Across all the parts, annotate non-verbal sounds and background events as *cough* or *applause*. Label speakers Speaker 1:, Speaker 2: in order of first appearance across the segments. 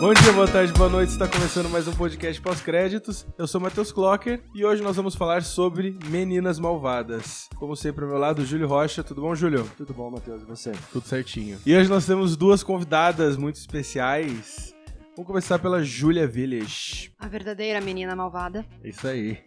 Speaker 1: Bom dia, boa tarde, boa noite. Está começando mais um podcast pós-créditos. Eu sou Matheus Clocker e hoje nós vamos falar sobre Meninas Malvadas. Como sempre, ao meu lado, Júlio Rocha. Tudo bom, Júlio?
Speaker 2: Tudo bom, Matheus? E você?
Speaker 1: Tudo certinho. E hoje nós temos duas convidadas muito especiais. Vamos começar pela Júlia Village.
Speaker 3: A verdadeira menina malvada.
Speaker 1: É isso aí.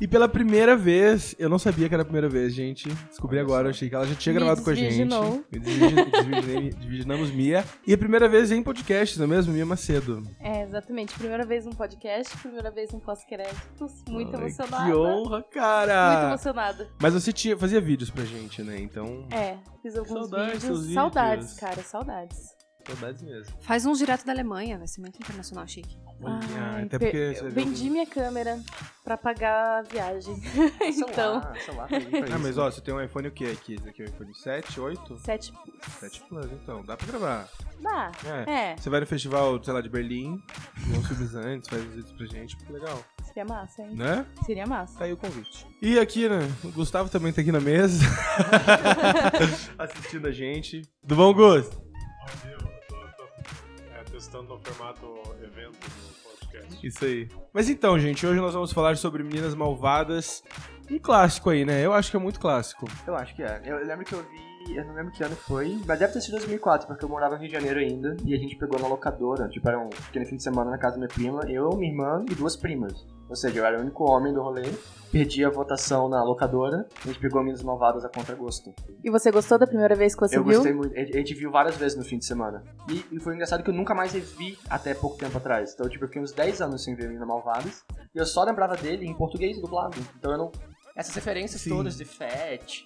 Speaker 1: e pela primeira vez, eu não sabia que era a primeira vez, gente. Descobri
Speaker 2: Olha
Speaker 1: agora,
Speaker 2: só.
Speaker 1: eu achei que ela já tinha
Speaker 4: Me
Speaker 1: gravado com a gente.
Speaker 4: desvirginou.
Speaker 1: Me desvirgi- desvirginei- desvirginamos Mia. E a primeira vez em podcast, não é mesmo? Mia Macedo.
Speaker 4: É, exatamente. Primeira vez num podcast, primeira vez num pós-créditos. Muito
Speaker 1: Ai,
Speaker 4: emocionada.
Speaker 1: Que honra,
Speaker 4: Muito
Speaker 1: cara!
Speaker 4: emocionada.
Speaker 1: Mas você tinha, fazia vídeos pra gente, né? Então,
Speaker 4: É, fiz alguns
Speaker 1: Saudades,
Speaker 4: vídeos.
Speaker 1: seus
Speaker 4: Saudades,
Speaker 1: vídeos.
Speaker 4: cara, saudades.
Speaker 1: saudades mesmo.
Speaker 3: Faz uns direto da Alemanha, vai ser muito internacional chique.
Speaker 1: Olha,
Speaker 4: Ai,
Speaker 1: até
Speaker 4: per-
Speaker 1: porque você um-
Speaker 4: eu
Speaker 1: viu-
Speaker 4: vendi minha câmera pra pagar a viagem. *laughs* então,
Speaker 2: Celular, celular pra mim, pra
Speaker 1: Ah,
Speaker 2: isso.
Speaker 1: mas ó, você tem um iPhone o quê aqui? Esse aqui é o iPhone 7, 8?
Speaker 4: sete.
Speaker 1: 7 Plus, então, dá pra gravar.
Speaker 4: Dá.
Speaker 1: É.
Speaker 4: É,
Speaker 1: Você vai no festival, sei lá, de Berlim, vê uns filmes antes, faz os vídeos pra gente, pô, legal.
Speaker 4: seria massa, hein?
Speaker 1: Né?
Speaker 4: Seria massa.
Speaker 1: Tá aí o convite. E aqui, né? O Gustavo também tá aqui na mesa. *laughs* assistindo a gente. Do bom gosto.
Speaker 5: Bom dia, eu tô, tô, é, testando o formato evento do podcast.
Speaker 1: Isso aí. Mas então, gente, hoje nós vamos falar sobre Meninas Malvadas. Um clássico aí, né? Eu acho que é muito clássico.
Speaker 2: Eu acho que é. Eu eu lembro que eu vi, eu não lembro que ano foi, mas deve ter sido 2004, porque eu morava no Rio de Janeiro ainda, e a gente pegou na locadora, tipo, era um pequeno fim de semana na casa da minha prima, eu, minha irmã e duas primas. Ou seja, eu era o único homem do rolê, perdi a votação na locadora, a gente pegou Minas Malvadas a contragosto.
Speaker 4: E você gostou da primeira vez que você
Speaker 2: eu
Speaker 4: viu?
Speaker 2: gostei muito, a gente a gente viu várias vezes no fim de semana. E, e foi engraçado que eu nunca mais revi até pouco tempo atrás. Então, tipo, eu fiquei uns 10 anos sem ver Minas Malvadas, e eu só lembrava dele em português dublado. Então eu não... Essas referências
Speaker 1: Sim.
Speaker 2: todas de Fat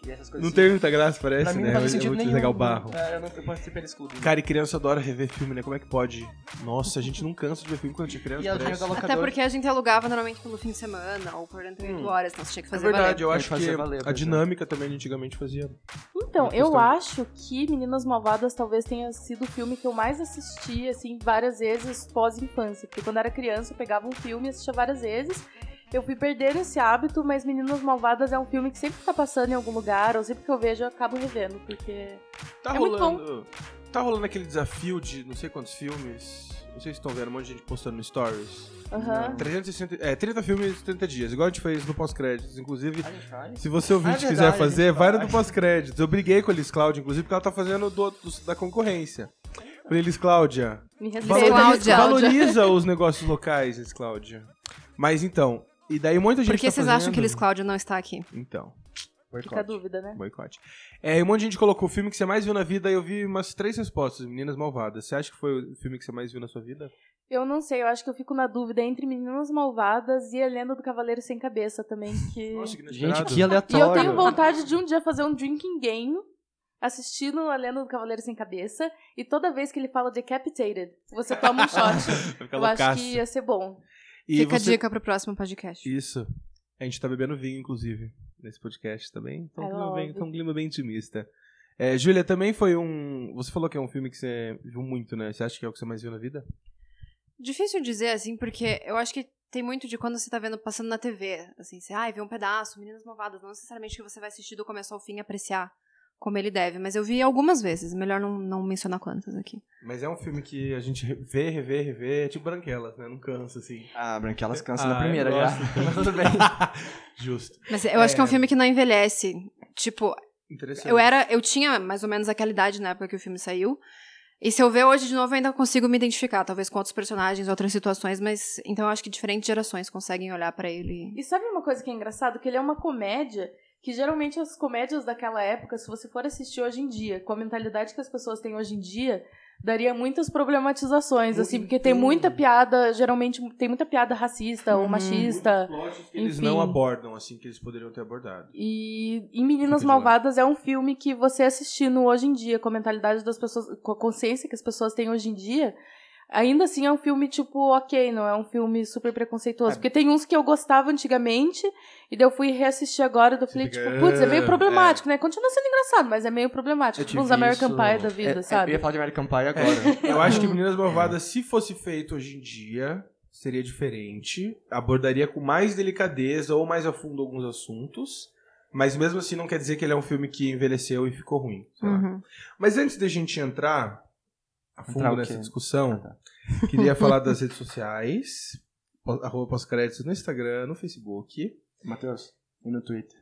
Speaker 2: e essas coisas
Speaker 1: Não
Speaker 2: assim,
Speaker 1: tem muita graça, parece,
Speaker 2: Pra mim
Speaker 1: né?
Speaker 2: não faz
Speaker 1: é
Speaker 2: sentido
Speaker 1: muito
Speaker 2: nenhum.
Speaker 1: legal o barro.
Speaker 2: É, eu não eu participei desse clube.
Speaker 1: Cara, e criança adora rever filme, né? Como é que pode? Nossa, a gente não cansa de ver filme quando a gente é criança.
Speaker 2: E ela
Speaker 1: parece.
Speaker 2: joga
Speaker 3: Até porque a gente alugava normalmente pelo fim de semana ou por 48
Speaker 2: Hum.
Speaker 3: horas, então você tinha que
Speaker 1: É
Speaker 3: fazer
Speaker 1: verdade, eu
Speaker 2: Tem que
Speaker 1: acho
Speaker 2: fazer
Speaker 1: que
Speaker 2: valer,
Speaker 1: a
Speaker 2: pois é.
Speaker 1: dinâmica também antigamente fazia.
Speaker 4: Então,
Speaker 1: Uma
Speaker 4: eu
Speaker 1: questão.
Speaker 4: acho que Meninas Malvadas talvez tenha sido o filme que eu mais assisti, assim, várias vezes pós-infância. Porque quando era criança eu pegava um filme e assistia várias vezes. Eu fui perdendo esse hábito, mas Meninas Malvadas é um filme que sempre tá passando em algum lugar, ou sempre que eu vejo eu acabo revendo, porque.
Speaker 1: Tá
Speaker 4: É muito
Speaker 1: rolando. Tá rolando aquele desafio de não sei quantos filmes. Não sei se estão vendo, um monte de gente postando no stories.
Speaker 4: Aham.
Speaker 1: 360, é, 30 filmes, 30 dias. Igual a gente fez no pós-créditos. Inclusive,
Speaker 2: A gente faz?
Speaker 1: se você ouvinte
Speaker 2: Ah, é
Speaker 1: quiser
Speaker 2: verdade, a
Speaker 1: fazer,
Speaker 2: gente
Speaker 1: vai no
Speaker 2: faz.
Speaker 1: do pós-créditos. Eu briguei com a Liz Cláudia, inclusive, porque ela tá fazendo do, do- da concorrência. Falei, Liz Cláudia,
Speaker 4: Me
Speaker 3: Valeu,
Speaker 4: respeita.
Speaker 3: Cláudia.
Speaker 1: valoriza, valoriza os negócios locais, Liz Cláudia. Mas então, e daí muita gente
Speaker 3: Por que
Speaker 1: tá
Speaker 3: vocês
Speaker 1: fazendo...
Speaker 3: acham que eles Cláudio não está aqui?
Speaker 1: Então,
Speaker 4: Fica a
Speaker 1: boicote.
Speaker 4: dúvida, né?
Speaker 1: Boicote. É, e um monte de gente colocou o filme que você mais viu na vida, e eu vi umas três respostas, Meninas Malvadas. Você acha que foi o filme que você mais viu na sua vida?
Speaker 4: Eu não sei, eu acho que eu fico na dúvida entre Meninas Malvadas e a Lenda do Cavaleiro Sem Cabeça também, que.
Speaker 1: Nossa, que
Speaker 2: Gente,
Speaker 1: inesperado.
Speaker 2: que
Speaker 4: E
Speaker 2: aleatório.
Speaker 4: eu tenho vontade de um dia fazer um drinking game assistindo a Lenda do Cavaleiro Sem Cabeça e toda vez que ele fala decapitated, você toma um shot.
Speaker 1: Vai ficar
Speaker 4: eu acho
Speaker 1: loucaço.
Speaker 4: que ia ser bom.
Speaker 1: E
Speaker 3: Fica
Speaker 1: você-
Speaker 3: a dica pro próximo podcast.
Speaker 1: Isso. A gente tá bebendo vinho, inclusive, nesse podcast também. Então, um
Speaker 4: I
Speaker 1: clima bem,
Speaker 4: love.
Speaker 1: tá um clima bem intimista. É, Júlia, também foi um. Você falou que é um filme que você viu muito, né? Você acha que é o que você mais viu na vida?
Speaker 3: Difícil dizer, assim, porque eu acho que tem muito de quando você tá vendo passando na TV. Assim, você, ai, vê um pedaço, Meninas Malvadas. Não necessariamente que você vai assistir do começo ao fim e apreciar como ele deve. Mas eu vi algumas vezes, melhor não, não mencionar quantas aqui.
Speaker 1: Mas é um filme que a gente vê, revê, revê. É tipo Branquelas, né? Não cansa, assim.
Speaker 2: Ah, Branquelas cansa
Speaker 1: Ah,
Speaker 2: na
Speaker 1: eu
Speaker 2: primeira já. *laughs*
Speaker 1: gosto.
Speaker 2: Mas tudo bem.
Speaker 1: Justo.
Speaker 3: Mas eu acho que é um
Speaker 1: É.
Speaker 3: filme que não envelhece. Tipo,
Speaker 1: Interessante.
Speaker 3: Eu era, eu tinha mais ou menos aquela idade na época que o filme saiu. E se eu ver hoje de novo, eu ainda consigo me identificar, talvez com outros personagens, outras situações, mas então eu acho que diferentes gerações conseguem olhar pra ele.
Speaker 4: E sabe uma coisa que é engraçado? Que ele é uma comédia que geralmente as comédias daquela época, se você for assistir hoje em dia, com a mentalidade que as pessoas têm hoje em dia, daria muitas problematizações, assim, porque tem muita piada, geralmente tem muita piada racista ou
Speaker 3: Uhum.
Speaker 4: machista.
Speaker 1: Lógico que eles
Speaker 4: Enfim.
Speaker 1: não abordam, assim, que eles poderiam ter abordado.
Speaker 4: E em Meninas
Speaker 1: Entendi.
Speaker 4: Malvadas é um filme que você assistindo hoje em dia, com a mentalidade das pessoas, com a consciência que as pessoas têm hoje em dia, ainda assim é um filme tipo, ok, não é um filme super preconceituoso.
Speaker 2: É.
Speaker 4: Porque tem uns que eu gostava antigamente, e daí eu fui reassistir agora, e daí eu
Speaker 1: Você
Speaker 4: falei,
Speaker 1: fica,
Speaker 4: tipo, putz, é meio
Speaker 1: "Ah,
Speaker 4: problemático, né? Continua sendo engraçado, mas é meio problemático.
Speaker 2: Eu
Speaker 4: Tipo
Speaker 2: te
Speaker 4: uns
Speaker 2: vi
Speaker 4: American
Speaker 2: isso-
Speaker 4: Pie da vida,
Speaker 2: É,
Speaker 4: sabe?
Speaker 2: Eu ia falar de American Pie agora.
Speaker 1: Eu acho que Meninas Malvadas, se fosse feito hoje em dia, seria diferente. Abordaria com mais delicadeza ou mais a fundo alguns assuntos. Mas mesmo assim não quer
Speaker 3: tá.
Speaker 1: dizer que ele é um filme que envelheceu e ficou ruim. sei lá.
Speaker 3: Uhum.
Speaker 1: Mas antes da gente entrar a
Speaker 2: Entrar
Speaker 1: fundo
Speaker 2: o
Speaker 1: nessa
Speaker 2: quê?
Speaker 1: discussão,
Speaker 2: Ah, tá.
Speaker 1: *laughs* queria falar *laughs* das redes sociais, po- arroba pós-créditos no Instagram, no Facebook.
Speaker 2: *laughs* Matheus, e no Twitter?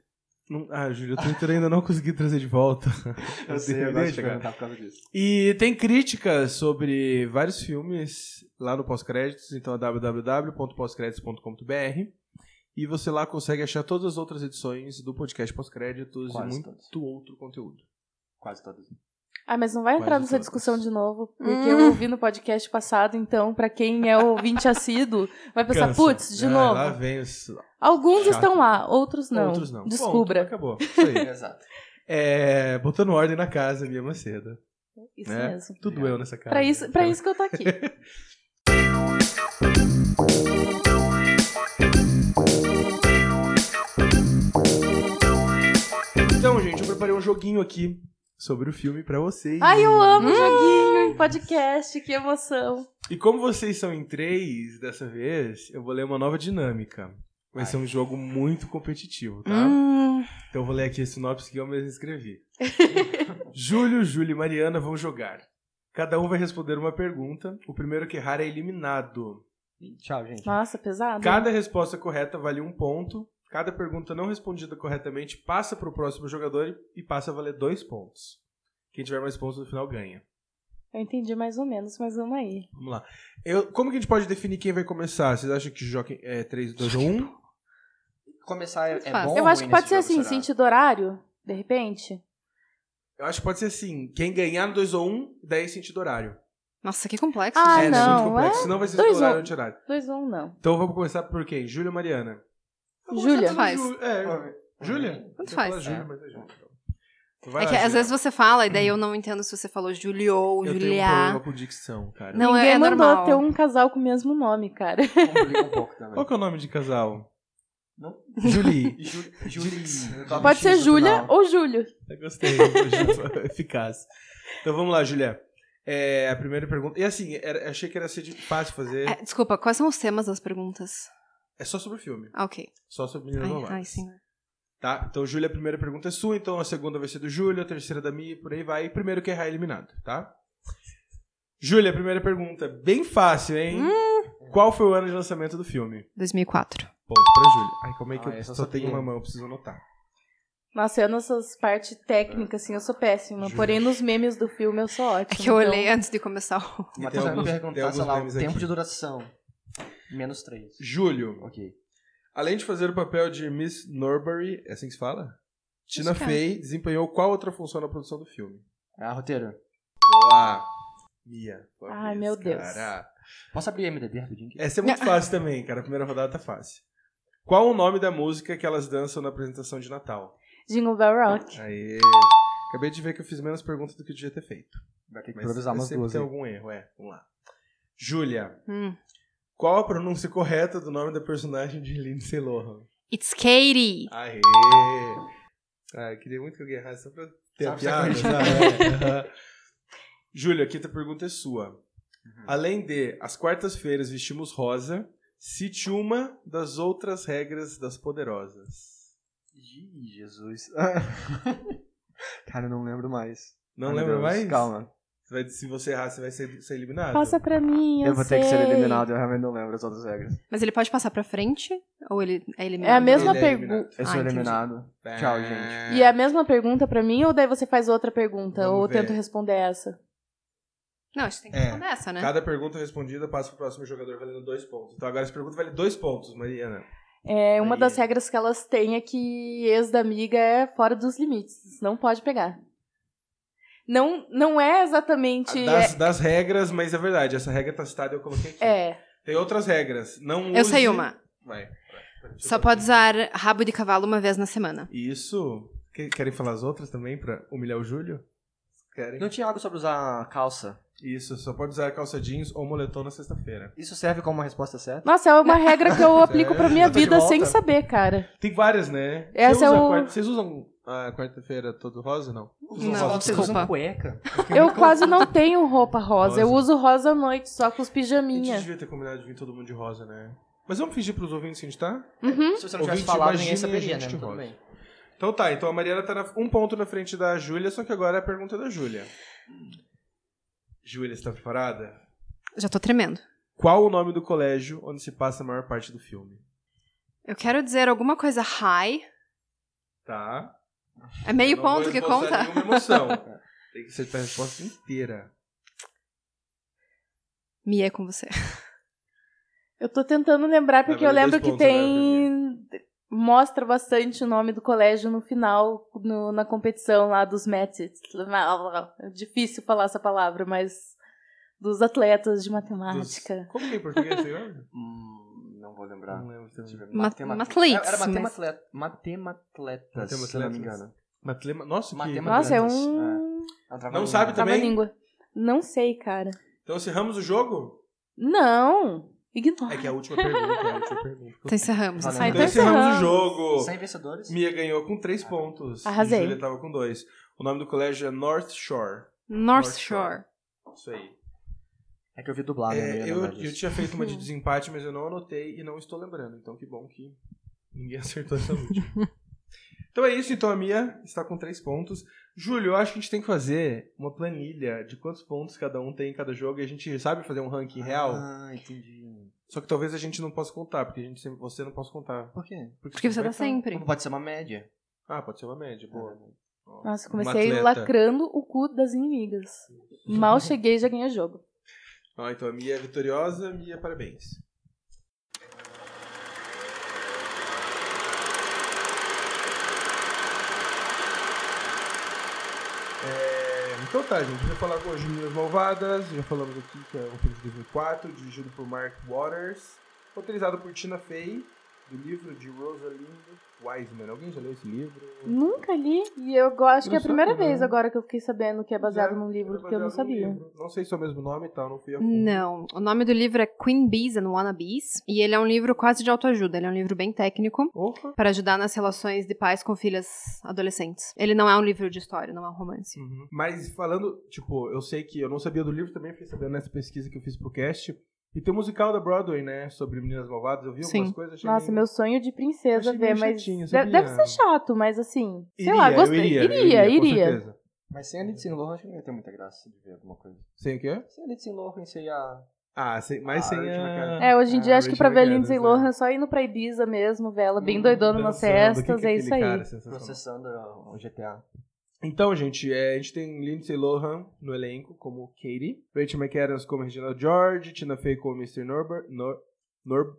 Speaker 1: Não- ah, Júlio, o Twitter ainda não consegui trazer de volta.
Speaker 2: Eu sei, eu
Speaker 1: deveria
Speaker 2: gosto de
Speaker 1: chegar.
Speaker 2: perguntar por causa disso.
Speaker 1: *laughs* E tem críticas sobre vários filmes lá no pós-créditos, então é www.poscréditos.com.br. E você lá consegue achar todas as outras edições do podcast pós-créditos e
Speaker 2: Quase
Speaker 1: muito
Speaker 2: todas.
Speaker 1: outro conteúdo.
Speaker 2: Quase todos.
Speaker 4: Ah, mas não vai entrar
Speaker 1: Quase
Speaker 4: nessa
Speaker 1: todas.
Speaker 4: discussão de novo, porque
Speaker 3: Hum.
Speaker 4: eu ouvi no podcast passado, então, pra quem é ouvinte assíduo, vai pensar,
Speaker 1: Cansa.
Speaker 4: putz, de
Speaker 1: Ah,
Speaker 4: novo.
Speaker 1: Lá vem os
Speaker 4: Alguns
Speaker 1: Chato.
Speaker 4: estão lá, outros não.
Speaker 1: outros não.
Speaker 4: Descubra.
Speaker 1: Ponto, acabou. Isso aí.
Speaker 2: Exato.
Speaker 1: É, botando ordem na casa, Lia Macedo.
Speaker 4: isso
Speaker 1: né?
Speaker 4: mesmo.
Speaker 1: Tudo eu nessa casa. Então,
Speaker 4: Pra isso, pra isso que eu tô aqui.
Speaker 1: Então, gente, eu preparei um joguinho aqui sobre o filme pra vocês.
Speaker 4: Ai, eu amo joguinho e Um podcast, que emoção.
Speaker 1: E como vocês são em três dessa vez, eu vou ler uma nova dinâmica. Vai ser um jogo muito competitivo, tá?
Speaker 3: Hum,
Speaker 1: Então eu vou ler aqui a sinopse que eu mesmo
Speaker 4: *laughs*
Speaker 1: escrevi. Júlio, Júlio e Mariana vão jogar. Cada um vai responder uma pergunta. O primeiro que errar é eliminado.
Speaker 2: Tchau, gente.
Speaker 4: Nossa,
Speaker 3: Tá
Speaker 4: pesado.
Speaker 1: Cada resposta correta vale um ponto. Cada pergunta não respondida corretamente passa pro próximo jogador e- e passa a valer dois pontos. Quem tiver mais pontos no final ganha.
Speaker 4: Eu entendi mais ou menos, mas vamos aí.
Speaker 1: Vamos lá. Eu- como que a gente pode definir quem vai começar? Vocês acham que joga é, 3, 2 ou 1?
Speaker 2: Começar é,
Speaker 3: Muito
Speaker 2: é
Speaker 3: fácil.
Speaker 2: bom
Speaker 4: eu
Speaker 2: ou
Speaker 4: acho
Speaker 2: ruim
Speaker 4: que pode
Speaker 2: nesse
Speaker 4: ser
Speaker 2: jogo,
Speaker 4: assim,
Speaker 2: será?
Speaker 4: sentido horário, de repente.
Speaker 1: Eu acho que pode ser assim. Quem ganhar no 2 ou 1, daí é sentido horário.
Speaker 3: nossa, que complexo.
Speaker 4: Ah,
Speaker 1: é,
Speaker 3: gente.
Speaker 1: isso é
Speaker 4: não,
Speaker 1: muito complexo.
Speaker 4: é?
Speaker 1: Senão vai ser
Speaker 4: Dois
Speaker 1: sentido horário
Speaker 4: ou-
Speaker 1: anti horário.
Speaker 4: 2 1 um, não.
Speaker 1: Então vamos começar por quem? Júlio ou Mariana?
Speaker 4: Júlia.
Speaker 1: Tanto
Speaker 3: faz.
Speaker 1: Ju- É.
Speaker 2: Oi.
Speaker 1: Júlia?
Speaker 3: Tanto
Speaker 1: Eu ia
Speaker 3: faz.
Speaker 1: falar Júlia,
Speaker 2: É.
Speaker 1: mas é Júlia. Então vai
Speaker 3: É
Speaker 1: lá,
Speaker 3: que às
Speaker 1: Júlia.
Speaker 3: vezes você fala, e daí
Speaker 4: Hum.
Speaker 3: eu não entendo se você falou Julio ou
Speaker 1: Eu
Speaker 3: Julia.
Speaker 1: tenho um problema com dicção, cara.
Speaker 3: Não,
Speaker 4: Ninguém
Speaker 3: é
Speaker 4: mandou
Speaker 3: normal.
Speaker 4: ter um casal com o mesmo nome, cara.
Speaker 2: Complica um pouco também.
Speaker 1: *laughs* Qual que é o nome de casal?
Speaker 2: Não?
Speaker 1: Julie.
Speaker 2: *laughs* Ju- Julie.
Speaker 1: Tá
Speaker 2: Tava
Speaker 4: Pode
Speaker 2: X
Speaker 4: ser
Speaker 2: no
Speaker 4: Júlia
Speaker 2: final.
Speaker 4: ou Júlio.
Speaker 1: Eu gostei, Ju, eficaz. Então vamos lá, Julia. É, a primeira pergunta. E assim, era- achei que era ser de- fácil fazer.
Speaker 3: É, desculpa, quais são os temas das perguntas?
Speaker 1: É só sobre o filme.
Speaker 3: Ah, ok.
Speaker 1: Só sobre
Speaker 3: Ai,
Speaker 1: Meninas
Speaker 3: ai, é.
Speaker 1: Malvadas.
Speaker 3: senhor.
Speaker 1: Tá? Então, Júlia, a primeira pergunta é sua, então a segunda vai ser do Júlio, a terceira da minha, e por aí vai. E primeiro que errar é eliminado, tá? Júlia, a primeira pergunta. Bem fácil, hein? Qual foi o ano de lançamento do filme?
Speaker 3: 2004.
Speaker 1: Ponto pra Júlia. Ai, calma aí que
Speaker 2: Ah,
Speaker 1: eu
Speaker 2: essa eu
Speaker 1: só
Speaker 2: sabia.
Speaker 1: tenho uma mão, eu preciso anotar.
Speaker 4: Nossa, eu nessas partes técnicas, assim, eu sou péssima.
Speaker 1: Juro.
Speaker 4: Porém, nos memes do filme eu sou ótima.
Speaker 3: É que eu
Speaker 4: então-
Speaker 3: olhei antes de começar o...
Speaker 2: O
Speaker 1: Tem
Speaker 2: Matheus vai me
Speaker 1: alguns- tem
Speaker 2: perguntar, sei
Speaker 1: alguns
Speaker 2: lá, o
Speaker 1: memes
Speaker 2: tempo
Speaker 1: aqui.
Speaker 2: de duração. Menos 3.
Speaker 1: Júlio,
Speaker 2: Ok.
Speaker 1: Além de fazer o papel de Miss Norbury, é assim que se fala? Tina
Speaker 3: Acho que é.
Speaker 1: Fey desempenhou qual outra função na produção do filme?
Speaker 2: Ah, roteiro.
Speaker 1: Boa! Mia. tua
Speaker 4: Ai,
Speaker 1: vez,
Speaker 4: meu Deus.
Speaker 1: Cara.
Speaker 2: Posso abrir a MDB rapidinho? aqui?
Speaker 1: Essa é muito fácil também, cara. A primeira rodada tá fácil. Qual o nome da música que elas dançam na apresentação de Natal?
Speaker 4: Jingle Bell Rock.
Speaker 1: Aê! Acabei de ver que eu fiz menos perguntas do que eu devia ter feito.
Speaker 2: Vai ter que
Speaker 1: Mas
Speaker 2: improvisar umas
Speaker 1: sempre
Speaker 2: duas.
Speaker 1: tem
Speaker 2: aí.
Speaker 1: algum erro, é. Vamos lá. Júlia,
Speaker 3: Hum.
Speaker 1: qual a pronúncia correta do nome da personagem de Lindsay Lohan?
Speaker 3: It's Katie!
Speaker 1: Aê! Ah, eu queria muito que alguém errasse só pra ter a
Speaker 2: Sabe,
Speaker 1: piada,
Speaker 2: sabe?
Speaker 1: sabe? *laughs* É. Júlio, a quinta pergunta é sua. Além de, às quartas-feiras vestimos rosa, cite uma das outras regras das poderosas.
Speaker 2: Ih, Jesus. *laughs* Cara, eu não lembro mais.
Speaker 1: Não
Speaker 2: Ah, meu
Speaker 1: lembra
Speaker 2: Deus,
Speaker 1: mais?
Speaker 2: Calma.
Speaker 1: Você vai- se você errar, você vai ser, ser eliminado.
Speaker 4: Passa pra mim, eu,
Speaker 2: Eu vou ter que ser
Speaker 4: sei.
Speaker 2: eliminado, eu realmente não lembro as outras regras.
Speaker 3: Mas ele pode passar pra frente? Ou ele é eliminado?
Speaker 4: É a mesma
Speaker 1: Ele é eliminado.
Speaker 4: pergunta.
Speaker 2: Eu sou
Speaker 3: Ah, entendi.
Speaker 2: eliminado. Tchau, gente.
Speaker 4: E é a mesma pergunta pra mim, ou daí você faz outra pergunta?
Speaker 1: Vamos
Speaker 4: ou eu
Speaker 1: ver.
Speaker 4: tento responder essa?
Speaker 3: Não, a gente tem que
Speaker 1: É.
Speaker 3: responder essa, né?
Speaker 1: Cada pergunta respondida passa pro próximo jogador valendo dois pontos. Então agora essa pergunta vale dois pontos, Mariana.
Speaker 4: É, uma
Speaker 1: Aí.
Speaker 4: das regras que elas têm é que ex da amiga é fora dos limites. Não pode pegar. Não, não é exatamente...
Speaker 1: Das, das regras, mas é verdade, essa regra tá citada e eu coloquei aqui.
Speaker 4: É, é.
Speaker 1: Tem outras regras. Não
Speaker 3: Eu
Speaker 1: um use-
Speaker 3: sei uma.
Speaker 1: Vai. vai.
Speaker 3: Só pode usar rabo de cavalo uma vez na semana.
Speaker 1: Isso. Que- Querem falar as outras também pra humilhar o Júlio? Querem?
Speaker 2: Não tinha algo sobre usar calça.
Speaker 1: Isso, só pode usar calça jeans ou moletom na sexta-feira.
Speaker 2: Isso serve como uma resposta certa?
Speaker 4: Nossa, é uma regra
Speaker 1: *laughs*
Speaker 4: que eu aplico pra minha
Speaker 2: Eu tô de
Speaker 4: vida sem
Speaker 2: volta.
Speaker 4: saber, cara.
Speaker 1: Tem várias, né?
Speaker 4: Essa
Speaker 1: Você
Speaker 4: é
Speaker 1: usa
Speaker 4: o-
Speaker 1: quarta- Vocês usam a quarta-feira todo rosa, não?
Speaker 3: Não,
Speaker 2: vocês usam
Speaker 3: desculpa.
Speaker 2: cueca.
Speaker 4: Eu quase não tenho roupa rosa. Eu
Speaker 1: Rosa.
Speaker 4: uso rosa à noite, só com os
Speaker 1: A gente
Speaker 4: pijaminha.
Speaker 1: devia ter combinado de vir todo mundo de rosa, né? Mas vamos fingir pros ouvintes que a gente tá?
Speaker 4: Uhum.
Speaker 3: Hum?
Speaker 2: Se você não tivesse
Speaker 1: Ouvinte,
Speaker 2: falado, ninguém
Speaker 1: imagine a
Speaker 2: saberia, né?
Speaker 1: gente
Speaker 2: Mas Tudo
Speaker 1: rosa.
Speaker 2: bem.
Speaker 1: Então tá, então a Mariana tá na- um ponto na frente da Júlia, só que agora é a pergunta da Júlia. Júlia, você tá preparada?
Speaker 3: Já tô tremendo.
Speaker 1: Qual o nome do colégio onde se passa a maior parte do filme?
Speaker 3: Eu quero dizer alguma coisa high.
Speaker 1: Tá.
Speaker 3: É meio
Speaker 1: Não vou
Speaker 3: ponto que
Speaker 1: esboçar
Speaker 3: conta?
Speaker 1: nenhuma emoção. Tem que acertar a resposta inteira.
Speaker 3: Me é com você.
Speaker 4: Eu tô tentando lembrar, porque eu
Speaker 1: verdade,
Speaker 4: lembro
Speaker 1: dois
Speaker 4: que
Speaker 1: pontos, né,
Speaker 4: tem. Mostra bastante o nome do colégio no final, no- na competição lá dos matches. É difícil falar essa palavra, mas. Dos atletas de matemática.
Speaker 1: Como que é em português, você lembra?
Speaker 2: Hum, não vou lembrar.
Speaker 1: Não lembro um também.
Speaker 2: Deixa eu ver.
Speaker 3: Ma-
Speaker 2: Matemat-
Speaker 3: matletes,
Speaker 2: Era
Speaker 3: mas-
Speaker 2: matematletas, matematletas, se eu não me
Speaker 1: Matematletas.
Speaker 2: engano.
Speaker 1: Matlema... Nossa, que...
Speaker 2: Matemática.
Speaker 4: Nossa, é
Speaker 2: Deus,
Speaker 4: um.
Speaker 2: Ela trava
Speaker 1: Não
Speaker 2: a língua.
Speaker 1: sabe
Speaker 4: Tava
Speaker 1: Ah. Também?
Speaker 4: língua. Não sei, cara.
Speaker 1: Então encerramos o jogo?
Speaker 4: Não!
Speaker 1: É
Speaker 4: Ignora.
Speaker 1: que é a última pergunta. É a última pergunta.
Speaker 3: Então encerramos.
Speaker 2: Valeu.
Speaker 3: essa
Speaker 4: Ai,
Speaker 1: Então
Speaker 4: então
Speaker 3: ideia.
Speaker 1: encerramos o
Speaker 4: encerramos.
Speaker 1: jogo.
Speaker 2: Sem vencedores?
Speaker 1: Mia ganhou com três pontos.
Speaker 4: Arrasei.
Speaker 1: E Júlia tava com dois. O nome do colégio é North Shore.
Speaker 3: North Shore.
Speaker 1: Isso aí.
Speaker 2: É que eu vi dublado.
Speaker 1: É,
Speaker 2: né,
Speaker 1: eu,
Speaker 2: na verdade.
Speaker 1: eu tinha feito
Speaker 3: *laughs*
Speaker 1: uma de desempate, mas eu não anotei e não estou lembrando. Então que bom que ninguém *laughs* acertou essa última. então é isso, então a Mia está com três pontos. Júlio, eu acho que a gente tem que fazer uma planilha de quantos pontos cada um tem em cada jogo e a gente sabe fazer um ranking real.
Speaker 2: Ah, entendi.
Speaker 1: Só que talvez a gente não possa contar, porque a gente sempre- você não possa contar.
Speaker 2: Por quê?
Speaker 3: Porque você
Speaker 1: vai um
Speaker 3: tá sempre.
Speaker 2: Como pode ser uma média?
Speaker 1: Ah, pode ser uma média, boa. Ó,
Speaker 4: Nossa,
Speaker 1: um
Speaker 4: comecei
Speaker 1: atleta.
Speaker 4: lacrando o cu das inimigas. Mal cheguei e já ganhei o jogo.
Speaker 1: Ó, então a Mia é vitoriosa, Mia, parabéns. É, então tá, gente, já falar com as Meninas Malvadas, já falamos aqui que é um filme de 2004, dirigido por Mark Waters, roteirizado por Tina Fey, do livro de Rosalind Wiseman. Alguém já leu esse livro?
Speaker 4: Nunca li e eu go- acho que é a
Speaker 1: Não
Speaker 4: primeira
Speaker 1: sabe,
Speaker 4: vez
Speaker 1: né?
Speaker 4: agora que eu fiquei sabendo que é baseado num livro,
Speaker 1: Era
Speaker 4: porque eu não
Speaker 1: baseado num
Speaker 4: sabia.
Speaker 1: livro. Não sei se é o mesmo nome e tal, não fui a fundo.
Speaker 3: Não, o nome do livro é Queen Bees and Wannabes e ele é um livro quase de autoajuda, ele é um livro bem técnico
Speaker 1: Opa!
Speaker 3: para ajudar nas relações de pais com filhas adolescentes. Ele não é um livro de história, não é um romance.
Speaker 1: Uhum. Mas falando, tipo, eu sei que eu não sabia do livro também, fiquei sabendo nessa pesquisa que eu fiz pro cast. E tem um musical da Broadway, né? Sobre Meninas Malvadas. Eu vi algumas
Speaker 3: Sim.
Speaker 1: coisas. achei
Speaker 4: Nossa,
Speaker 1: meio-
Speaker 4: meu sonho de princesa
Speaker 1: Achei meio
Speaker 4: ver, mas
Speaker 1: chatinho,
Speaker 4: de-
Speaker 1: sabia?
Speaker 4: deve ser chato, mas assim, sei
Speaker 1: Iria,
Speaker 4: lá,
Speaker 1: eu
Speaker 4: gostei.
Speaker 1: Iria,
Speaker 4: iria.
Speaker 1: eu Com certeza.
Speaker 2: Mas sem a
Speaker 1: Uhum.
Speaker 2: Lidsin Lohan, acho que não ia ter muita graça de ver alguma coisa.
Speaker 1: Sem o quê?
Speaker 2: Sem a Lidsin Lohan, sei a...
Speaker 1: Ah, sem, mas
Speaker 2: Ah,
Speaker 1: sem
Speaker 2: eu tinha
Speaker 1: a...
Speaker 2: aquela-
Speaker 4: É, hoje em
Speaker 1: Ah,
Speaker 4: dia acho que pra ver
Speaker 1: Richard
Speaker 4: Lindsay
Speaker 1: Gardner,
Speaker 4: Lohan é só indo pra Ibiza mesmo, ver ela bem
Speaker 2: Hum,
Speaker 4: doidona nas
Speaker 1: né? dançando, que
Speaker 4: festas,
Speaker 1: que
Speaker 4: é
Speaker 1: aquele
Speaker 4: isso aí.
Speaker 1: cara assim, sensacional.
Speaker 2: Processando é, o GTA.
Speaker 1: Então, gente, é, a gente tem Lindsay Lohan no elenco como Katie, Rachel McAdams como Regina George, Tina Fey como Mr. Norbert, Nor, Nor,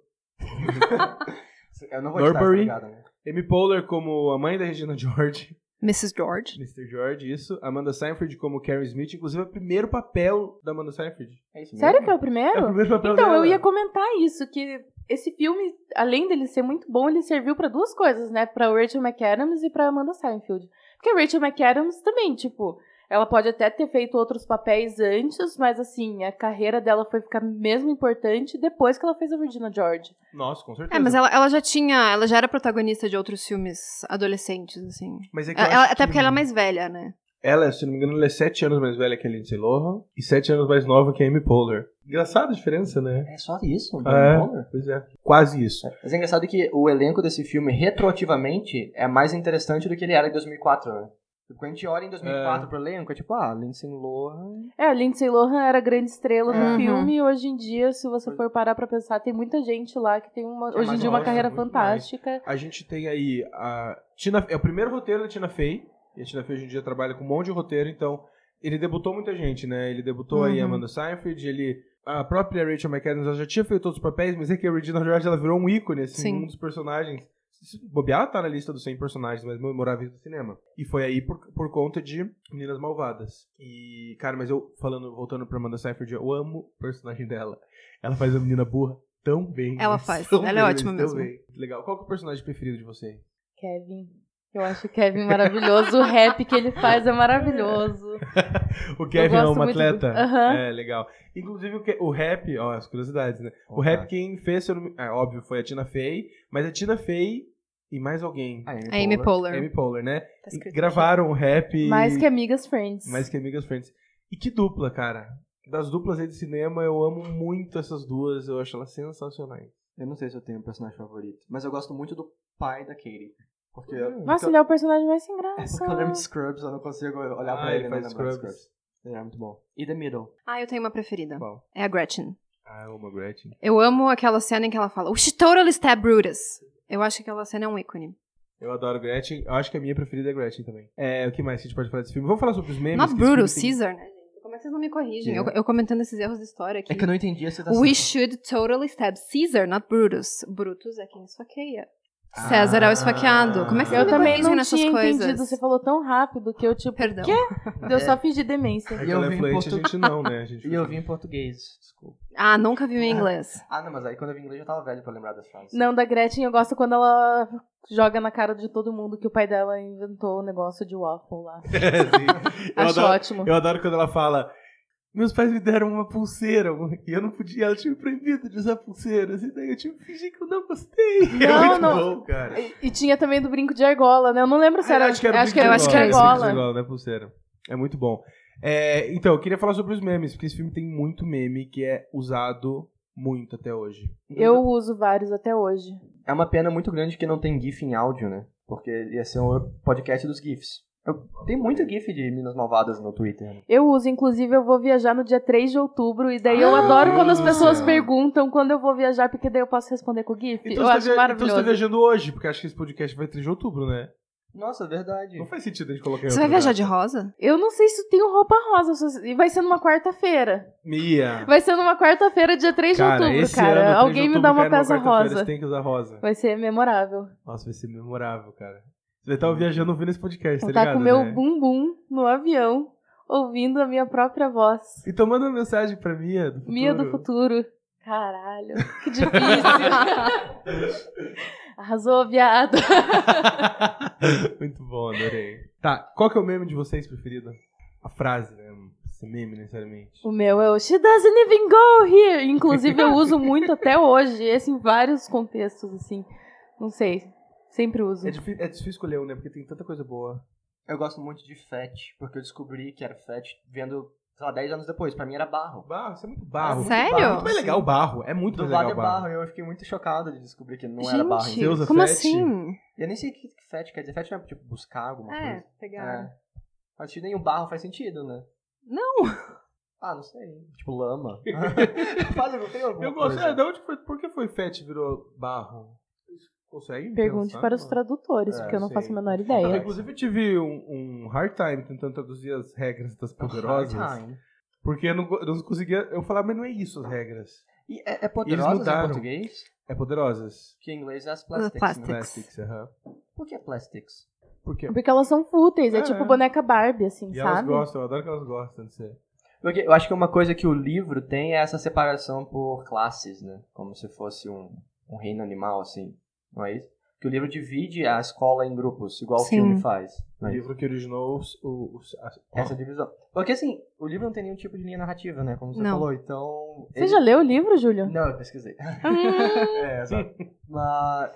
Speaker 2: Eu não vou editar, tá
Speaker 1: Norbury.
Speaker 2: ligado, né?
Speaker 1: Amy Poehler como a mãe da Regina *laughs* George,
Speaker 3: Mrs. George.
Speaker 1: Mr. George, isso. Amanda Seinfeld como Karen Smith. Inclusive, é o primeiro papel da Amanda Seinfeld.
Speaker 2: É isso mesmo?
Speaker 4: Sério que é o
Speaker 1: É o
Speaker 4: primeiro?
Speaker 1: primeiro papel
Speaker 4: Então,
Speaker 1: dela.
Speaker 4: eu ia comentar isso, que esse filme, além dele ser muito bom, ele serviu pra duas coisas, né? Pra Rachel McAdams e pra Amanda Seinfeld. Porque a Rachel McAdams também, tipo, ela pode até ter feito outros papéis antes, mas assim, a carreira dela foi ficar mesmo importante depois que ela fez a Virginia George.
Speaker 1: Nossa, com certeza.
Speaker 3: É, mas ela, ela já tinha, ela já era protagonista de outros filmes adolescentes, assim.
Speaker 1: Mas é que eu
Speaker 3: Ela- ela-
Speaker 1: acho
Speaker 3: até
Speaker 1: que-
Speaker 3: porque ela é mais velha, né?
Speaker 1: Ela, se não me engano, ela é 7 anos mais velha que a Lindsay Lohan e 7 anos mais nova que a Amy Poehler. Engraçada a diferença, né?
Speaker 2: É só isso?
Speaker 1: É.
Speaker 2: Norbury?
Speaker 1: Pois é. Quase isso.
Speaker 2: Mas é engraçado que o elenco desse filme, retroativamente, é mais interessante do que ele era em 2004, né? Tipo, Quando a gente olha em 2004 pro elenco, é tipo, ah, Lindsay Lohan...
Speaker 4: É, a Lindsay Lohan era a grande estrela do
Speaker 3: Uhum.
Speaker 4: filme, e hoje em dia, se você for parar pra pensar, tem muita gente lá que tem uma,
Speaker 2: Que é
Speaker 4: hoje em
Speaker 2: mais
Speaker 4: dia uma
Speaker 2: nova,
Speaker 4: carreira
Speaker 1: muito mais.
Speaker 4: fantástica.
Speaker 1: A gente tem aí a Tina... É o primeiro roteiro da Tina Fey. E a Tina Fey hoje em dia trabalha com um monte de roteiro, então... Ele debutou muita gente, né? Ele debutou aí a
Speaker 3: Uhum.
Speaker 1: Amanda Seinfeld, ele... A própria Rachel McAdams, ela já tinha feito outros papéis, mas é que a Regina George, ela virou um ícone, assim,
Speaker 3: Sim.
Speaker 1: um dos personagens. Se bobear, ela tá na lista dos 100 personagens mais memoráveis do cinema. E foi aí por, por conta de Meninas Malvadas. E, cara, mas eu, falando, voltando pra Amanda Seyfried, eu amo o personagem dela. Ela faz a menina burra tão bem.
Speaker 3: Ela
Speaker 1: mas
Speaker 3: faz.
Speaker 1: tão
Speaker 3: Ela é
Speaker 1: bem,
Speaker 3: ótima
Speaker 1: mas tão
Speaker 3: mesmo.
Speaker 1: bem. Legal. Qual que é o personagem preferido de você?
Speaker 4: Kevin. Eu acho o Kevin maravilhoso. o rap que ele faz é maravilhoso.
Speaker 1: O Kevin é
Speaker 4: gosto
Speaker 1: um
Speaker 4: muito do-
Speaker 1: atleta?
Speaker 4: Aham.
Speaker 1: É, legal. Inclusive, o, Ke- o rap, ó, as curiosidades, né? O rap quem fez, se eu não me- é, óbvio, foi a Tina Fey, mas a Tina Fey e mais alguém.
Speaker 2: Ah,
Speaker 3: A Amy Poehler.
Speaker 1: Amy Poehler, né?
Speaker 3: Tá escrito.
Speaker 1: Gravaram o rap.
Speaker 4: Mais que Amigas Friends.
Speaker 1: Mais que Amigas Friends. E que dupla, cara. Das duplas aí de cinema, eu amo muito essas duas. Eu acho elas sensacionais.
Speaker 2: Eu não sei se eu tenho um personagem favorito, mas eu gosto muito do pai da Katie. Porque eu,
Speaker 1: Então
Speaker 4: Nossa, ele é o personagem mais sem graça.
Speaker 2: porque eu lembro de Scrubs, eu não consigo olhar
Speaker 1: ah,
Speaker 2: pra
Speaker 1: ele
Speaker 4: né,
Speaker 2: ele e não
Speaker 1: faz
Speaker 2: lembrar de
Speaker 1: Scrubs.
Speaker 2: Scrubs. É, muito bom. E The Middle.
Speaker 3: Ah, eu tenho uma preferida.
Speaker 1: Qual?
Speaker 3: É a Gretchen.
Speaker 1: Ah, eu amo a Gretchen.
Speaker 3: Eu amo aquela cena em que ela fala, We should totally stab Brutus. Eu acho que aquela cena é um ícone.
Speaker 1: Eu adoro Gretchen. Eu acho que a minha preferida é Gretchen também. É, o que mais que a gente pode falar desse filme? Vamos falar sobre os memes?
Speaker 3: Not
Speaker 1: que esse filme
Speaker 3: Brutus,
Speaker 1: tem-
Speaker 3: Caesar, né, gente? Como é que vocês não me corrigem?
Speaker 1: É.
Speaker 3: Eu, eu comentando esses erros de história aqui.
Speaker 2: É que eu não entendi a citação.
Speaker 3: We should totally stab Caesar, not Brutus. Brutus é quem esfaqueia. César é o esfaqueado. Como é que vocês
Speaker 4: Eu
Speaker 3: me
Speaker 4: também
Speaker 3: corrigem
Speaker 4: não
Speaker 3: nessas
Speaker 4: tinha
Speaker 3: coisas?
Speaker 4: entendido, você falou tão rápido que
Speaker 3: *laughs*
Speaker 4: eu, tipo,
Speaker 3: Perdão.
Speaker 4: deu só fingir demência.
Speaker 1: É que
Speaker 2: E eu
Speaker 1: ela é
Speaker 2: vi em
Speaker 1: fluente, a
Speaker 2: portu-
Speaker 1: gente não, né? A gente
Speaker 2: *laughs* E eu vi em português. Desculpa.
Speaker 3: Ah, nunca vi em inglês.
Speaker 2: Ah, não, mas aí quando eu vi em inglês eu tava velho pra lembrar das frases.
Speaker 4: Não, da Gretchen eu gosto quando ela joga na cara de todo mundo que o pai dela inventou o negócio de waffle lá.
Speaker 1: É, sim. *laughs* eu,
Speaker 4: *laughs* Acho
Speaker 1: adoro,
Speaker 4: ótimo.
Speaker 1: eu adoro quando ela fala... Meus pais me deram uma pulseira e eu não podia, ela tinha me proibido de usar pulseiras. E daí eu tive que fingir que eu não gostei. *laughs* é
Speaker 4: Não,
Speaker 1: muito
Speaker 4: não.
Speaker 1: bom, cara.
Speaker 4: E, e tinha também do brinco de argola, né? Eu não lembro se
Speaker 1: Ah, eu
Speaker 4: era.
Speaker 1: acho que era
Speaker 4: acho que era
Speaker 3: brinco de
Speaker 4: brinco de
Speaker 3: argola.
Speaker 1: Esse
Speaker 4: argola.
Speaker 1: visual, né, pulseira. É muito bom. É, então, eu queria falar sobre os memes, porque esse filme tem muito meme que é usado muito até hoje.
Speaker 4: Eu uso vários até hoje.
Speaker 2: É uma pena muito grande que não tem GIF em áudio, né? Porque ia ser um podcast dos GIFs. Eu- Tem muito GIF de Minas Malvadas no Twitter. né?
Speaker 4: Eu uso, inclusive, eu vou viajar no dia 3 de outubro, e daí eu
Speaker 1: Ah,
Speaker 4: adoro quando as
Speaker 1: meu Deus
Speaker 4: pessoas
Speaker 1: do céu.
Speaker 4: perguntam quando eu vou viajar, porque daí eu posso responder com o GIF. eu
Speaker 1: você tá
Speaker 4: acho
Speaker 1: via- então
Speaker 4: maravilhoso.
Speaker 1: você tá viajando hoje, porque acho que esse podcast vai 3 de outubro, né?
Speaker 2: Nossa, verdade.
Speaker 1: Não faz sentido a gente colocar em né?
Speaker 3: Você vai
Speaker 1: outro
Speaker 3: viajar de
Speaker 1: lugar.
Speaker 3: rosa?
Speaker 4: eu não sei se tenho roupa rosa, só- e vai ser numa quarta-feira.
Speaker 1: Mia.
Speaker 4: Vai ser numa quarta-feira, dia 3
Speaker 1: cara,
Speaker 4: de outubro,
Speaker 1: esse
Speaker 4: cara.
Speaker 1: ano, 3 de
Speaker 4: Alguém me
Speaker 1: outubro,
Speaker 4: dá uma
Speaker 1: cai numa
Speaker 4: peça
Speaker 1: quarta-feira, Você
Speaker 4: rosa.
Speaker 1: tem Tá que usar rosa.
Speaker 4: Vai ser memorável.
Speaker 1: Nossa, vai ser memorável, cara. Você vai estar viajando ouvindo esse podcast,
Speaker 4: Uhum. Vou
Speaker 1: tá
Speaker 4: estar
Speaker 1: ligado?
Speaker 4: com o meu
Speaker 1: né?
Speaker 4: bumbum no avião, ouvindo a minha própria voz.
Speaker 1: Então manda uma mensagem pra Mia do futuro.
Speaker 4: Mia do futuro. Caralho,
Speaker 1: *laughs*
Speaker 4: que difícil. Arrasou, viado.
Speaker 1: Muito bom, adorei. Tá, qual que é o meme de vocês preferido? A frase, né? Esse meme, necessariamente.
Speaker 4: O meu é o She doesn't even go here. Inclusive, eu uso muito até hoje, esse em vários contextos, assim. Não sei, sempre uso.
Speaker 1: É, difí- é difícil escolher um, né? Porque tem tanta coisa boa.
Speaker 2: Eu gosto muito de Fat, porque eu descobri que era Fat vendo, sei lá, 10 anos depois. Pra mim era barro.
Speaker 1: Barro, isso é muito barro.
Speaker 3: Sério?
Speaker 1: É muito mais legal o barro. É muito
Speaker 2: Do
Speaker 1: mais
Speaker 2: lado
Speaker 1: legal
Speaker 2: é
Speaker 1: o barro.
Speaker 2: barro, e eu fiquei muito chocado de descobrir que não era barro.
Speaker 3: Gente,
Speaker 1: Você usa
Speaker 3: como
Speaker 1: frete?
Speaker 3: assim?
Speaker 2: E Eu nem sei o que que Fat quer dizer. Fat não é tipo buscar alguma
Speaker 3: É,
Speaker 2: coisa.
Speaker 3: pegar.
Speaker 2: É. Mas se nenhum barro faz sentido, né?
Speaker 3: Não,
Speaker 2: Ah, não sei. Tipo *laughs* lama. Faz, não tem alguma
Speaker 1: Eu gosto.
Speaker 2: coisa.
Speaker 1: É, da onde foi? Por que foi Fat virou barro? Vocês Conseguem?
Speaker 4: Pergunte
Speaker 1: pensar,
Speaker 4: para os
Speaker 1: não?
Speaker 4: tradutores,
Speaker 2: É,
Speaker 4: porque eu não
Speaker 1: sei.
Speaker 4: faço a menor
Speaker 1: Não, *laughs*
Speaker 4: ideia.
Speaker 1: inclusive eu tive um, um hard time tentando traduzir as regras das poderosas.
Speaker 2: Time.
Speaker 1: Porque eu não, co- eu não conseguia. Eu falava, mas não é isso as regras.
Speaker 2: E é, é poderosas em
Speaker 1: mudaram.
Speaker 2: português?
Speaker 1: É poderosas.
Speaker 2: Que em inglês é as plastics.
Speaker 3: Plastic.
Speaker 2: Né?
Speaker 1: Plastics, aham.
Speaker 2: Por que plastics?
Speaker 1: Por quê?
Speaker 4: Porque elas são fúteis, é,
Speaker 1: É.
Speaker 4: tipo boneca Barbie, assim,
Speaker 1: E elas
Speaker 4: sabe?
Speaker 1: gostam, eu adoro que elas gostam de ser.
Speaker 2: Porque eu acho que uma coisa que o livro tem é essa separação por classes, né? Como se fosse um, um reino animal, assim. Não é isso? Que o livro divide a escola em grupos, igual
Speaker 3: Sim.
Speaker 2: o filme faz.
Speaker 1: O
Speaker 2: Não é isso?
Speaker 1: livro que originou os, o- os- a-
Speaker 2: Essa divisão. Porque assim, o livro não tem nenhum tipo de linha narrativa, né? Como você
Speaker 3: Não.
Speaker 2: falou, então.
Speaker 4: Você já leu o livro, *laughs* Júlio?
Speaker 2: Não, eu pesquisei. *laughs* é, exato. Mas.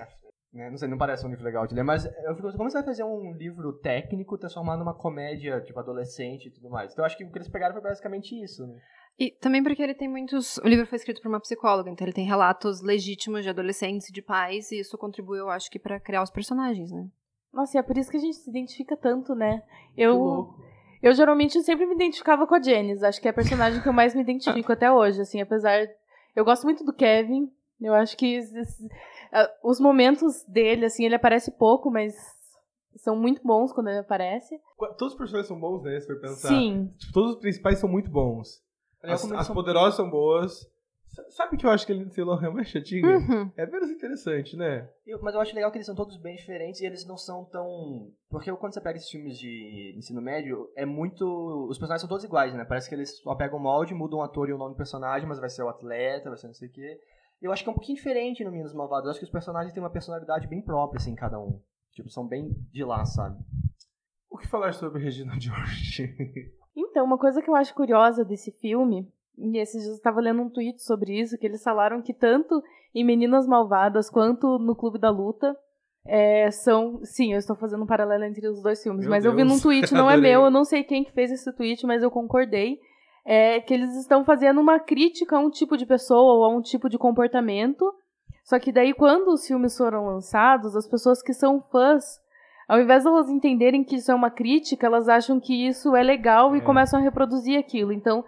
Speaker 2: né, não sei, não parece um livro legal de ler, mas eu fico, como você vai fazer um livro técnico transformado numa comédia, tipo, adolescente e tudo mais? Então eu acho que o que eles pegaram foi basicamente isso, né?
Speaker 3: E também porque ele tem muitos. O livro foi escrito por uma psicóloga, então ele tem relatos legítimos de adolescentes e de pais, e isso contribuiu, eu acho que, pra criar os personagens, né?
Speaker 4: Nossa, e é por isso que a gente se identifica tanto, né?
Speaker 1: Que
Speaker 4: Eu,
Speaker 1: louco.
Speaker 4: eu geralmente sempre me identificava com a Janice. Acho que é a personagem que eu mais me identifico até hoje, assim, apesar. Eu gosto muito do Kevin. Eu acho que es- es- ah, os momentos dele, assim, ele aparece pouco, mas são muito bons quando ele aparece.
Speaker 1: Qu- Todos os personagens são bons, né? Se for pensar.
Speaker 4: Sim.
Speaker 1: Tipo, todos os principais são muito bons.
Speaker 2: Olha
Speaker 1: As,
Speaker 2: como eles
Speaker 1: as
Speaker 2: são-
Speaker 1: poderosas são boas. S- Sabe que eu acho que a Lindsay Lohan é mais chatinha?
Speaker 4: Hum.
Speaker 3: Uhum.
Speaker 1: É menos interessante, né?
Speaker 2: Eu- mas eu acho legal que eles são todos bem diferentes e eles não são tão. Porque quando você pega esses filmes de ensino médio, é muito. Os personagens são todos iguais, né? Parece que eles só pegam o molde, mudam o ator e o nome do personagem, mas vai ser o atleta, vai ser não sei o quê. Eu acho que é um pouquinho diferente no Minas Malvados. Eu acho que os personagens têm uma personalidade bem própria, assim, cada um. Tipo, são bem de lá, sabe?
Speaker 1: O que falar sobre *laughs* Regina George?
Speaker 4: Então, uma coisa que eu acho curiosa desse filme, e esses dias eu estava lendo um tweet sobre isso, que eles falaram que tanto em Meninas Malvadas quanto no Clube da Luta é, são. Sim, eu estou fazendo um paralelo entre os dois filmes,
Speaker 1: Meu
Speaker 4: mas eu vi
Speaker 1: Deus, *laughs*
Speaker 4: num tweet, não é
Speaker 1: adorei.
Speaker 4: meu, eu não sei quem que fez esse tweet, mas eu concordei. é, que eles estão fazendo uma crítica a um tipo de pessoa ou a um tipo de comportamento. Só que daí, quando os filmes foram lançados, as pessoas que são fãs Ao invés de elas entenderem que isso é uma crítica, elas acham que isso é legal e
Speaker 1: É.
Speaker 4: começam a reproduzir aquilo. Então,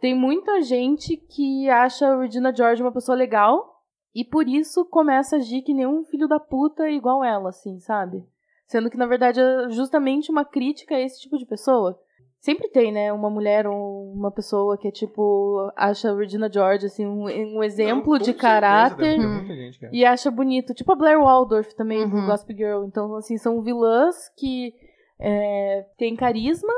Speaker 4: tem muita gente que acha a Regina George uma pessoa legal e por isso começa a agir que nenhum filho da puta é igual ela, assim, sabe? Sendo que, na verdade, é justamente uma crítica a esse tipo de pessoa. Sempre tem, né, uma mulher ou uma pessoa que é tipo, acha a Regina George, assim, um, um exemplo
Speaker 1: Não, com
Speaker 4: de
Speaker 1: certeza, né?
Speaker 4: caráter.
Speaker 1: deve ter muita gente, cara.
Speaker 4: E acha bonito. Tipo a Blair Waldorf também,
Speaker 3: Uhum.
Speaker 4: do Gossip Girl. Então, assim, são vilãs que é, têm carisma,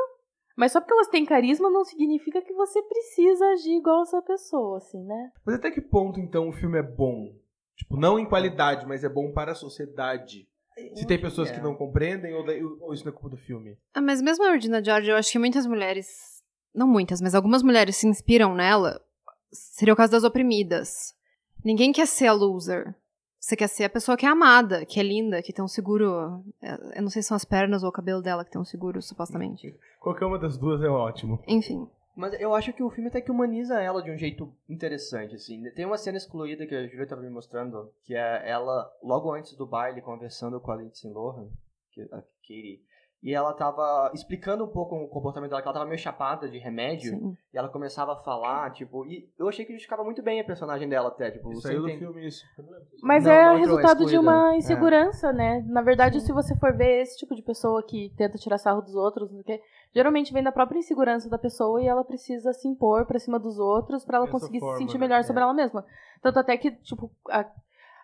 Speaker 4: mas só porque elas têm carisma não significa que você precisa agir igual essa pessoa, assim, né?
Speaker 1: Mas até que ponto, então, o filme é bom? Tipo, não em qualidade, mas é bom para a sociedade. Se
Speaker 3: Hum,
Speaker 1: tem pessoas
Speaker 3: é.
Speaker 1: que não compreendem, ou, daí- ou isso não é culpa do filme.
Speaker 3: Ah, mas mesmo a Regina George, eu acho que muitas mulheres, não muitas, mas algumas mulheres se inspiram nela. Seria o caso das oprimidas. Ninguém quer ser a loser. Você quer ser a pessoa que é amada, que é linda, que tem um seguro. é, Eu não sei se são as pernas ou o cabelo dela que tem um seguro, supostamente.
Speaker 1: Qualquer uma das duas é ótimo.
Speaker 3: Enfim.
Speaker 2: Mas eu acho que o filme até que humaniza ela de um jeito interessante, assim. Tem uma cena excluída que a Julia tava me mostrando, que é ela, logo antes do baile, conversando com a Lindsay Lohan, que, a Katie, e ela tava explicando um pouco o comportamento dela, que ela tava meio chapada de remédio,
Speaker 3: sim.
Speaker 2: e ela começava a falar, tipo, e eu achei que justificava muito bem a personagem dela até, tipo, você
Speaker 1: Saiu do
Speaker 3: um-
Speaker 2: entende-
Speaker 1: filme isso.
Speaker 4: Mas
Speaker 2: Não, não
Speaker 4: é
Speaker 2: entrou,
Speaker 4: resultado de
Speaker 2: excluída.
Speaker 4: uma
Speaker 2: É.
Speaker 4: insegurança, né? Na verdade, se você for ver esse tipo de pessoa que tenta tirar sarro dos outros, não sei o quê, geralmente vem da própria insegurança da pessoa e ela precisa se impor pra cima dos outros pra ela
Speaker 1: Dessa
Speaker 4: conseguir
Speaker 1: forma,
Speaker 4: se sentir
Speaker 1: né?
Speaker 4: melhor sobre ela mesma. Tanto até que, tipo, a,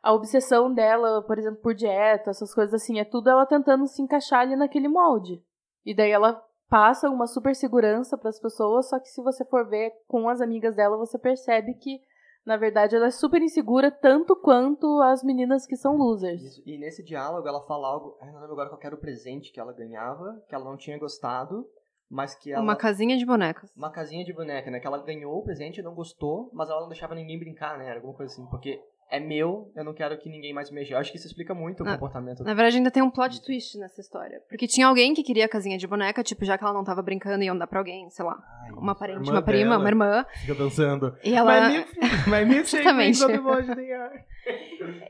Speaker 4: a obsessão dela, por exemplo, por dieta, essas coisas assim, é tudo ela tentando se encaixar ali naquele molde. E daí ela passa uma super segurança pras pessoas, só que se você for ver com as amigas dela, você percebe que na verdade, ela é super insegura, tanto quanto as meninas que são losers.
Speaker 2: Isso. E nesse diálogo ela fala algo, ai, não lembro agora qual que era o presente que ela ganhava, que ela não tinha gostado, mas que ela...
Speaker 3: Uma casinha de bonecas.
Speaker 2: uma casinha de boneca, né? Que ela ganhou o presente, não gostou, mas ela não deixava ninguém brincar, né? Era alguma coisa assim, porque é meu, eu não quero que ninguém mais mexa. Eu acho que isso explica muito o
Speaker 3: Na-
Speaker 2: comportamento
Speaker 3: Ah, Na verdade, ainda tem um plot twist nessa história. Porque tinha alguém que queria a casinha de boneca, tipo, já que ela não tava brincando, iam dar pra alguém, sei lá.
Speaker 2: Ai,
Speaker 3: Uma parente,
Speaker 1: irmã
Speaker 3: uma prima,
Speaker 1: dela.
Speaker 3: uma irmã.
Speaker 1: Fica dançando.
Speaker 3: E ela.
Speaker 1: My milk-
Speaker 3: *laughs*
Speaker 1: My milkshake
Speaker 3: Justamente.
Speaker 1: todo emoji they are.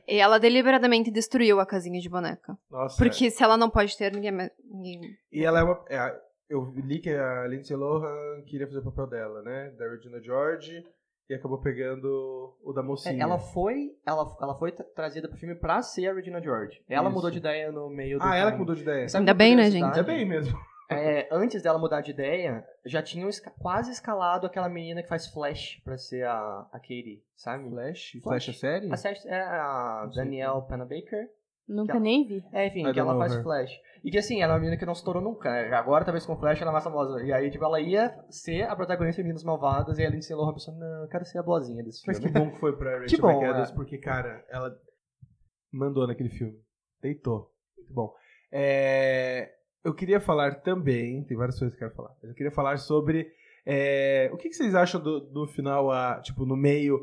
Speaker 3: E ela deliberadamente destruiu a casinha de boneca.
Speaker 1: Nossa.
Speaker 3: Porque se ela não pode ter, ninguém. mais- ninguém-
Speaker 1: E ela é uma. é a- eu li que a Lindsay Lohan queria fazer o papel dela, né? Da Regina George. E acabou pegando o da
Speaker 2: É,
Speaker 1: mocinha.
Speaker 2: ela foi, ela, ela foi tra- trazida pro filme pra ser a Regina George. Ela
Speaker 1: Isso.
Speaker 2: mudou de ideia no meio do
Speaker 1: Ah, ela que
Speaker 2: filme.
Speaker 1: mudou de ideia.
Speaker 2: Sabe
Speaker 3: Ainda
Speaker 2: uma
Speaker 3: bem, né,
Speaker 2: curiosidade?
Speaker 1: Ainda bem mesmo.
Speaker 2: É, antes dela mudar de ideia, já tinham esca- quase escalado aquela menina que faz Flash pra ser a, a Katie, sabe?
Speaker 1: Flash? Assim,
Speaker 2: Flash
Speaker 1: a série?
Speaker 2: A, série- é a
Speaker 1: Não sei
Speaker 2: Danielle Panabaker.
Speaker 4: Nunca
Speaker 2: Tá.
Speaker 4: nem vi.
Speaker 2: É, enfim,
Speaker 1: I don't
Speaker 2: que ela
Speaker 1: know
Speaker 2: faz
Speaker 1: her.
Speaker 2: Flash. E que assim, ela é uma menina que não estourou nunca. né? Agora, talvez com Flash, ela é mais famosa. E aí, tipo, ela ia ser a protagonista de Meninas Malvadas. E a Lindsay Lohan pensou, não, eu quero ser a boazinha desse
Speaker 1: Mas que
Speaker 2: filme.
Speaker 1: bom que foi
Speaker 2: *laughs*
Speaker 1: pra
Speaker 2: Assim, né? Que
Speaker 1: Rachel
Speaker 2: bom,
Speaker 1: McAdams,
Speaker 2: é.
Speaker 1: porque, cara, ela mandou naquele filme. Deitou. Muito bom. É, eu queria falar também, tem várias coisas que eu quero falar, mas eu queria falar sobre é, o que, que vocês acham do, do final, a, tipo, no meio,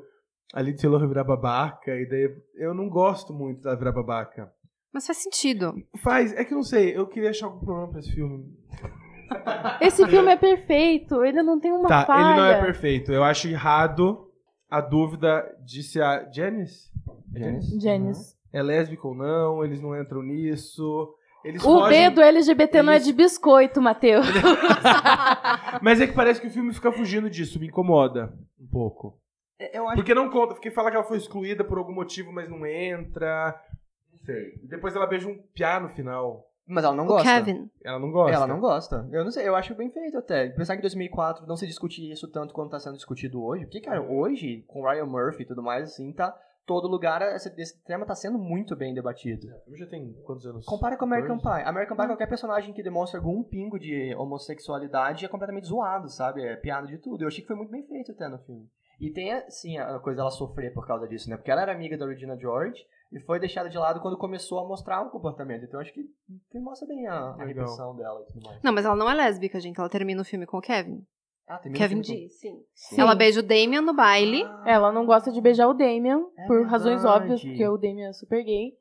Speaker 1: a Lindsay Lohan virar babaca, e daí eu não gosto muito da virar babaca.
Speaker 3: Mas faz sentido.
Speaker 1: Faz, é que eu não sei, eu queria achar algum problema pra esse filme.
Speaker 4: Esse filme é perfeito, ele não tem uma
Speaker 1: tá,
Speaker 4: falha.
Speaker 1: ele não é perfeito, eu acho errado a dúvida de se a... Janice? É Janice?
Speaker 4: Janice.
Speaker 1: é lésbico ou não, eles não entram nisso. Eles
Speaker 4: O
Speaker 1: fogem.
Speaker 4: dedo LGBT não é
Speaker 1: Eles-
Speaker 4: de biscoito, Matheus.
Speaker 1: Mas é que parece que o filme fica fugindo disso, me incomoda um pouco.
Speaker 2: É, Eu acho
Speaker 1: Porque não conta, porque fala que ela foi excluída por algum motivo, mas não entra. Não sei. E depois ela beija um piá no final.
Speaker 2: Mas ela não
Speaker 3: o
Speaker 2: gosta.
Speaker 3: Kevin.
Speaker 1: Ela não gosta.
Speaker 2: Ela não gosta. Eu não sei, eu acho bem feito até. Pensar que em 2004 não se discutia isso tanto quanto tá sendo discutido hoje. Porque, cara, hoje, com Ryan Murphy e tudo mais, assim, tá... Todo lugar, esse, esse tema tá sendo muito bem debatido.
Speaker 1: O filme já tem quantos anos?
Speaker 2: Compara com American
Speaker 1: 14?
Speaker 2: Pie. American Pie, é qualquer personagem que demonstra algum pingo de homossexualidade é completamente zoado, sabe? É piada de tudo. Eu achei que foi muito bem feito até no filme. E tem, assim, a coisa dela sofrer por causa disso, né? Porque ela era amiga da Regina George e foi deixada de lado quando começou a mostrar o comportamento. Então eu acho que, que mostra bem a, a
Speaker 1: Legal.
Speaker 2: repressão dela e tudo mais.
Speaker 3: Não, mas ela não é lésbica, gente. Ela termina o filme com o Kevin.
Speaker 2: Ah, tem mesmo
Speaker 3: Kevin
Speaker 2: filme com-
Speaker 3: D, sim.
Speaker 2: Sim.
Speaker 3: Ela beija o Damien no baile.
Speaker 2: Ah,
Speaker 4: Ela não gosta de beijar o Damien,
Speaker 2: É
Speaker 4: por razões
Speaker 2: verdade.
Speaker 4: óbvias, porque o Damien é super gay.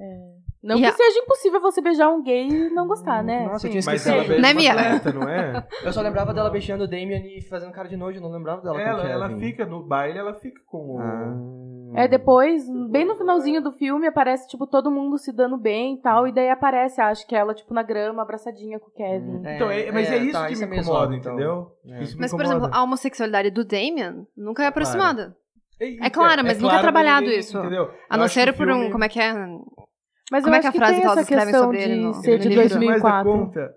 Speaker 4: É, Não
Speaker 3: E
Speaker 4: que
Speaker 3: a-
Speaker 4: seja impossível você beijar um gay e não gostar, né?
Speaker 2: Nossa, eu
Speaker 4: Assim,
Speaker 2: tinha
Speaker 1: Mas
Speaker 2: Sim.
Speaker 1: ela beija
Speaker 3: Né,
Speaker 1: uma
Speaker 3: Mia?
Speaker 1: atleta, não
Speaker 2: *laughs*
Speaker 1: é?
Speaker 2: Eu só lembrava dela beijando o Damien e fazendo cara de nojo. Eu não lembrava dela com o
Speaker 1: Ela, ela
Speaker 2: Kevin.
Speaker 1: fica no baile, ela fica com o.
Speaker 2: Ah.
Speaker 4: É, depois, bem no finalzinho do filme, aparece, tipo, todo mundo se dando bem e tal. E daí aparece, acho que ela, tipo, na grama, abraçadinha com o Kevin.
Speaker 1: Então, é, mas é, isso
Speaker 2: tá,
Speaker 1: que
Speaker 2: é
Speaker 1: me
Speaker 2: meio
Speaker 1: incomoda,
Speaker 2: zoado, então.
Speaker 1: entendeu?
Speaker 2: É.
Speaker 1: Isso me
Speaker 3: Mas, por
Speaker 1: incomoda.
Speaker 3: exemplo, a homossexualidade do Damien nunca é aproximada.
Speaker 1: E-
Speaker 3: é clara, mas nunca é
Speaker 1: claro,
Speaker 3: trabalhado
Speaker 1: ninguém-
Speaker 3: isso.
Speaker 1: Entendeu?
Speaker 3: A
Speaker 1: Eu
Speaker 3: não
Speaker 1: acho que
Speaker 3: ser
Speaker 1: o
Speaker 3: por
Speaker 1: filme
Speaker 3: um. Como é que é?
Speaker 4: Mas
Speaker 3: Como
Speaker 4: eu
Speaker 3: é que
Speaker 4: acho
Speaker 3: é a frase
Speaker 4: tem
Speaker 3: que elas
Speaker 4: essa
Speaker 3: escrevem
Speaker 4: questão
Speaker 3: sobre ele
Speaker 4: de
Speaker 3: no-
Speaker 4: ser
Speaker 3: no
Speaker 4: de
Speaker 3: livro?
Speaker 1: é demais da
Speaker 4: 2004.
Speaker 1: conta.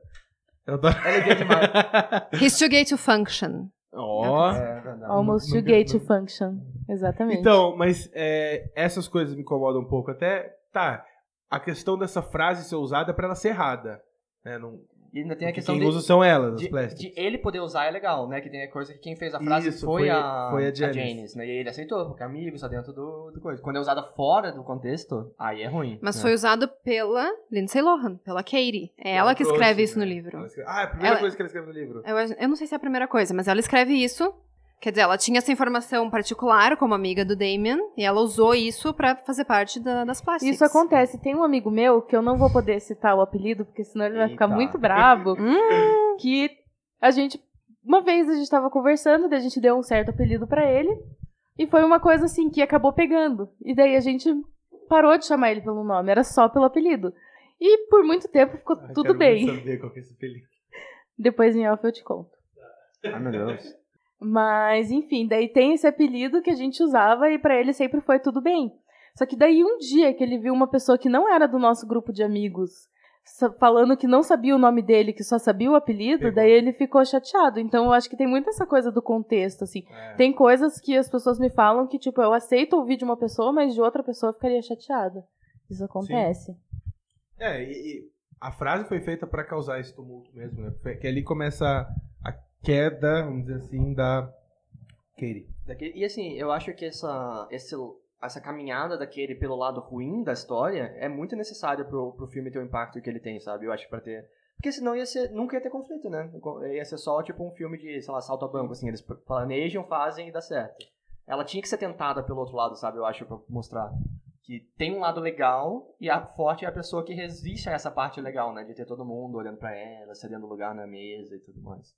Speaker 1: Eu adoro.
Speaker 2: Ela é gay demais.
Speaker 3: He's too gay to function.
Speaker 1: Ó.
Speaker 2: *laughs* É, não, não.
Speaker 4: Almost
Speaker 1: Não-
Speaker 4: to
Speaker 1: não-
Speaker 4: gay to
Speaker 1: não-
Speaker 4: function. Exatamente.
Speaker 1: Então, mas é, essas coisas me incomodam um pouco. Até, tá, a questão dessa frase ser usada é pra ela ser errada. Né? Não,
Speaker 2: E ainda tem a questão
Speaker 1: quem
Speaker 2: de,
Speaker 1: usa são elas, as
Speaker 2: de,
Speaker 1: plásticas.
Speaker 2: de ele poder usar é legal, né? Que tem a coisa que quem fez a frase
Speaker 1: Isso,
Speaker 2: foi,
Speaker 1: foi-
Speaker 2: a,
Speaker 1: foi a
Speaker 2: a
Speaker 1: Janice.
Speaker 2: Janice. né? E ele aceitou, porque é amigo, está dentro do, do coisa. Quando é usada fora do contexto, aí é ruim.
Speaker 3: Mas
Speaker 2: né?
Speaker 3: foi usado pela Lindsay Lohan, pela Katie. É ela que escreve isso no livro.
Speaker 1: né? Ela escreve- Ah, é a primeira
Speaker 3: Ela-
Speaker 1: coisa que ela escreve no livro.
Speaker 3: Eu, acho- eu não sei se é a primeira coisa, mas ela escreve isso. Quer dizer, ela tinha essa informação particular como amiga do Damien e ela usou isso pra fazer parte da- das
Speaker 1: assim,
Speaker 3: plásticas.
Speaker 4: Isso acontece. Tem um amigo meu, que eu não vou poder citar o apelido, porque senão ele vai ficar
Speaker 2: Eita.
Speaker 4: muito
Speaker 1: *laughs*
Speaker 4: bravo,
Speaker 1: Hum.
Speaker 4: que a gente. Uma vez a gente tava conversando, daí a gente deu um certo apelido pra ele. E foi uma coisa assim que acabou pegando. E daí a gente parou de chamar ele pelo nome, era só pelo apelido. E por muito tempo ficou
Speaker 1: Ai,
Speaker 4: tudo
Speaker 1: quero
Speaker 4: bem.
Speaker 1: muito saber qual que é esse apelido.
Speaker 4: Depois em off eu te conto.
Speaker 2: Ai, meu Deus.
Speaker 4: Mas, enfim, daí tem esse apelido que a gente usava e pra ele sempre foi tudo bem. Só que daí um dia que ele viu uma pessoa que não era do nosso grupo de amigos sa- falando que não sabia o nome dele, que só sabia o apelido,
Speaker 1: Pegou.
Speaker 4: daí ele ficou chateado. Então eu acho que tem muito essa coisa do contexto, assim.
Speaker 1: É.
Speaker 4: Tem coisas que as pessoas me falam que, tipo, eu aceito ouvir de uma pessoa, mas de outra pessoa eu ficaria chateada. Isso acontece.
Speaker 1: É, e, e a frase foi feita pra causar esse tumulto mesmo, né? Porque ali começa a queda, vamos dizer assim, da Katie.
Speaker 2: Daqui- e assim, eu acho que essa, esse- essa caminhada daquele pelo lado ruim da história é muito necessária pro, pro filme ter o impacto que ele tem, sabe? Eu acho pra ter. Porque senão ia ser, nunca ia ter conflito, né? Ia ser só tipo um filme de, sei lá, salto a banco, assim, eles planejam, fazem e dá certo. Ela tinha que ser tentada pelo outro lado, sabe? Eu acho, pra mostrar que tem um lado legal e a forte é a pessoa que resiste a essa parte legal, né? De ter todo mundo olhando pra ela, cedendo lugar na mesa e tudo mais.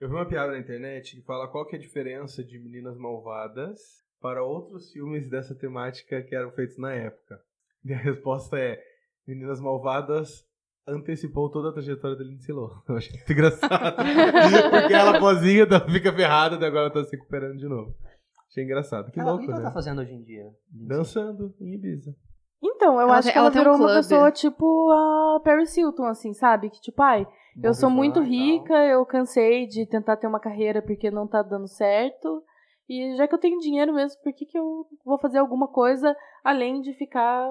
Speaker 1: Eu vi uma piada na internet que fala qual que é a diferença de Meninas Malvadas para outros filmes dessa temática que eram feitos na época. *laughs* E a resposta é Meninas Malvadas antecipou toda a trajetória da Lindsay Lohan. *laughs* Eu achei muito engraçado. Porque ela pozinha ela fica ferrada, daí agora ela tá se recuperando de novo. Achei engraçado. Que
Speaker 2: Ela- o
Speaker 1: louco,
Speaker 2: que ela
Speaker 1: né?
Speaker 2: tá fazendo hoje em dia?
Speaker 1: Dançando em Ibiza.
Speaker 4: Então, eu
Speaker 3: Ela
Speaker 4: acho
Speaker 3: tem-
Speaker 4: que
Speaker 3: ela
Speaker 4: ela,
Speaker 3: tem um
Speaker 4: virou uma
Speaker 3: clube.
Speaker 4: pessoa tipo a Paris Hilton, assim, sabe? Que tipo, ai, Eu sou muito rica, eu cansei de tentar ter uma carreira porque não tá dando certo. E já que eu tenho dinheiro mesmo, por que, que eu vou fazer alguma coisa além de ficar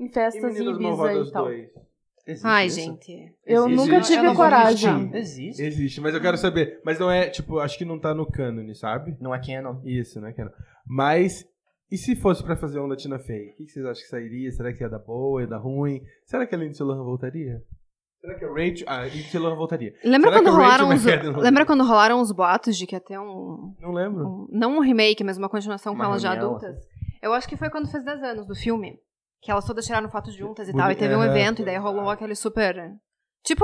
Speaker 4: em
Speaker 1: E
Speaker 4: festas em
Speaker 1: Meninas
Speaker 4: Ibiza
Speaker 1: Malvadas
Speaker 4: e
Speaker 3: então.
Speaker 4: tal?
Speaker 1: 2.
Speaker 2: Existe
Speaker 3: Ai,
Speaker 2: isso?
Speaker 3: gente.
Speaker 4: Eu
Speaker 2: Existe?
Speaker 4: nunca
Speaker 3: Eu- eu
Speaker 4: tive
Speaker 3: não vou
Speaker 4: coragem.
Speaker 3: acreditar.
Speaker 2: Existe.
Speaker 1: Existe, mas eu quero saber. Mas não é, tipo, acho que não tá no cânone, sabe?
Speaker 2: Não é canon.
Speaker 1: Isso, né, Kenan? Mas, e se fosse pra fazer um da Tina Fey? O que que vocês acham que sairia? Será que ia dar boa, ia dar ruim? Será que a Lindsay Lohan voltaria? Será que a Rachel... Ah, a Lindsay Lohan voltaria.
Speaker 3: Lembra
Speaker 1: Será que
Speaker 3: quando,
Speaker 1: o Rachel
Speaker 3: rolaram os,
Speaker 1: McAdams não-
Speaker 3: lembra quando rolaram os boatos de que ia ter um,
Speaker 1: Não lembro.
Speaker 3: um- Não um remake, mas uma continuação com
Speaker 2: Uma
Speaker 3: elas já
Speaker 2: reunião.
Speaker 3: adultas? Eu acho que foi quando fez 10 anos do filme. Que elas todas tiraram fotos juntas e
Speaker 1: Boni-
Speaker 3: tal. E teve um
Speaker 1: é,
Speaker 3: evento, e daí rolou aquele super. Tipo,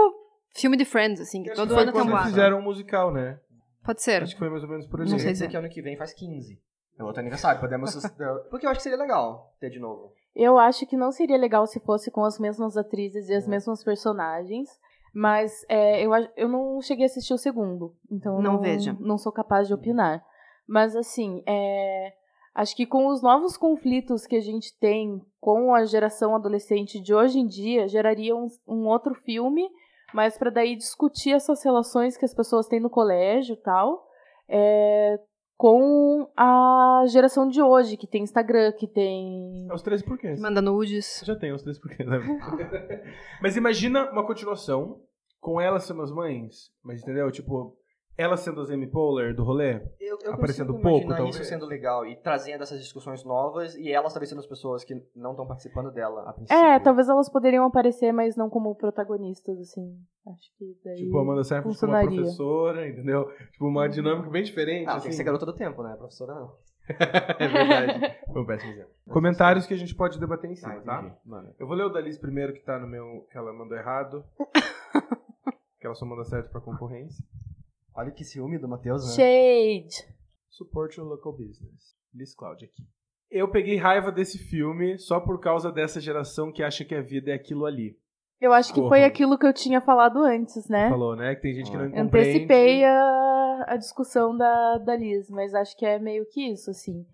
Speaker 3: filme de Friends, assim, que
Speaker 1: Acho
Speaker 3: todo
Speaker 1: que foi
Speaker 3: ano tem um
Speaker 1: quando eles
Speaker 3: boato.
Speaker 1: fizeram um musical, né?
Speaker 3: Pode ser.
Speaker 1: Acho que foi mais ou menos por
Speaker 3: Não
Speaker 1: ali.
Speaker 2: Não sei
Speaker 3: sei
Speaker 2: dizer
Speaker 3: se-
Speaker 2: que ano que vem faz 15. É outro aniversário, podemos... sus- Porque eu acho que seria legal ter de novo.
Speaker 4: Eu acho que não seria legal se fosse com as mesmas atrizes e as
Speaker 3: Uhum.
Speaker 4: mesmas personagens. Mas é, eu, a- eu não cheguei a assistir o segundo. Então eu
Speaker 3: Não veja. Uhum.
Speaker 4: Não sou capaz de opinar. Mas assim, é, acho que com os novos conflitos que a gente tem com a geração adolescente de hoje em dia, geraria um, um outro filme, mas para daí discutir essas relações que as pessoas têm no colégio e tal. é, com a geração de hoje, que tem Instagram, que tem
Speaker 1: É os 13 porquês.
Speaker 3: Manda nudes.
Speaker 1: Já tem os 13 porquês, né? *laughs* mas imagina uma continuação com elas sendo as mães. Mas entendeu? Tipo, elas sendo as Amy Poehler do rolê.
Speaker 2: Eu, eu
Speaker 1: Aparecendo
Speaker 2: consigo
Speaker 1: pouco,
Speaker 2: imaginar
Speaker 1: talvez.
Speaker 2: isso sendo legal e trazendo essas discussões novas e elas talvez sendo as pessoas que não estão participando dela a princípio.
Speaker 4: É, talvez elas poderiam aparecer, mas não como protagonistas, assim. Acho que daí.
Speaker 1: Tipo, a Amanda Seyfried como uma
Speaker 4: funcionaria.
Speaker 1: professora, entendeu? Tipo,
Speaker 2: Uhum.
Speaker 1: uma dinâmica bem diferente.
Speaker 2: Não,
Speaker 1: assim.
Speaker 2: tem que ser garota do tempo, né? Professora não.
Speaker 1: É verdade. Foi um péssimo exemplo. Comentários que a gente pode debater em
Speaker 2: Ah,
Speaker 1: cima,
Speaker 2: entendi.
Speaker 1: tá?
Speaker 2: Mano.
Speaker 1: Eu vou ler o da Liz primeiro, que tá no meu. que ela mandou
Speaker 2: *laughs*
Speaker 1: errado. que ela só manda certo pra concorrência.
Speaker 2: Olha que ciúme do Matheus, né?
Speaker 4: *laughs* Shade!
Speaker 1: Support your local business. Liz Cláudia aqui. Eu peguei raiva desse filme só por causa dessa geração que acha que a vida é aquilo ali.
Speaker 4: Eu acho que foi
Speaker 1: Porra.
Speaker 4: aquilo que eu tinha falado antes, né?
Speaker 1: Falou, né? Que tem gente que não compreende.
Speaker 4: Antecipei a, a discussão da, da Liz, mas acho que é meio que isso, assim.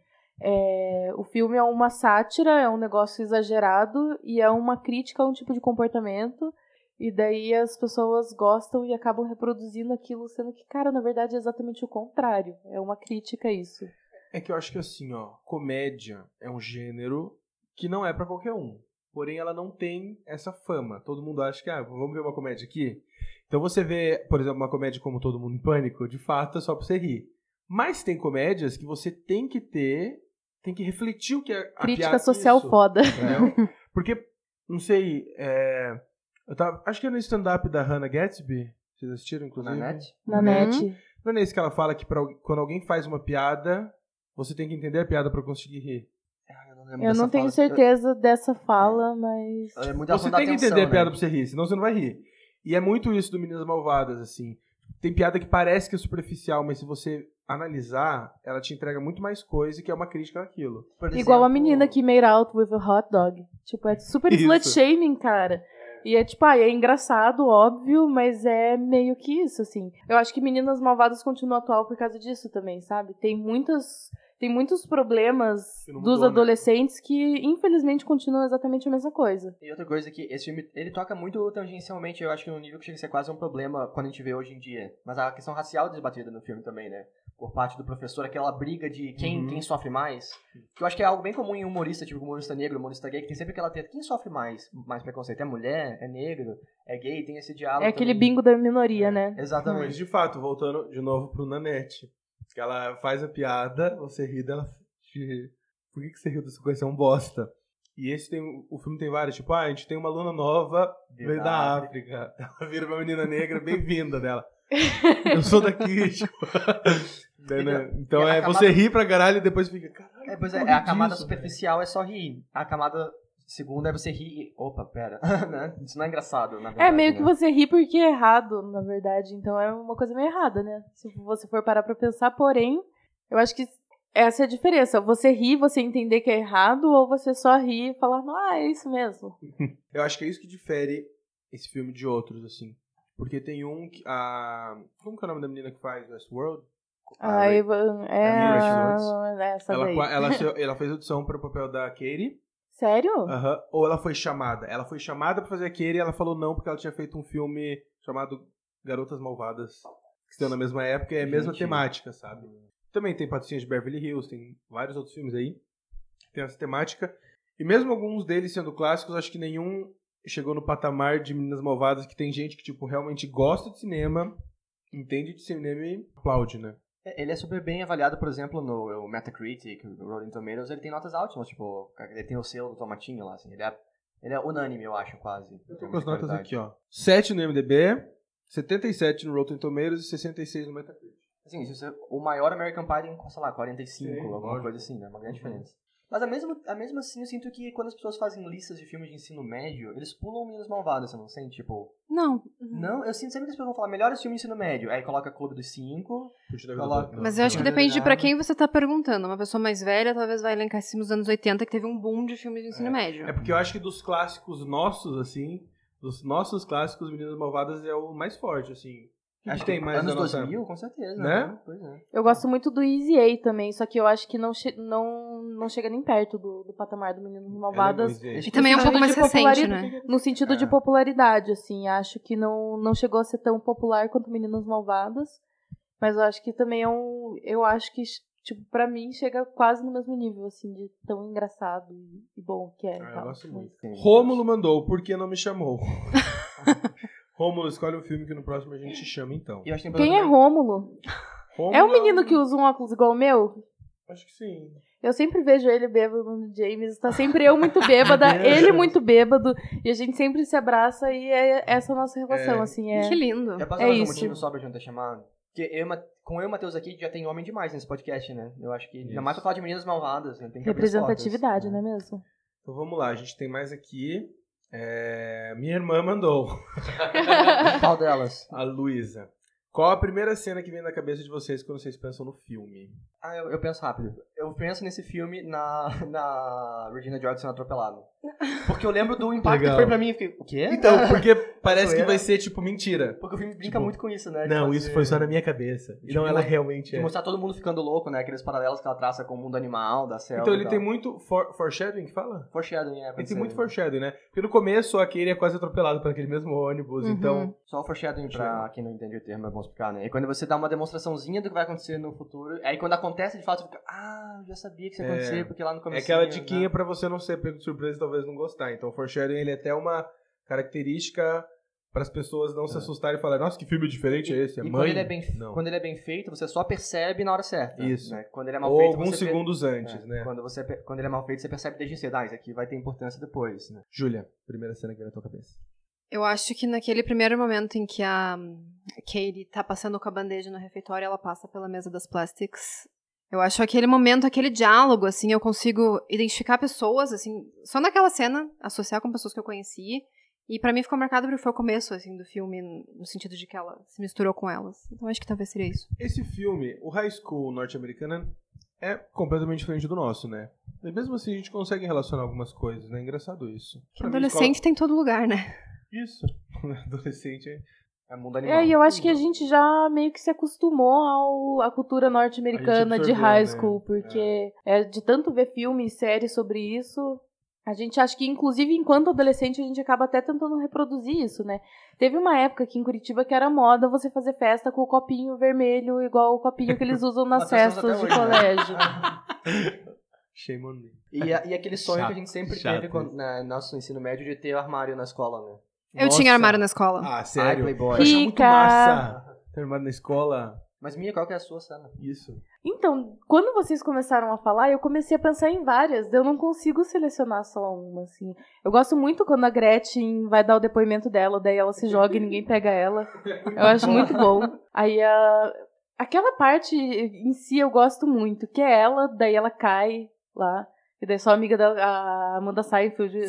Speaker 4: É, o filme é uma sátira, é um negócio exagerado e é uma crítica a um tipo de comportamento. E daí as pessoas gostam e acabam reproduzindo aquilo, sendo que, cara, na verdade é exatamente o contrário. É uma crítica a isso.
Speaker 1: É que eu acho que assim, ó, comédia é um gênero que não é pra qualquer um. Porém, ela não tem essa fama. Todo mundo acha que, ah, vamos ver uma comédia aqui. Então você vê, por exemplo, uma comédia como Todo Mundo em Pânico, de fato, é só pra você rir. Mas tem comédias que você tem que ter, tem que refletir o que é a
Speaker 4: crítica
Speaker 1: piada-
Speaker 4: social
Speaker 1: isso.
Speaker 4: foda. *laughs*
Speaker 1: Entendeu? Porque, não sei, é, eu tava, acho que é no stand-up da Hannah Gatsby, vocês assistiram,
Speaker 2: Na
Speaker 1: inclusive?
Speaker 2: net?
Speaker 4: Na
Speaker 3: Uhum.
Speaker 4: net.
Speaker 1: Não é nesse que ela fala que pra, al- quando alguém faz uma piada, você tem que entender a piada pra conseguir rir.
Speaker 2: Ah, Eu não, lembro
Speaker 4: Eu
Speaker 2: dessa
Speaker 4: não tenho
Speaker 2: fala.
Speaker 4: certeza
Speaker 1: É.
Speaker 4: dessa fala, mas.
Speaker 2: Eu- É muito
Speaker 1: Você
Speaker 2: assunto da
Speaker 1: tem que
Speaker 2: atenção,
Speaker 1: entender a
Speaker 2: né?
Speaker 1: piada pra você rir, senão você não vai rir. E é muito isso do Meninas Malvadas, assim. Tem piada que parece que é superficial, mas se você analisar, ela te entrega muito mais coisa e que é uma crítica àquilo.
Speaker 2: Por
Speaker 4: Igual a
Speaker 2: exemplo,
Speaker 4: menina que made out with a hot dog. Tipo, é super
Speaker 1: Isso.
Speaker 4: slut shaming, cara. E é tipo, ah, é engraçado, óbvio, mas é meio que isso, assim. Eu acho que Meninas Malvadas continua atual por causa disso também, sabe? Tem muitas. Tem muitos problemas
Speaker 1: Que não
Speaker 4: dos
Speaker 1: mudou, né?
Speaker 4: adolescentes que, infelizmente, continuam exatamente a mesma coisa.
Speaker 2: E outra coisa que esse filme, ele toca muito tangencialmente, eu acho que num nível que chega a ser quase um problema quando a gente vê hoje em dia. Mas a questão racial é debatida no filme também, né? Por parte do professor, aquela briga de quem,
Speaker 1: Uhum.
Speaker 2: quem sofre mais. Que eu acho que é algo bem comum em humorista, tipo humorista negro, humorista gay, que tem sempre aquela treta, quem sofre mais? Mais preconceito? É mulher? É negro? É gay? Tem esse diálogo
Speaker 4: é aquele
Speaker 2: também.
Speaker 4: bingo da minoria, né?
Speaker 2: Exatamente.
Speaker 1: Mas, de fato, voltando de novo pro Nanette. Que ela faz a piada, você ri dela. *laughs* te ri. Por que, que você riu dessa coisa? Você é um bosta. E esse tem. O filme tem várias, tipo, ah, a gente tem uma aluna nova,
Speaker 2: Veio
Speaker 1: veio
Speaker 2: da
Speaker 1: da África. *laughs* Ela vira uma menina negra, bem-vinda dela.
Speaker 4: *laughs*
Speaker 1: Eu sou daqui, tipo. *laughs* Daí, né? Então
Speaker 2: E a
Speaker 1: é,
Speaker 2: camada-
Speaker 1: você ri pra caralho e depois fica. Caralho,
Speaker 2: É, pois é,
Speaker 1: Porra
Speaker 2: é a camada
Speaker 1: disso, né?
Speaker 2: superficial é só rir. A camada segunda é você rir e. Opa, pera. *laughs* né? Isso não é engraçado, na verdade.
Speaker 4: É meio
Speaker 2: né?
Speaker 4: que você ri porque é errado, na verdade. Então é uma coisa meio errada, né? Se você for parar pra pensar, porém, eu acho que essa é a diferença. Você ri, você entender que é errado, ou você só ri e falar, ah, é isso mesmo.
Speaker 1: Eu acho que é isso que difere esse filme de outros, assim. Porque tem um que. A... Como que é o nome da menina que faz Westworld?
Speaker 4: Ah,
Speaker 1: Ray-
Speaker 4: é,
Speaker 1: Mila
Speaker 4: a-
Speaker 1: Jovovich.
Speaker 4: essa
Speaker 1: Ela,
Speaker 4: daí.
Speaker 1: qua-
Speaker 4: *laughs*
Speaker 1: ela, se- ela fez audição para o papel da Katie.
Speaker 4: Sério?
Speaker 1: Aham. Ou ela foi chamada. Ela foi chamada para fazer a Katie e ela falou não porque ela tinha feito um filme chamado Garotas Malvadas. Que estão na mesma época e é a mesma
Speaker 2: Gente.
Speaker 1: temática, sabe? Também tem Patricinha de Beverly Hills, tem vários outros filmes aí. que Tem essa temática. E mesmo alguns deles sendo clássicos, acho que nenhum chegou no patamar de Meninas Malvadas que tem gente que, tipo, realmente gosta de cinema, entende de cinema e aplaude, né?
Speaker 2: Ele é super bem avaliado, por exemplo, no Metacritic, no Rolling Tomatoes, ele tem notas ótimas, tipo, ele tem o selo do tomatinho lá, assim, ele é, ele é unânime, eu acho, quase.
Speaker 1: Eu tô com as notas aqui, ó. 7 no MDB, 77 no Rotten Tomatoes e 66 no Metacritic.
Speaker 2: Assim, se você- o maior American Pie tem, sei lá, 45,
Speaker 1: Sim,
Speaker 2: alguma
Speaker 1: lógico.
Speaker 2: coisa assim, né? Uma grande
Speaker 1: Uhum.
Speaker 2: diferença. Mas a mesmo, a mesmo assim, eu sinto que quando as pessoas fazem listas de filmes de ensino médio, eles pulam Meninas Malvadas, você não sente? Tipo,
Speaker 3: Não.
Speaker 4: Uhum.
Speaker 2: não, eu sinto sempre que as pessoas vão falar melhores filmes de ensino médio. Aí coloca Clube dos Cinco,
Speaker 1: Curtindo a
Speaker 2: Coloca.
Speaker 1: vida.
Speaker 3: Mas eu acho que
Speaker 2: Não é
Speaker 3: depende de pra
Speaker 2: verdade.
Speaker 3: quem você tá perguntando. Uma pessoa mais velha talvez vai elencar esses filmes dos anos 80 que teve um boom de filmes de ensino médio.
Speaker 1: É porque eu acho que dos clássicos nossos, assim, dos nossos clássicos, Meninas Malvadas é o mais forte, assim.
Speaker 2: acho que
Speaker 1: tem mais
Speaker 2: anos
Speaker 1: da nossa-
Speaker 2: 2000, com certeza.
Speaker 1: Né?
Speaker 2: Pois é.
Speaker 4: Eu gosto muito do Easy A também, só que eu acho que não, che- não, não chega nem perto do, do patamar do Meninos Malvadas.
Speaker 1: Ela é
Speaker 3: E também é um
Speaker 4: Esse
Speaker 3: pouco
Speaker 4: filme
Speaker 3: mais
Speaker 4: de
Speaker 3: recente,
Speaker 4: popularidade-
Speaker 3: né?
Speaker 4: No sentido de
Speaker 1: É.
Speaker 4: popularidade, assim, acho que não, não chegou a ser tão popular quanto Meninas Malvadas, mas eu acho que também é um, eu acho que tipo para mim chega quase no mesmo nível, assim, de tão engraçado e, e bom que é. e
Speaker 1: Ah, eu
Speaker 4: tal.
Speaker 1: gosto muito.
Speaker 2: Tem-
Speaker 1: Rômulo mandou, por que não me
Speaker 4: *laughs*
Speaker 1: chamou? Rômulo, escolhe um filme que no próximo a gente chama, então.
Speaker 2: E eu acho que tem
Speaker 4: Quem é Rômulo?
Speaker 1: Rômulo
Speaker 4: É um menino que usa um óculos igual o meu?
Speaker 1: Acho que sim.
Speaker 4: Eu sempre vejo ele bêbado no James, tá sempre
Speaker 1: *laughs*
Speaker 4: eu muito bêbada, ele muito bêbado, e a gente sempre se abraça e é essa a nossa relação,
Speaker 1: É.
Speaker 4: assim, é.
Speaker 3: Que lindo.
Speaker 2: Eu posso
Speaker 4: É
Speaker 2: falar um
Speaker 4: isso.
Speaker 2: motivo só pra gente não ter chamado? Porque eu, e Ma- com eu e o Matheus aqui já tem homem demais nesse podcast, né? Eu acho que ainda
Speaker 1: Isso.
Speaker 2: mais pra falar de meninas malvadas, né? Tem que abrir as portas,
Speaker 4: Representatividade, não é mesmo?
Speaker 1: Então vamos lá, a gente tem mais aqui. É, Minha irmã mandou. *laughs*
Speaker 4: é né?
Speaker 2: Qual delas?
Speaker 1: A Luísa. Qual a primeira cena que vem na cabeça de vocês quando vocês pensam no filme?
Speaker 2: Ah, eu, eu penso rápido. Eu eu penso nesse filme na, na Regina George sendo atropelada. Porque eu lembro do impacto
Speaker 1: Legal.
Speaker 2: que foi pra mim. Eu fiquei, o quê?
Speaker 1: Então, *laughs* porque parece que
Speaker 2: Zoeira.
Speaker 1: vai ser, tipo, mentira.
Speaker 2: *laughs* Porque o filme brinca
Speaker 1: Tipo,
Speaker 2: muito com isso, né? de
Speaker 1: Não,
Speaker 2: fazer-
Speaker 1: isso foi só na minha cabeça. E não, ela realmente
Speaker 2: De
Speaker 1: é.
Speaker 2: mostrar todo mundo ficando louco, né? Aqueles paralelos que ela traça com o mundo animal, da selva.
Speaker 1: Então
Speaker 2: e
Speaker 1: ele
Speaker 2: tal.
Speaker 1: tem muito for- foreshadowing, que fala?
Speaker 2: Foreshadowing, é.
Speaker 1: Ele
Speaker 2: pode
Speaker 1: tem
Speaker 2: ser.
Speaker 1: muito foreshadowing, né? Porque no começo aquele é quase atropelado por aquele mesmo ônibus,
Speaker 3: Uhum.
Speaker 1: então...
Speaker 2: Só o foreshadowing pra quem não entende o termo, é bom explicar, né? É quando você dá uma demonstraçãozinha do que vai acontecer no futuro. Aí quando acontece, de fato, fica... Ah, eu já sabia que isso ia
Speaker 1: É.
Speaker 2: acontecer, porque lá no né?"
Speaker 1: É
Speaker 2: começo...
Speaker 1: aquela diquinha pra você não ser pego de surpresa e talvez não gostar. Então o foreshadowing ele é até uma característica para as pessoas não se assustarem e falarem nossa, que filme diferente é esse? É
Speaker 2: E
Speaker 1: mãe?
Speaker 2: quando ele é, bem,
Speaker 1: Não.
Speaker 2: quando ele é bem feito, você só percebe na hora certa.
Speaker 1: Isso.
Speaker 2: né? Quando ele é mal
Speaker 1: Ou
Speaker 2: feito,
Speaker 1: alguns
Speaker 2: você per-
Speaker 1: segundos antes,
Speaker 2: É,
Speaker 1: né?
Speaker 2: Quando, você, pe- quando ele é mal feito, você percebe desde cedo. Ah, isso aqui vai ter importância depois, né?
Speaker 1: Júlia, primeira cena que vem na tua cabeça.
Speaker 3: Eu acho que naquele primeiro momento em que a hum, Katie tá passando com a bandeja no refeitório, ela passa pela mesa das plastics. Eu acho aquele momento, aquele diálogo, assim, eu consigo identificar pessoas, assim, só naquela cena, associar com pessoas que eu conheci. E pra mim ficou marcado porque foi o começo, assim, do filme, no sentido de que ela se misturou com elas. Então acho que talvez seria isso.
Speaker 1: Esse filme, o High School norte-americano, é completamente diferente do nosso, né? Mas mesmo assim, a gente consegue relacionar algumas coisas, né? Engraçado isso.
Speaker 3: Que
Speaker 1: Pra mim,
Speaker 3: adolescente tem em todo lugar, né?
Speaker 1: escola- Isso. *laughs* Adolescente é...
Speaker 2: É mundo animal.
Speaker 4: É, e eu acho que a gente já meio que se acostumou ao, à cultura
Speaker 1: A
Speaker 4: norte-americana
Speaker 1: gente
Speaker 4: de
Speaker 1: absorveu,
Speaker 4: high
Speaker 1: né?
Speaker 4: school, porque é, de tanto ver filme e série sobre isso, a gente acha que, inclusive, enquanto adolescente, a gente acaba até tentando reproduzir isso, né? Teve uma época aqui em Curitiba que era moda você fazer festa com o copinho vermelho, igual o copinho que eles usam nas
Speaker 2: Nós fazemos
Speaker 4: festas de
Speaker 2: até hoje, né?
Speaker 4: colégio.
Speaker 1: Shame on me.
Speaker 2: E, a- e aquele sonho
Speaker 1: Chato,
Speaker 2: que a gente sempre
Speaker 1: chato
Speaker 2: teve quando, na nosso ensino médio de ter armário na escola, né?
Speaker 3: Eu tinha armário na escola.
Speaker 1: Ah,
Speaker 2: Ai,
Speaker 1: sério?
Speaker 2: playboy.
Speaker 1: Eu acho muito
Speaker 4: Fica.
Speaker 1: massa. Ter armário na escola.
Speaker 2: Mas minha, qual que é a sua cena?
Speaker 1: Isso.
Speaker 4: Então, quando vocês começaram a falar, eu comecei a pensar em várias. Eu não consigo selecionar só uma, assim. Eu gosto muito quando a Gretchen vai dar o depoimento dela, daí ela se joga e ninguém pega ela. Eu acho muito bom. Aí a... aquela parte em si eu gosto muito, que é ela, daí ela cai lá. E daí só a amiga da a Amanda Seyfried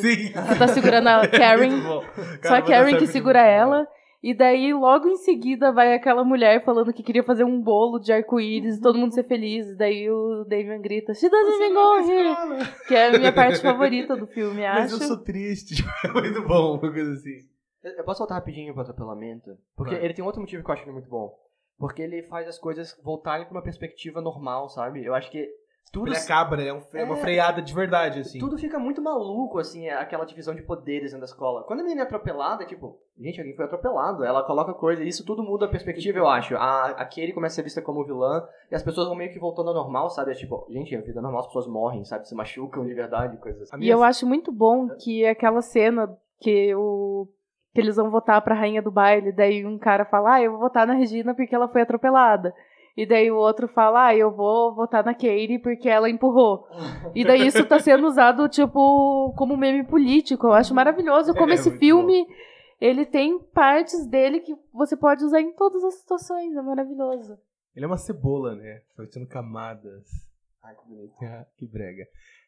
Speaker 1: *laughs* Sim!
Speaker 4: tá segurando a
Speaker 1: *laughs*
Speaker 4: Karen.
Speaker 1: Muito bom.
Speaker 4: Só
Speaker 1: Cara,
Speaker 4: a
Speaker 1: mas
Speaker 4: Karen
Speaker 1: essa
Speaker 4: que
Speaker 1: é
Speaker 4: segura
Speaker 1: muito-
Speaker 4: ela. E daí, logo em seguida, vai aquela mulher falando que queria fazer um bolo de arco-íris
Speaker 1: Uhum.
Speaker 4: e todo mundo ser feliz. E daí o Damien grita, She doesn't even go here", Que é a minha parte favorita do filme,
Speaker 1: *laughs* Mas eu
Speaker 4: acho.
Speaker 1: sou triste. *laughs* É muito bom, uma coisa assim.
Speaker 2: Eu eu posso voltar rapidinho pro atropelamento? Porque
Speaker 1: Vai.
Speaker 2: ele tem um outro motivo que eu acho ele muito bom. Porque ele faz as coisas voltarem pra uma perspectiva normal, sabe? Eu acho que tudo,
Speaker 1: Ele é cabra, ele é, um fre- uma freada de verdade, assim.
Speaker 2: tudo fica muito maluco, assim, aquela divisão de poderes dentro da escola. Quando a menina é atropelada, é tipo, gente, alguém foi atropelado. Ela coloca coisa, e isso tudo muda a perspectiva, eu acho. A, aquele começa a ser vista como vilã, e as pessoas vão meio que voltando ao normal, sabe? É tipo, gente, a vida normal, as pessoas morrem, sabe? Se machucam de verdade, coisas assim.
Speaker 1: A
Speaker 4: E
Speaker 1: minha É.
Speaker 4: eu acho muito bom que aquela cena que o... Que eles vão votar pra rainha do baile, daí um cara fala, ah, eu vou votar na Regina porque ela foi atropelada. E daí o outro fala, ah, eu vou votar na Katie porque ela empurrou. E daí isso tá sendo usado, tipo, como meme político. Eu acho maravilhoso como
Speaker 1: É,
Speaker 4: esse
Speaker 1: muito
Speaker 4: filme, ele tem partes dele que você pode usar em todas as situações. É maravilhoso.
Speaker 1: Ele é uma cebola, né? Vai sendo camadas.
Speaker 2: Ai, que bonito.
Speaker 1: *laughs* Ah, que brega.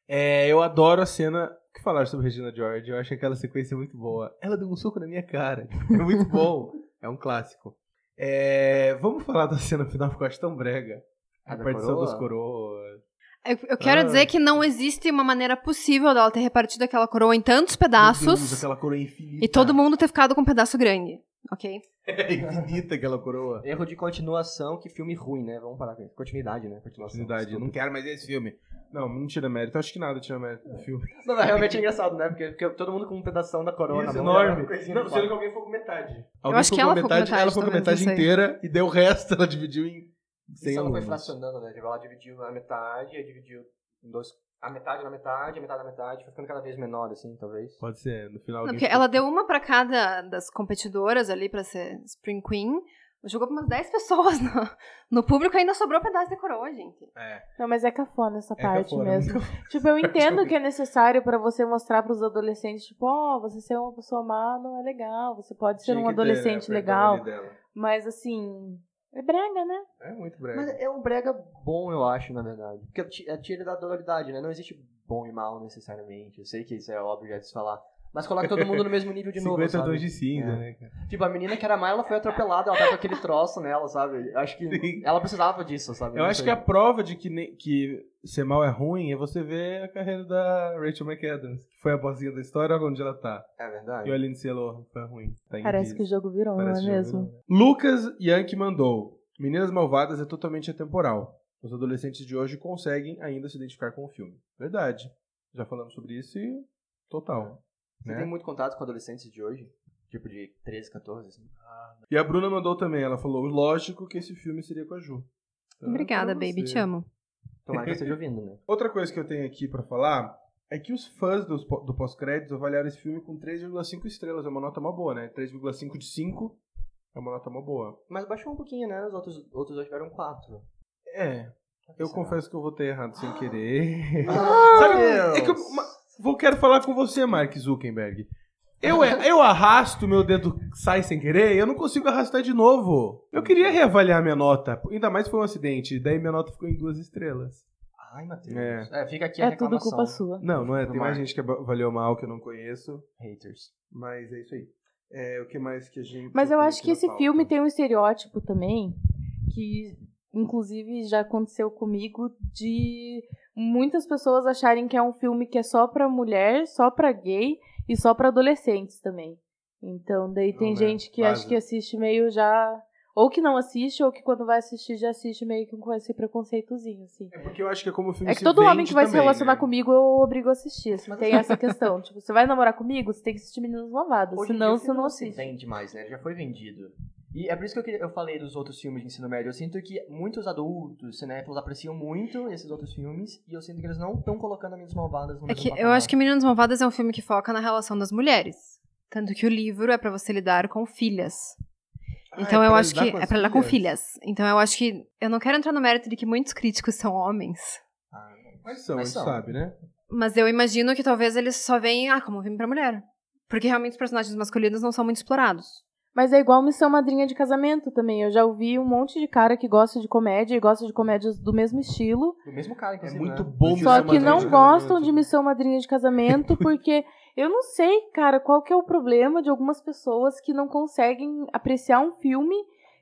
Speaker 1: É, eu adoro a cena que falaram sobre Regina George. Eu acho aquela sequência muito boa. Ela deu um soco na minha cara. É muito
Speaker 2: *laughs*
Speaker 1: bom. É um clássico. É, vamos falar da cena final que eu acho tão brega. A
Speaker 2: A Ah, da
Speaker 1: partição
Speaker 2: coroa?
Speaker 1: dos coroas.
Speaker 3: Eu, eu quero
Speaker 1: Ah.
Speaker 3: dizer que não existe uma maneira possível dela ter repartido aquela coroa em tantos
Speaker 1: Meu
Speaker 3: pedaços
Speaker 1: Deus, aquela coroa infinita.
Speaker 3: e todo mundo ter ficado com um pedaço grande, ok?
Speaker 1: *laughs* É infinita aquela coroa.
Speaker 2: Erro de continuação, que filme ruim, né? Vamos parar com isso. Continuidade, né? Continuação.
Speaker 1: Verdade, eu não quero mais esse filme. Não, não tira mérito. Acho que nada tira mérito do filme.
Speaker 2: Não, mas realmente é engraçado, né? Porque, porque todo mundo com um pedação da coroa na mão. né? Coisinha do lado.
Speaker 1: alguém foi com metade.
Speaker 3: acho que ela foi com metade
Speaker 1: Ela foi com
Speaker 3: também,
Speaker 1: metade
Speaker 3: não sei.
Speaker 1: inteira e deu o resto, ela dividiu em 100
Speaker 2: Isso ela foi
Speaker 1: alunos.
Speaker 2: fracionando, né? Tipo, ela dividiu a metade, aí dividiu em dois... A metade na metade, a metade na metade. Foi ficando cada vez menor, assim, talvez.
Speaker 1: Pode ser, no final.
Speaker 3: Não,
Speaker 1: alguém
Speaker 3: porque
Speaker 1: ficou-
Speaker 3: ela deu uma pra cada das competidoras ali pra ser Spring Queen. Jogou pra umas 10 pessoas *laughs* no, no público ainda sobrou um pedaço de coroa, gente.
Speaker 1: É,
Speaker 4: Não, mas é cafona essa
Speaker 1: é
Speaker 4: parte
Speaker 1: cafona,
Speaker 4: mesmo.
Speaker 1: muito- *laughs*
Speaker 4: Tipo, eu entendo que é necessário pra você mostrar pros adolescentes, tipo, ó, você ser uma pessoa má não é legal, você pode ser
Speaker 1: Tinha
Speaker 4: um
Speaker 1: que ter, né,
Speaker 4: adolescente
Speaker 1: a
Speaker 4: legal,
Speaker 1: personalidade dela.
Speaker 4: mas assim, é brega, né?
Speaker 1: É muito breve.
Speaker 2: Mas é um brega bom, eu acho, na verdade. Porque ti- é tira da dualidade, né? Não existe bom e mal, necessariamente. Eu sei que isso é óbvio já de se falar. Mas coloca todo mundo no mesmo nível de novo,
Speaker 6: 52
Speaker 2: sabe?
Speaker 6: de cinza,
Speaker 2: É.
Speaker 6: né, cara?
Speaker 2: Tipo, a menina que era má, ela foi atropelada, ela tá com aquele troço nela, sabe? Eu Acho que
Speaker 6: Sim.
Speaker 2: ela precisava disso, sabe?
Speaker 1: Eu
Speaker 2: Não
Speaker 1: acho que
Speaker 2: sei.
Speaker 1: a prova de que, ne- que ser mal é ruim é você ver a carreira da Rachel McAdams, que foi a bozinha da história, olha onde ela tá.
Speaker 2: É
Speaker 1: E
Speaker 2: verdade.
Speaker 1: o Aline Celo foi ruim. Tá em
Speaker 4: Parece
Speaker 1: vice.
Speaker 4: que o jogo virou, não é
Speaker 1: Parece jogo,
Speaker 4: mesmo?
Speaker 1: né? Lucas Yankee mandou. Meninas Malvadas é totalmente atemporal. Os adolescentes de hoje conseguem ainda se identificar com o filme. Verdade. Já falamos sobre isso e total.
Speaker 2: Você
Speaker 1: né?
Speaker 2: tem muito contato com adolescentes de hoje? Tipo, de 13, 14, assim?
Speaker 1: E a Bruna mandou também. Ela falou, lógico que esse filme seria com a Ju. Então,
Speaker 3: Obrigada,
Speaker 1: é pra
Speaker 3: baby.
Speaker 1: você.
Speaker 3: Te amo.
Speaker 2: Tomara que eu esteja ouvindo, né?
Speaker 1: Outra coisa que eu tenho aqui pra falar é que os fãs dos po- do pós-créditos avaliaram esse filme com 3,5 estrelas. É uma nota mó boa, né? 3,5 de 5 é uma nota mó boa.
Speaker 2: *laughs* Mas baixou um pouquinho, né? Os outros, outros dois tiveram 4.
Speaker 1: É, eu confesso que eu votei errado sem querer. *laughs*
Speaker 2: Ah,
Speaker 1: Sabe,
Speaker 2: Deus.
Speaker 1: é que eu ma- vou, quero falar com você, Mark Zuckerberg. Eu, é- eu arrasto, meu dedo sai sem querer, e eu não consigo arrastar de novo. Eu queria reavaliar minha nota, ainda mais foi um acidente, daí minha nota ficou em duas estrelas.
Speaker 2: Ai, Matheus. É. fica aqui a
Speaker 4: É tudo
Speaker 2: reclamação.
Speaker 4: culpa sua.
Speaker 1: Não, não é, tem mais
Speaker 2: Mark.
Speaker 1: gente que avaliou mal que eu não conheço,
Speaker 2: Haters.
Speaker 1: mas é isso aí. É, o que mais que a gente...
Speaker 4: Mas eu
Speaker 1: tem
Speaker 4: acho
Speaker 1: aqui
Speaker 4: que
Speaker 1: na
Speaker 4: esse
Speaker 1: pauta?
Speaker 4: filme tem um estereótipo também, que inclusive já aconteceu comigo, de muitas pessoas acharem que é um filme que é só pra mulher, só pra gay e só pra adolescentes também. Então, daí tem
Speaker 1: né?
Speaker 4: gente que acho
Speaker 1: Vaza.
Speaker 4: que assiste meio já. Ou que não assiste, ou que quando vai assistir já assiste meio que com esse preconceitozinho, assim.
Speaker 1: É porque eu acho que é como o filme
Speaker 4: É que
Speaker 1: se
Speaker 4: todo homem
Speaker 1: vende
Speaker 4: que vai se
Speaker 1: também,
Speaker 4: relacionar
Speaker 1: né?
Speaker 4: comigo, eu obrigo a assistir. Assim, tem essa
Speaker 1: *laughs*
Speaker 4: questão. Tipo, você vai namorar comigo, você tem que assistir Meninas Malvadas.
Speaker 2: Hoje em dia
Speaker 4: Senão,
Speaker 2: o
Speaker 4: você
Speaker 2: filme
Speaker 4: não
Speaker 2: se
Speaker 4: assiste.
Speaker 2: vende mais, né? Ele já foi vendido. E é por isso que eu, queria- eu falei dos outros filmes de ensino médio. Eu sinto que muitos adultos, cinéfilos, apreciam muito esses outros filmes. E eu sinto que eles não estão colocando Meninas Malvadas no
Speaker 3: É
Speaker 2: mesmo
Speaker 3: que eu
Speaker 2: patamar.
Speaker 3: acho que Meninas Malvadas é um filme que foca na relação das mulheres. Tanto que o livro é pra você lidar com filhas.
Speaker 1: Ah,
Speaker 3: Então
Speaker 1: é
Speaker 3: eu
Speaker 1: pra
Speaker 3: acho
Speaker 1: lidar
Speaker 3: que
Speaker 1: com
Speaker 3: é
Speaker 1: as
Speaker 3: pra lidar com filhas. Então eu acho que eu não quero entrar no mérito de que muitos críticos são homens,
Speaker 2: Ah, não.
Speaker 1: Mas são,
Speaker 2: Mas
Speaker 1: a gente
Speaker 2: são.
Speaker 1: sabe, né?
Speaker 3: mas eu imagino que talvez eles só veem ah, como um filme pra mulher, porque realmente os personagens masculinos não são muito explorados.
Speaker 4: Mas é igual Missão Madrinha de Casamento também. Eu já ouvi um monte de cara que gosta de comédia e gosta de comédias do mesmo estilo.
Speaker 2: Do mesmo cara,
Speaker 1: É
Speaker 2: inclusive,
Speaker 1: muito
Speaker 2: né?
Speaker 1: bom.
Speaker 4: Só
Speaker 1: Missão
Speaker 4: que
Speaker 1: Madrinha
Speaker 4: não
Speaker 1: de
Speaker 4: gostam
Speaker 1: Casamento.
Speaker 4: de Missão Madrinha de Casamento porque eu não sei, cara, qual que é o problema de algumas pessoas que não conseguem apreciar um filme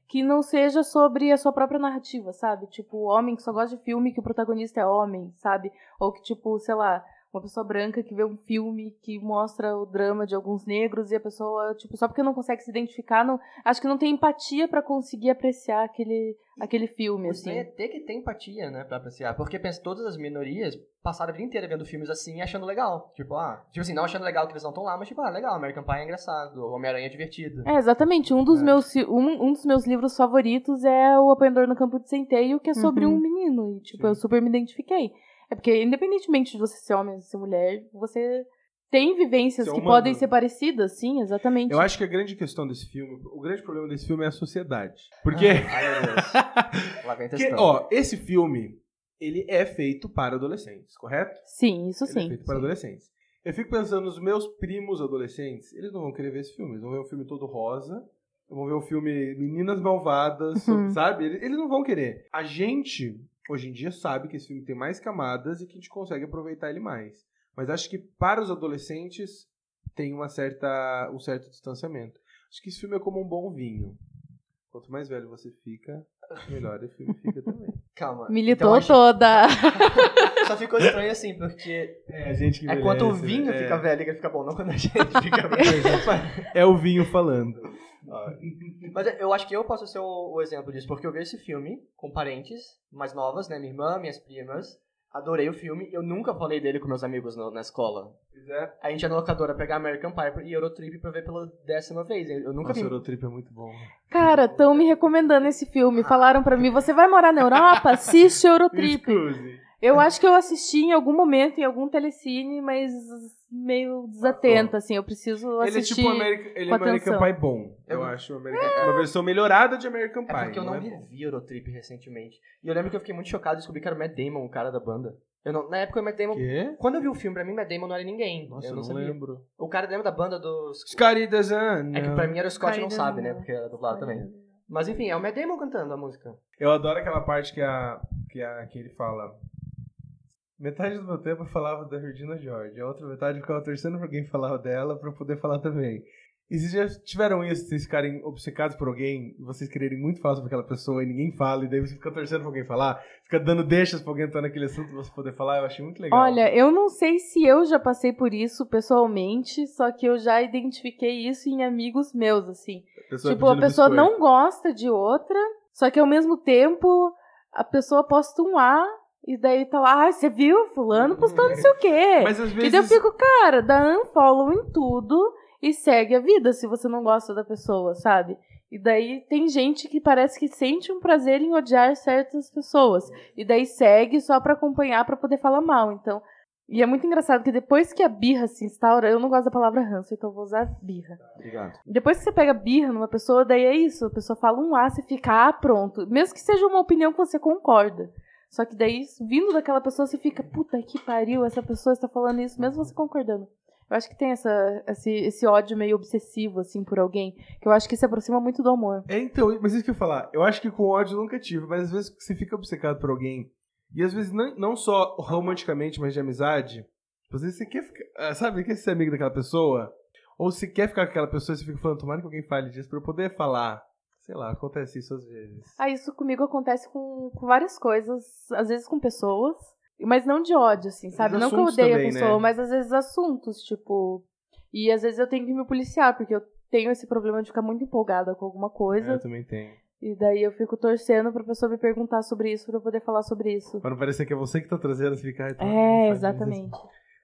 Speaker 4: que não seja sobre a sua própria narrativa, sabe? Tipo, o homem que só gosta de filme que o protagonista é homem, sabe? Ou que tipo, sei lá, uma pessoa branca que vê um filme que mostra o drama de alguns negros e a pessoa, tipo, só porque não consegue se identificar, não, acho que não tem empatia pra conseguir apreciar aquele aquele filme,
Speaker 2: Você
Speaker 4: assim.
Speaker 2: tem que ter empatia, né, pra apreciar. Porque pensa, todas as minorias passaram a vida inteira vendo filmes assim e achando legal. Tipo, ah, tipo assim, não achando legal que eles não estão lá, mas tipo, ah, legal, American Pie é engraçado, Homem-Aranha é divertido.
Speaker 4: É, exatamente. Um dos,
Speaker 2: É.
Speaker 4: meus, fi- um, um dos meus livros favoritos é O Apanhador no Campo de Centeio, que é sobre
Speaker 3: Uhum.
Speaker 4: um menino. E, tipo,
Speaker 1: Sim.
Speaker 4: eu super me identifiquei. É porque, independentemente de você ser homem ou ser mulher, você tem vivências
Speaker 1: Você é
Speaker 4: que
Speaker 1: humano.
Speaker 4: podem ser parecidas, sim, exatamente.
Speaker 1: Eu acho que a grande questão desse filme, o grande problema desse filme é a sociedade. Porque, *laughs*
Speaker 2: Ai,
Speaker 4: *laughs*
Speaker 2: meu Deus. Lá vem
Speaker 1: porque,
Speaker 2: testão.
Speaker 1: ó, esse filme, ele é feito para adolescentes, correto?
Speaker 4: Sim,
Speaker 2: Então,
Speaker 4: isso
Speaker 1: Ele é
Speaker 4: sim.
Speaker 1: feito para adolescentes. Eu fico pensando, os meus primos adolescentes, eles não vão querer ver esse filme. Eles vão ver um filme todo rosa, vão ver um filme Meninas Malvadas,
Speaker 3: Uhum.
Speaker 1: *laughs* sabe? Eles, eles não vão querer. A gente, hoje em dia, sabe que esse filme tem mais camadas e que a gente consegue aproveitar ele mais. Mas acho que para os adolescentes tem uma certa, um certo distanciamento. Acho que esse filme é como um bom vinho. Quanto mais velho você fica, melhor o filme fica também.
Speaker 2: Calma.
Speaker 4: Militou
Speaker 2: Então,
Speaker 4: toda.
Speaker 2: acho- só ficou estranho assim, porque
Speaker 1: *laughs* É, a gente
Speaker 2: é quando o vinho fica velho que ele fica bom, não quando a gente *laughs* fica velho.
Speaker 1: É o vinho falando.
Speaker 2: Ah, Mas eu acho que eu posso ser o, o exemplo disso, porque eu vi esse filme com parentes mais novas, né? Minha irmã, minhas primas. Adorei o filme. Eu nunca falei dele com meus amigos no- na escola.
Speaker 1: é.
Speaker 2: A gente ia na locadora pegar American Pie e Eurotrip pra ver pela décima vez. Eu eu nunca
Speaker 1: Nossa,
Speaker 2: vi.
Speaker 1: o Eurotrip é muito bom.
Speaker 4: Cara, estão me recomendando esse filme. Falaram pra mim, você vai morar na Europa? Assiste Eurotrip.
Speaker 1: Excuse.
Speaker 4: Eu acho que eu assisti em algum momento, em algum telecine, mas meio desatenta, assim. Eu preciso
Speaker 1: Ele é
Speaker 4: assistir.
Speaker 1: tipo American, ele é
Speaker 4: com
Speaker 1: American
Speaker 4: atenção.
Speaker 1: Pie bom. Eu
Speaker 2: Eu-
Speaker 1: acho American- uma versão melhorada de American Pie.
Speaker 2: É porque eu não
Speaker 1: é bom.
Speaker 2: revi Eurotrip recentemente. E eu lembro que eu fiquei muito chocado e descobri que era o Matt Damon, o cara da banda. Eu não, na época o Matt Damon.
Speaker 1: Quê?
Speaker 2: Quando eu vi o filme, pra mim, Matt Damon não era ninguém.
Speaker 1: Nossa,
Speaker 2: eu
Speaker 1: eu
Speaker 2: não,
Speaker 1: não
Speaker 2: sabia.
Speaker 1: lembro.
Speaker 2: O cara lembra da banda dos.
Speaker 1: Scotty Design.
Speaker 2: É que pra mim era o Scott não
Speaker 3: Cara,
Speaker 2: sabe, né?
Speaker 3: não.
Speaker 2: Porque era dublado também. Mas enfim, é o Matt Damon cantando a música.
Speaker 1: Eu adoro aquela parte que, a, que, a, que ele fala. Metade do meu tempo eu falava da Regina George, a outra metade eu ficava torcendo pra alguém falar dela pra eu poder falar também. E se já tiveram isso, vocês ficarem obcecados por alguém, vocês quererem muito falar sobre aquela pessoa e ninguém fala, e daí você fica torcendo pra alguém falar, fica dando deixas pra alguém entrar naquele assunto pra você poder falar, eu achei muito legal.
Speaker 4: Olha, eu não sei se eu já passei por isso pessoalmente, só que eu já identifiquei isso em amigos meus, assim.
Speaker 1: A pessoa
Speaker 4: tipo, a
Speaker 1: pedindo
Speaker 4: pessoa
Speaker 1: biscoito.
Speaker 4: não gosta de outra, só que ao mesmo tempo a pessoa posta um A e daí tá lá, ah, você viu? Fulano postou não sei
Speaker 1: *laughs*
Speaker 4: o quê.
Speaker 1: Mas às
Speaker 4: E daí eu
Speaker 1: vezes.
Speaker 4: fico, cara, dá unfollow em tudo e segue a vida se você não gosta da pessoa, sabe? E daí tem gente que parece que sente um prazer em odiar certas pessoas. E daí segue só pra acompanhar, pra poder falar mal. Então. E é muito engraçado que depois que a birra se instaura, eu não gosto da palavra ranço, então eu vou usar birra.
Speaker 1: Obrigado.
Speaker 4: Depois que você pega birra numa pessoa, daí é isso. A pessoa fala um A, você fica, ah, pronto. Mesmo que seja uma opinião que você concorda. Só que daí, vindo daquela pessoa, você fica, puta que pariu, essa pessoa está falando isso, mesmo você concordando. Eu acho que tem essa, esse, esse ódio meio obsessivo, assim, por alguém. Que eu acho que se aproxima muito do amor.
Speaker 1: É, então, mas isso que eu ia falar. Eu acho que com ódio eu nunca tive, mas às vezes que você fica obcecado por alguém, e às vezes não, não só romanticamente, mas de amizade, às vezes você quer ficar. ah, Sabe, quer ser amigo daquela pessoa? Ou se quer ficar com aquela pessoa, você fica falando, tomara que alguém fale disso pra eu poder falar. Sei lá, acontece isso às vezes.
Speaker 4: Ah, isso comigo acontece com, com várias coisas, às vezes com pessoas, mas não de ódio, assim, sabe? Não que eu
Speaker 1: assuntos
Speaker 4: odeio
Speaker 1: também,
Speaker 4: a pessoa,
Speaker 1: né?
Speaker 4: mas às vezes assuntos, tipo. E às vezes eu tenho que me policiar, porque eu tenho esse problema de ficar muito empolgada com alguma
Speaker 1: É, eu
Speaker 4: coisa.
Speaker 1: também tenho.
Speaker 4: E daí eu fico torcendo pra pessoa me perguntar sobre isso, pra eu poder falar sobre isso.
Speaker 1: Pra não parecer que é você que tá trazendo, você fica. "Ai, tá, faz
Speaker 4: É,
Speaker 1: isso".
Speaker 4: exatamente.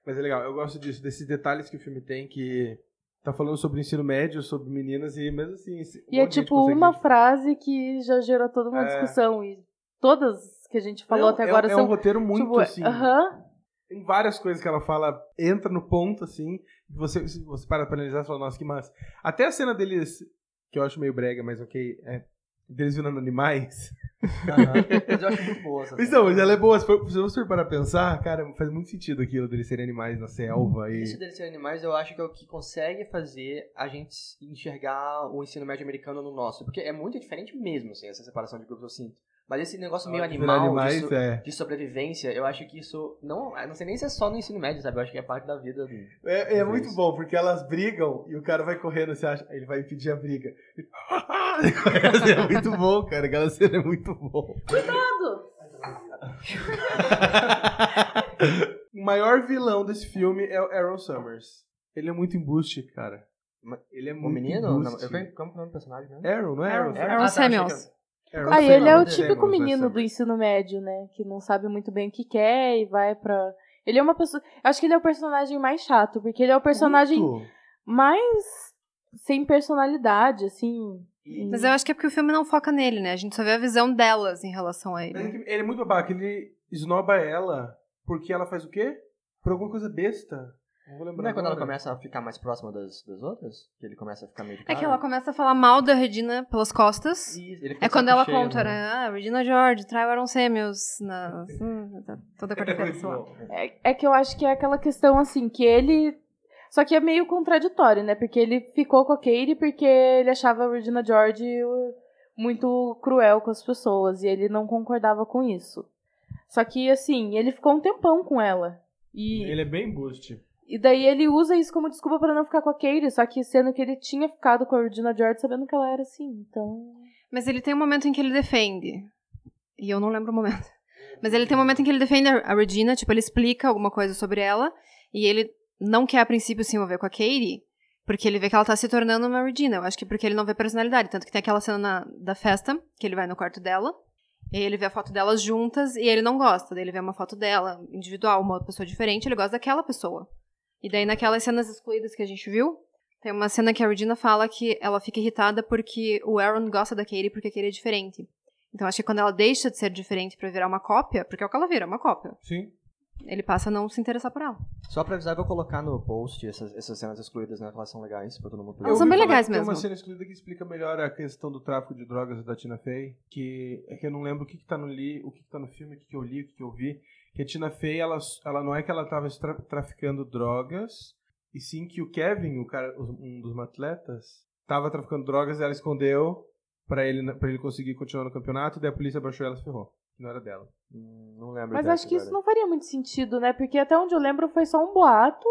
Speaker 1: Mas é legal, eu gosto disso, desses detalhes que o filme tem que. Tá falando sobre ensino médio, sobre meninas, e mesmo assim.
Speaker 4: E é tipo uma frase que já gerou toda uma
Speaker 1: É.
Speaker 4: discussão. E todas que a gente falou até agora
Speaker 1: é, um
Speaker 4: são.
Speaker 1: roteiro muito
Speaker 4: tipo,
Speaker 1: assim.
Speaker 4: aham.
Speaker 1: Tem várias coisas que ela fala, entra no ponto, assim, e você, se você para pra analisar e fala, nossa, que massa. Até a cena deles, que eu acho meio brega, mas ok, é, deles virando animais.
Speaker 2: Aham. *laughs*
Speaker 1: *laughs*
Speaker 2: Mas eu acho muito boa essa
Speaker 1: Mas
Speaker 2: cena.
Speaker 1: não, mas ela é boa. Se for- se você for para pensar, cara, faz muito sentido aquilo deles serem animais na selva e...
Speaker 2: Isso deles serem animais, eu acho que é o que consegue fazer a gente enxergar o ensino médio americano no nosso. Porque é muito diferente mesmo, assim, essa separação de grupos, eu sinto. Mas esse negócio meio
Speaker 1: Virar
Speaker 2: animal,
Speaker 1: animais,
Speaker 2: de, so-
Speaker 1: é.
Speaker 2: de sobrevivência, eu acho que isso não... eu Não sei nem se é só no ensino médio, sabe? Eu acho que é parte da vida. do-
Speaker 1: É, é
Speaker 2: Isso.
Speaker 1: muito bom, porque elas brigam e o cara vai correndo, você acha, ele vai impedir a briga. *laughs* Ele corre assim, é muito bom, cara, aquela cena é muito bom. *laughs* O maior vilão desse filme é o Aaron Summers. Ele é muito embuste, cara. Ma- Ele é
Speaker 2: O
Speaker 1: muito
Speaker 2: menino? Não,
Speaker 1: embuste.
Speaker 2: eu como como é o nome do personagem mesmo?
Speaker 1: Aaron, não é Aaron?
Speaker 2: Aaron.
Speaker 3: Aaron
Speaker 2: Ah, tá,
Speaker 3: Samuels.
Speaker 1: Aaron
Speaker 4: Ah,
Speaker 1: Summers.
Speaker 4: e ele é o
Speaker 2: Samuels,
Speaker 4: típico
Speaker 1: Samuels,
Speaker 4: menino do
Speaker 1: Summers.
Speaker 4: ensino médio, né? Que não sabe muito bem o que quer e vai pra. Ele é uma pessoa. Acho que ele é o personagem mais chato, porque ele é o personagem
Speaker 1: Muito.
Speaker 4: mais sem personalidade, assim.
Speaker 3: Mas eu acho que é porque o filme não foca nele, né? A gente só vê a visão delas em relação a
Speaker 1: Mas é
Speaker 3: ele.
Speaker 1: que Ele é muito babaca, ele esnoba ela porque ela faz o quê? Por alguma coisa besta. Não vou lembrar
Speaker 2: Não é quando ela
Speaker 1: agora.
Speaker 2: começa a ficar mais próxima das, das outras? Que ele começa a ficar meio de
Speaker 3: É que
Speaker 2: cara?
Speaker 3: ela começa a falar mal da Regina pelas costas.
Speaker 2: Isso, ele fica
Speaker 3: É
Speaker 2: de
Speaker 3: quando
Speaker 2: saco
Speaker 3: ela
Speaker 2: cheio,
Speaker 3: conta,
Speaker 2: né?
Speaker 3: né? Ah, Regina George, trai o Aaron Samuels. Na... *laughs* hum, Toda quarta-feira. sei lá.
Speaker 4: É, é que eu acho que é aquela questão, assim, que ele. Só que é meio contraditório, né? Porque ele ficou com a Katie porque ele achava a Regina George uh, muito cruel com as pessoas e ele não concordava com isso. Só que, assim, ele ficou um tempão com ela. E,
Speaker 1: Ele é bem embuste.
Speaker 4: E daí ele usa isso como desculpa pra não ficar com a Katie, só que sendo que ele tinha ficado com a Regina George sabendo que ela era assim, então.
Speaker 3: Mas ele tem um momento em que ele defende. E eu não lembro o momento. Mas ele tem um momento em que ele defende a a Regina, tipo, ele explica alguma coisa sobre ela. E ele não quer, a princípio, se envolver com a Katie. Porque ele vê que ela tá se tornando uma Regina. Eu acho que porque ele não vê personalidade. Tanto que tem aquela cena na- da festa, que ele vai no quarto dela. E aí ele vê a foto delas juntas e ele não gosta. Daí ele vê uma foto dela individual, uma outra pessoa diferente, ele gosta daquela pessoa. E daí naquelas cenas excluídas que a gente viu, tem uma cena que a Regina fala que ela fica irritada porque o Aaron gosta da Katie porque a Katie é diferente. Então acho que quando ela deixa de ser diferente pra virar uma cópia, porque é o que ela vira, uma cópia,
Speaker 1: Sim.
Speaker 3: ele passa a não se interessar por ela.
Speaker 2: Só pra avisar, eu vou colocar no post essas, essas cenas excluídas, né? Que elas são legais pra todo mundo
Speaker 3: Elas Ah, são
Speaker 1: Eu ouvi
Speaker 3: bem
Speaker 1: falar
Speaker 3: legais
Speaker 1: que Tem uma
Speaker 3: mesmo.
Speaker 1: cena excluída que explica melhor a questão do tráfico de drogas da Tina Fey, que é que eu não lembro o que, que tá no li, o que, que tá no filme, o que, que eu li, o que, que eu vi. Que a Tina Fey, ela, ela não é que ela tava tra- traficando drogas, e sim que o Kevin, o cara, os- um dos atletas, tava traficando drogas e ela escondeu pra ele, pra ele conseguir continuar no campeonato, daí a polícia baixou ela e ferrou. que não era dela.
Speaker 2: Hum, não lembro.
Speaker 4: Mas
Speaker 2: dessa
Speaker 4: acho que isso
Speaker 2: agora.
Speaker 4: não faria muito sentido, né? Porque até onde eu lembro foi só um boato.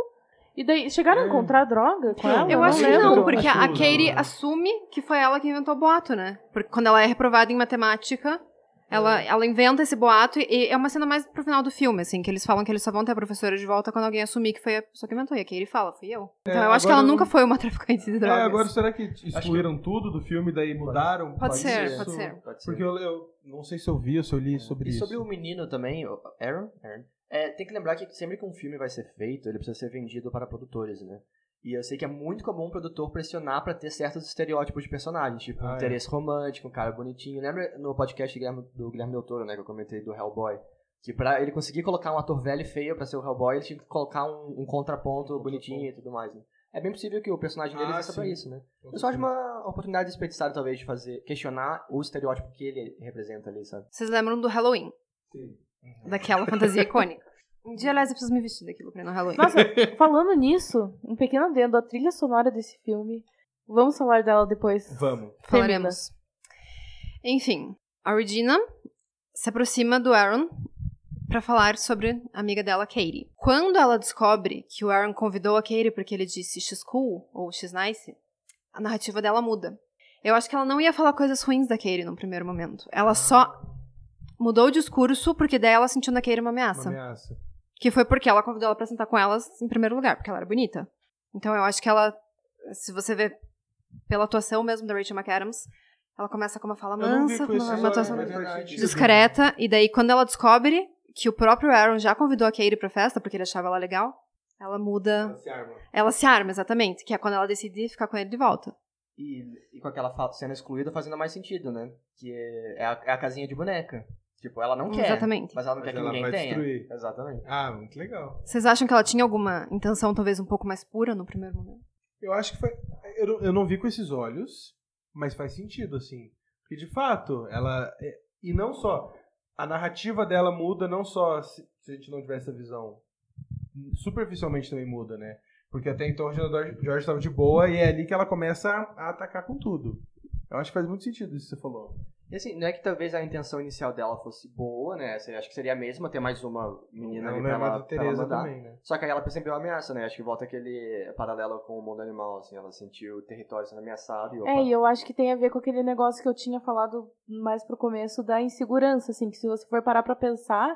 Speaker 4: E daí, chegaram a encontrar droga com ela?
Speaker 3: É. Eu acho que
Speaker 4: lembro.
Speaker 3: não, porque a
Speaker 1: Acho que
Speaker 3: Katie
Speaker 1: não, né?
Speaker 3: assume que foi ela que inventou o boato, né? Porque quando ela é reprovada em matemática, ela,
Speaker 1: É.
Speaker 3: ela inventa esse boato e- e é uma cena mais pro final do filme, assim, que eles falam que eles só vão ter a professora de volta quando alguém assumir que foi a pessoa que inventou. E a Katie fala, fui eu. Então eu acho que
Speaker 1: É, agora
Speaker 3: ela
Speaker 1: eu-
Speaker 3: nunca foi uma traficante de drogas.
Speaker 1: É, agora será que excluíram tudo do filme, daí mudaram?
Speaker 3: Pode ser,
Speaker 1: Isso-
Speaker 3: pode ser.
Speaker 2: Pode ser.
Speaker 1: Porque eu, eu não sei se eu vi ou se eu li sobre
Speaker 2: É. e
Speaker 1: isso.
Speaker 2: sobre o menino também, o Aaron, Aaron é, tem que lembrar que sempre que um filme vai ser feito, ele precisa ser vendido para produtores, né? E eu sei que é muito comum o produtor pressionar pra ter certos estereótipos de personagem, tipo
Speaker 1: Ah, é.
Speaker 2: interesse romântico, um cara bonitinho. Lembra no podcast do Guilherme, do Guilherme Del Toro, né, que eu comentei do Hellboy? Que pra ele conseguir colocar um ator velho e feio pra ser o Hellboy, ele tinha que colocar um, um contraponto bonitinho e tudo mais, né? É bem possível que o personagem dele
Speaker 1: Ah,
Speaker 2: exista pra
Speaker 1: sim.
Speaker 2: isso, né? Eu só acho uma oportunidade desperdiçada, talvez, de fazer, questionar o estereótipo que ele representa ali, sabe?
Speaker 3: Vocês lembram do Halloween? Sim. Daquela fantasia icônica. Um dia, aliás, eu preciso me vestir daquilo pra ir no Halloween.
Speaker 4: Nossa, falando nisso, um pequeno adendo, a trilha sonora desse filme. Vamos falar dela depois.
Speaker 1: Vamos.
Speaker 3: Falaremos. Enfim, a Regina se aproxima do Aaron pra falar sobre a amiga dela, Katie. Quando ela descobre que o Aaron convidou a Katie porque ele disse X-Cool ou X-Nice, a narrativa dela muda. Eu acho que ela não ia falar coisas ruins da Katie no primeiro momento. Ela só mudou o discurso porque daí ela sentiu na Katie
Speaker 1: Uma
Speaker 3: uma ameaça.
Speaker 1: ameaça.
Speaker 3: Que foi porque ela convidou ela pra sentar com elas em primeiro lugar, porque ela era bonita. Então eu acho que ela, se você vê pela atuação mesmo da Rachel McAdams, ela começa com uma fala
Speaker 1: Eu não vi
Speaker 3: mansa,
Speaker 1: com
Speaker 3: com
Speaker 1: esse
Speaker 3: uma, uma
Speaker 1: olhar,
Speaker 3: atuação
Speaker 2: é
Speaker 1: mas é faz sentido.
Speaker 3: discreta, e daí quando ela descobre que o próprio Aaron já convidou a Katie pra festa, porque ele achava ela legal, ela muda,
Speaker 1: Ela se arma.
Speaker 3: ela se arma, exatamente, que é quando ela decide ficar com ele de volta.
Speaker 2: E, e com aquela fa- cena excluída fazendo mais sentido, né? Que é é a, é a casinha de boneca. Tipo, ela não quer.
Speaker 3: Exatamente.
Speaker 2: Mas ela não
Speaker 1: é? Mas
Speaker 2: quer que
Speaker 1: ela
Speaker 2: ninguém
Speaker 1: vai
Speaker 2: tenha.
Speaker 1: destruir.
Speaker 2: Exatamente.
Speaker 1: Ah, muito legal.
Speaker 3: Vocês acham que ela tinha alguma intenção talvez um pouco mais pura no primeiro momento?
Speaker 1: Eu acho que foi. Eu, não- eu não vi com esses olhos, mas faz sentido, assim. Porque de fato, ela. é- E não só. A narrativa dela muda, não só se, se a gente não tiver essa visão. Superficialmente também muda, né? Porque até então a Regina Dor- George estava de boa e é ali que ela começa a atacar com tudo. Eu acho que faz muito sentido isso que você falou.
Speaker 2: E assim, não é que talvez a intenção inicial dela fosse boa, né? Assim, acho que seria a mesma ter mais uma menina ali
Speaker 1: Ela
Speaker 2: pra
Speaker 1: lembra É
Speaker 2: ela,
Speaker 1: um da
Speaker 2: pra ela
Speaker 1: Tereza
Speaker 2: mandar.
Speaker 1: também, né?
Speaker 2: Só que aí ela percebeu a ameaça, né? Acho que volta aquele paralelo com o mundo animal, assim. Ela sentiu o território sendo ameaçado e opa.
Speaker 4: É, e eu acho que tem a ver com aquele negócio que eu tinha falado mais pro começo da insegurança, assim, que se você for parar pra pensar,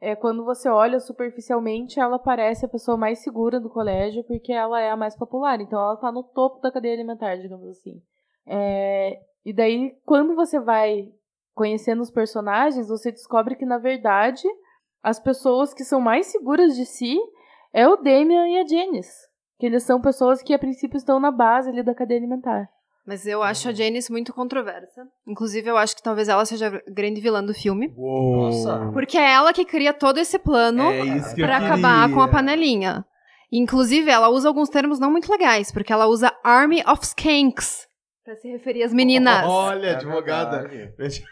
Speaker 4: é, quando você olha superficialmente, ela parece a pessoa mais segura do colégio, porque ela é a mais popular, então ela tá no topo da cadeia alimentar, digamos assim. É, e daí, quando você vai conhecendo os personagens, você descobre que, na verdade, as pessoas que são mais seguras de si é o Damian e a Janice. Que eles são pessoas que a princípio estão na base ali da cadeia alimentar.
Speaker 3: Mas eu acho
Speaker 1: Hum.
Speaker 3: a Janice muito controversa. Inclusive, eu acho que talvez ela seja a grande vilã do filme.
Speaker 1: Uou.
Speaker 2: Nossa.
Speaker 3: Porque é ela que cria todo esse plano
Speaker 1: é isso que eu
Speaker 3: pra acabar
Speaker 1: queria.
Speaker 3: com a panelinha. Inclusive, ela usa alguns termos não muito legais, porque ela usa Army of Skanks pra se referir às meninas.
Speaker 1: Olha,
Speaker 2: É
Speaker 1: advogada.
Speaker 2: verdade.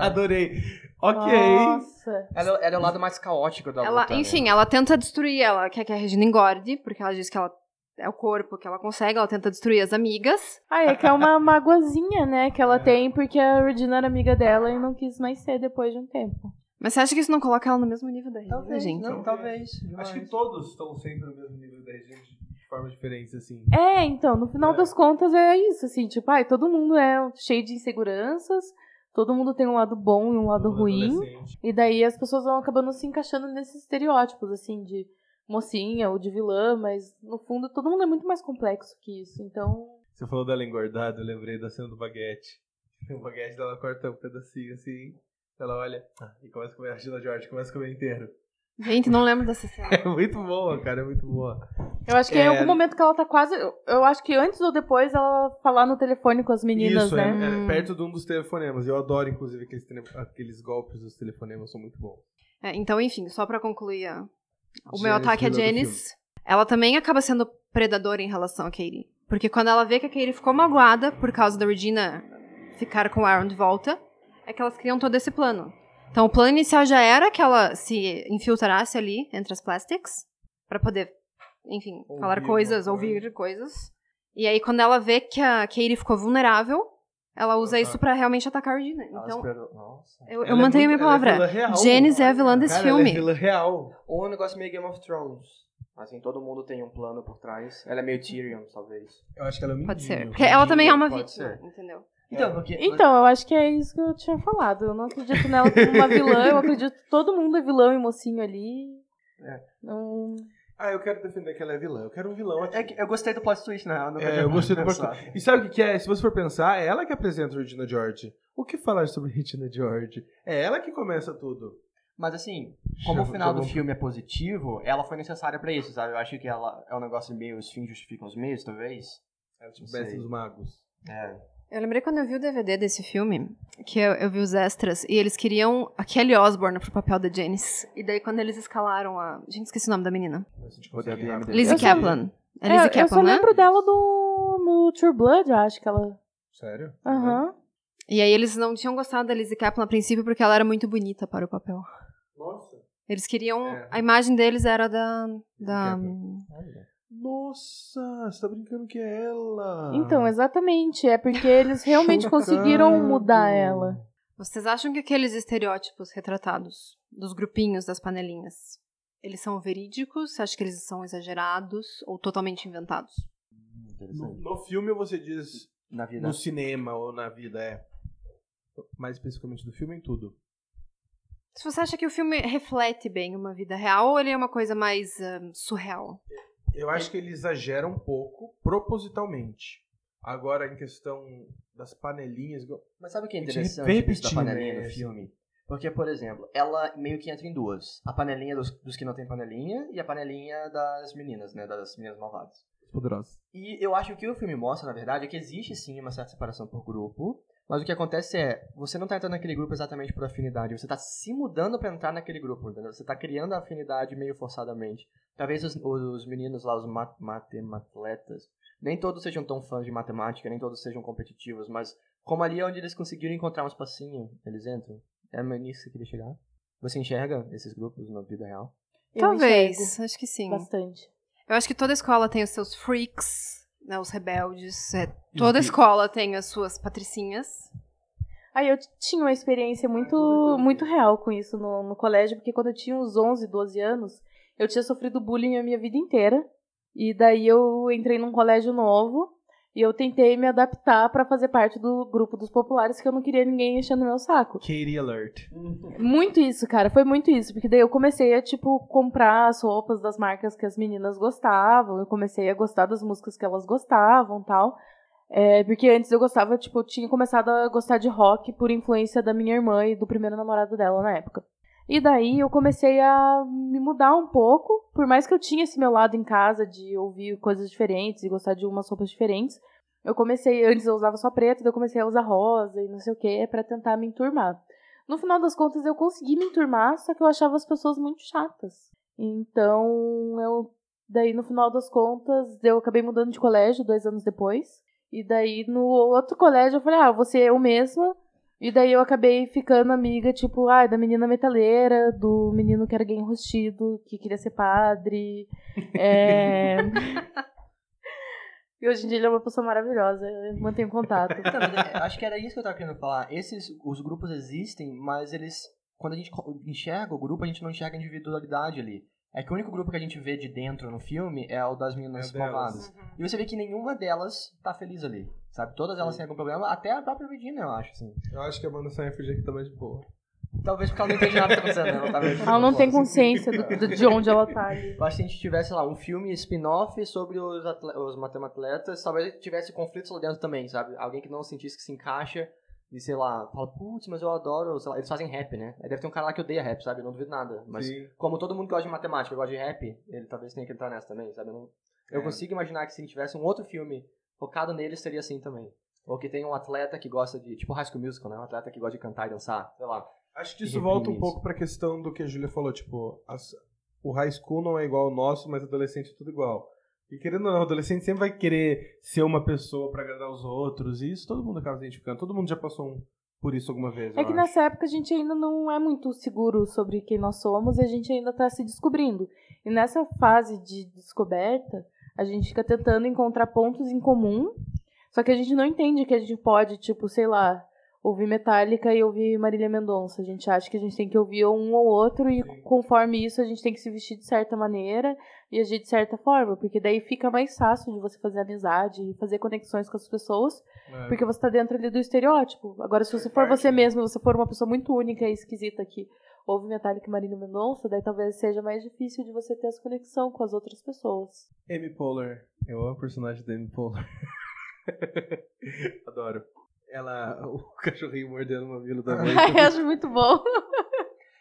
Speaker 1: Adorei. Ok.
Speaker 4: Nossa.
Speaker 2: é Ela, ela é o lado mais caótico da
Speaker 3: ela,
Speaker 2: luta, né?
Speaker 3: enfim, ela tenta destruir, ela quer que é a Regina engorde, porque ela diz que ela é o corpo que ela consegue, ela tenta destruir as amigas.
Speaker 4: Ah, é que
Speaker 1: *laughs*
Speaker 4: é uma magoazinha, né, que ela
Speaker 1: É.
Speaker 4: tem porque a Regina era amiga dela e não quis mais ser depois de um tempo.
Speaker 3: Mas você acha que isso não coloca ela no mesmo nível da Regina,
Speaker 2: Talvez,
Speaker 3: gente?
Speaker 2: não, talvez.
Speaker 1: Acho que
Speaker 2: demais.
Speaker 1: todos estão sempre no mesmo nível da Regina de formas diferentes, assim.
Speaker 4: É, então, no final
Speaker 1: É.
Speaker 4: das contas é isso, assim, tipo, ai, todo mundo é cheio de inseguranças, todo mundo tem um lado bom e um lado
Speaker 1: Todo é
Speaker 4: ruim,
Speaker 1: adolescente.
Speaker 4: e daí as pessoas vão acabando se encaixando nesses estereótipos, assim, de mocinha ou de vilã, mas no fundo todo mundo é muito mais complexo que isso, então...
Speaker 1: Você falou dela engordada, eu lembrei da cena do baguete. O baguete dela corta um pedacinho assim. Ela olha ah, e começa a comer a Regina George, começa a comer inteiro. *laughs*
Speaker 3: Gente, não lembro dessa cena.
Speaker 1: É muito boa, cara, é muito boa.
Speaker 4: Eu acho que em
Speaker 1: É.
Speaker 4: algum momento que ela tá quase. eu- Eu acho que antes ou depois ela falar no telefone com as meninas,
Speaker 1: Isso,
Speaker 4: né?
Speaker 1: é,
Speaker 3: Hum.
Speaker 1: é perto de um dos telefonemas. Eu adoro, inclusive, aqueles, tele- aqueles golpes dos telefonemas, são muito bons.
Speaker 3: É, então, enfim, só pra concluir a- o
Speaker 1: Janice,
Speaker 3: meu ataque a
Speaker 1: vilã do
Speaker 3: Janice, ela também acaba sendo predadora em relação a Katie. Porque quando ela vê que a Katie ficou magoada por causa da Regina ficar com o Aaron de volta, é que elas criam todo esse plano. Então, o plano inicial já era que ela se infiltrasse ali entre as plastics pra poder, enfim,
Speaker 1: Ouvir
Speaker 3: falar
Speaker 1: alguma
Speaker 3: coisas,
Speaker 1: coisa.
Speaker 3: ouvir coisas. E aí, quando ela vê que a Katie ficou vulnerável, Ela usa isso pra realmente atacar o Jenny.
Speaker 2: Ela
Speaker 3: Então,
Speaker 2: esperou- Nossa.
Speaker 3: eu, eu
Speaker 1: Ela é
Speaker 3: mantenho a minha
Speaker 1: muito- ela é
Speaker 3: palavra.
Speaker 1: vilã real,
Speaker 3: Janice é a vilã desse
Speaker 1: Cara, ela é
Speaker 3: filme.
Speaker 1: vilã real.
Speaker 2: Ou um negócio meio Game of Thrones. Assim, todo mundo tem um plano por trás. Ela é meio Tyrion, talvez.
Speaker 1: Eu acho que ela é um
Speaker 3: Pode ser.
Speaker 1: menino.
Speaker 3: Porque ela também é uma
Speaker 2: Pode
Speaker 3: vítima, entendeu?
Speaker 2: Então, porque...
Speaker 4: Então, eu acho que é isso que eu tinha falado. Eu não acredito nela como uma vilã. Eu acredito que todo mundo é vilão e mocinho ali.
Speaker 2: É.
Speaker 4: Não-
Speaker 1: Ah, eu quero defender que ela é vilã. Eu quero um vilão aqui.
Speaker 2: É que eu gostei do plot twist, né? na real. nunca
Speaker 1: É,
Speaker 2: tinha
Speaker 1: eu gostei do plot
Speaker 2: pensado.
Speaker 1: E sabe o que, que é? Se você for pensar, é ela que apresenta a Regina George. O que falar sobre Regina George? É ela que começa tudo.
Speaker 2: Mas assim, como
Speaker 1: Já-
Speaker 2: o final
Speaker 1: já
Speaker 2: do
Speaker 1: vou-
Speaker 2: filme é positivo, ela foi necessária pra isso, sabe? Eu acho que ela é um negócio meio os fins justificam os meios, talvez.
Speaker 1: É tipo
Speaker 2: Sei.
Speaker 1: Besta dos Magos.
Speaker 2: É.
Speaker 3: Eu lembrei quando eu vi o DVD desse filme, que eu, eu vi os extras, e eles queriam a Kelly Osbourne pro papel da Janice. E daí quando eles escalaram a... Gente, esqueci o nome da menina.
Speaker 1: Mas a gente
Speaker 2: Vou dar
Speaker 1: consegue
Speaker 2: DM
Speaker 1: rápido.
Speaker 3: Lizzie
Speaker 4: Eu só-
Speaker 3: Kaplan. É Lizzie
Speaker 4: É, eu só
Speaker 3: Kaplan, né?
Speaker 4: lembro dela no, no True Blood, eu acho que ela.
Speaker 1: Sério? Ah.
Speaker 4: Aham.
Speaker 3: E aí eles não tinham gostado da Lizzie Kaplan a princípio porque ela era muito bonita para o papel.
Speaker 1: Nossa.
Speaker 3: Eles queriam...
Speaker 1: É.
Speaker 3: A imagem deles era da... da
Speaker 1: Nossa, você tá brincando que é ela.
Speaker 4: Então, exatamente. É porque eles realmente conseguiram
Speaker 1: Chocado.
Speaker 4: mudar ela.
Speaker 3: Vocês acham que aqueles estereótipos retratados dos grupinhos das panelinhas, eles são verídicos? Você acha que eles são exagerados ou totalmente inventados?
Speaker 1: No,
Speaker 2: Interessante.
Speaker 1: no filme você diz
Speaker 2: Na vida.
Speaker 1: no cinema ou na vida, é. Mais especificamente do filme em tudo.
Speaker 3: Se você acha que o filme reflete bem uma vida real ou ele é uma coisa mais ahn, surreal?
Speaker 1: Eu acho que ele exagera um pouco, propositalmente. Agora, em questão das panelinhas. igual-
Speaker 2: Mas sabe o que é
Speaker 1: Gente,
Speaker 2: interessante disso da
Speaker 1: repetindo,
Speaker 2: panelinha
Speaker 1: né,
Speaker 2: no
Speaker 1: esse-
Speaker 2: filme? Porque, por exemplo, ela meio que entra em duas. A panelinha dos, dos que não tem panelinha e a panelinha das meninas, né? Das meninas malvadas.
Speaker 1: Poderosas.
Speaker 2: E eu acho que o filme mostra, na verdade, é que existe sim uma certa separação por grupo, mas o que acontece é, você não tá entrando naquele grupo exatamente por afinidade, você tá se mudando pra entrar naquele grupo, entendeu? Você tá criando a afinidade meio forçadamente. Talvez os, os meninos lá, os ma- matematletas, nem todos sejam tão fãs de matemática, nem todos sejam competitivos, mas como ali é onde eles conseguiram encontrar um espacinho, eles entram. É nisso que você queria chegar? Você enxerga esses grupos na vida real?
Speaker 4: Eu enxergo
Speaker 3: Talvez, acho que sim.
Speaker 4: Bastante.
Speaker 3: Eu acho que toda escola tem os seus freaks, né, os rebeldes. é,
Speaker 1: Os
Speaker 3: toda
Speaker 1: bi-
Speaker 3: escola tem as suas patricinhas.
Speaker 4: Aí eu t- tinha uma experiência muito, muito real com isso no, no colégio, porque quando eu tinha uns 11, 12 anos, eu tinha sofrido bullying a minha vida inteira. E daí eu entrei num colégio novo e eu tentei me adaptar pra fazer parte do grupo dos populares, que eu não queria ninguém enchendo meu saco.
Speaker 1: Katie Alert.
Speaker 4: Muito isso, cara. Foi muito isso. Porque daí eu comecei a, tipo, comprar as roupas das marcas que as meninas gostavam. Eu comecei a gostar das músicas que elas gostavam tal. É, porque antes eu gostava, tipo, eu tinha começado a gostar de rock por influência da minha irmã e do primeiro namorado dela na época. E daí eu comecei a me mudar um pouco. Por mais que eu tinha esse meu lado em casa de ouvir coisas diferentes e gostar de umas roupas diferentes. Eu comecei, antes eu usava só preto, daí eu comecei a usar rosa e não sei o que, pra tentar me enturmar. No final das contas, eu consegui me enturmar, só que eu achava as pessoas muito chatas. Então, eu. Daí, no final das contas, eu acabei mudando de colégio dois anos depois. E daí, no outro colégio, eu falei, ah, vou ser eu mesma. E daí, eu acabei ficando amiga, tipo, ah, da menina metaleira, do menino que era gay enrustido, que queria ser padre. É. E hoje em dia ele é uma pessoa maravilhosa, eu mantenho contato.
Speaker 2: Então, mas é- acho que era isso que eu tava querendo falar. Esses, os grupos existem, mas eles, quando a gente co- enxerga o grupo, a gente não enxerga a individualidade ali. É que o único grupo que a gente vê de dentro no filme é o das
Speaker 1: É
Speaker 2: meninas
Speaker 1: o delas.
Speaker 2: formadas.
Speaker 4: Uhum.
Speaker 2: E você vê que nenhuma delas tá feliz ali, sabe? Todas elas têm algum problema, até a própria Regina, eu acho, assim.
Speaker 1: Eu acho que a Amanda Seyfried aqui tá mais de boa.
Speaker 2: Talvez porque ela não entende nada que tá acontecendo, ela tá meio-
Speaker 4: Ela não tem consciência do- do- de onde ela tá ali.
Speaker 2: Eu acho que se a gente tivesse, sei lá, um filme spin-off sobre os, atle- os matematletas, talvez tivesse conflitos lá dentro também, sabe? Alguém que não sentisse que se encaixa e, sei lá, fala, putz, mas eu adoro, sei lá, eles fazem rap, né? Aí deve ter um cara lá que odeia rap, sabe? Eu não duvido nada. Mas
Speaker 1: Sim.
Speaker 2: como todo mundo gosta de matemática, gosta de rap, ele talvez tenha que entrar nessa também, sabe? Eu, não- eu
Speaker 1: É.
Speaker 2: consigo imaginar que se tivesse um outro filme focado neles, seria assim também. Ou que tem um atleta que gosta de, tipo High School Musical, né? Um atleta que gosta de cantar e dançar, sei lá.
Speaker 1: Acho que
Speaker 2: E
Speaker 1: isso volta um
Speaker 2: reprime
Speaker 1: pouco pra questão do que a Julia falou, tipo, as- o high school não é igual ao nosso, mas adolescente é tudo igual. E querendo ou não, o adolescente sempre vai querer ser uma pessoa pra agradar os outros, e isso todo mundo acaba se identificando. Todo mundo já passou um- por isso alguma vez,
Speaker 4: É
Speaker 1: eu
Speaker 4: que
Speaker 1: acho.
Speaker 4: nessa época a gente ainda não é muito seguro sobre quem nós somos e a gente ainda está se descobrindo. E nessa fase de descoberta, a gente fica tentando encontrar pontos em comum, Só que a gente não entende que a gente pode, tipo, sei lá, ouvir Metallica e ouvir Marília Mendonça. A gente acha que a gente tem que ouvir um ou outro e conforme isso a gente tem que se vestir de certa maneira e agir de certa forma, porque daí fica mais fácil de você fazer amizade e fazer conexões com as pessoas,
Speaker 1: É.
Speaker 4: porque você tá dentro ali do estereótipo. Agora, se você for você mesmo, você for uma pessoa muito única e esquisita que ouve Metallica e Marília Mendonça, daí talvez seja mais difícil de você ter essa conexão com as outras pessoas. *laughs*
Speaker 1: Amy Poehler. Eu amo o personagem da Amy Poehler. *laughs* Adoro. Ela, o *laughs* cachorrinho mordendo uma vila da mãe.
Speaker 4: Ai, eu acho muito bom.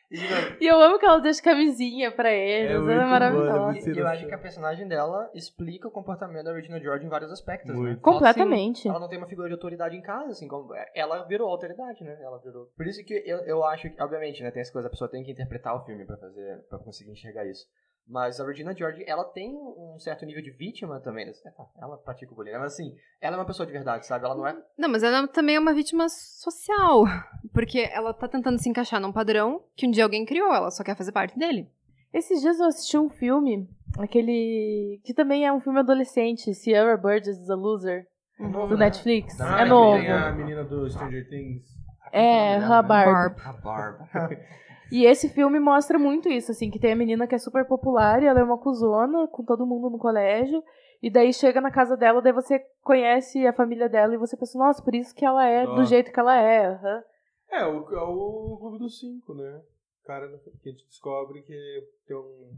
Speaker 2: tipo,
Speaker 4: E eu amo que ela deixa camisinha pra eles,
Speaker 1: É
Speaker 4: ela
Speaker 1: muito
Speaker 4: é
Speaker 1: boa,
Speaker 4: maravilhosa.
Speaker 1: né?
Speaker 2: E eu acho que a personagem dela explica o comportamento da Regina George em vários aspectos, né?
Speaker 1: Muito.
Speaker 2: Ela, assim,
Speaker 4: Completamente.
Speaker 2: Ela não tem uma figura de autoridade em casa, assim, como ela virou autoridade, né? Ela virou. Por isso que eu, eu acho que, obviamente, né, tem as coisas, a pessoa tem que interpretar o filme pra fazer, para conseguir enxergar isso. Mas a Regina George, ela tem um certo nível de vítima também. né? É, tá, Ela pratica o bullying, né? mas assim, ela é uma pessoa de verdade, sabe? Ela não é.
Speaker 3: Não, mas ela também é uma vítima social. *laughs* Porque ela tá tentando se encaixar num padrão que um dia alguém criou, ela só quer fazer parte dele.
Speaker 4: Esses dias eu assisti um filme, aquele. que também é um filme adolescente, Sierra Burgess is a Loser, Uhum. do
Speaker 2: né?
Speaker 4: Netflix.
Speaker 2: Não,
Speaker 4: é
Speaker 2: que
Speaker 4: novo.
Speaker 2: tem a
Speaker 1: menina do Stranger Things.
Speaker 4: É, a Barb.
Speaker 2: A Barb.
Speaker 4: E esse filme mostra muito isso, assim, que tem a menina que é super popular e ela é uma cuzona com todo mundo no colégio. E daí chega na casa dela, daí você conhece a família dela e você pensa, nossa, por isso que ela é do
Speaker 1: Ó.
Speaker 4: jeito que ela é. aham.
Speaker 1: É, o, é o Clube dos Cinco, né? O cara no- que a gente descobre que tem um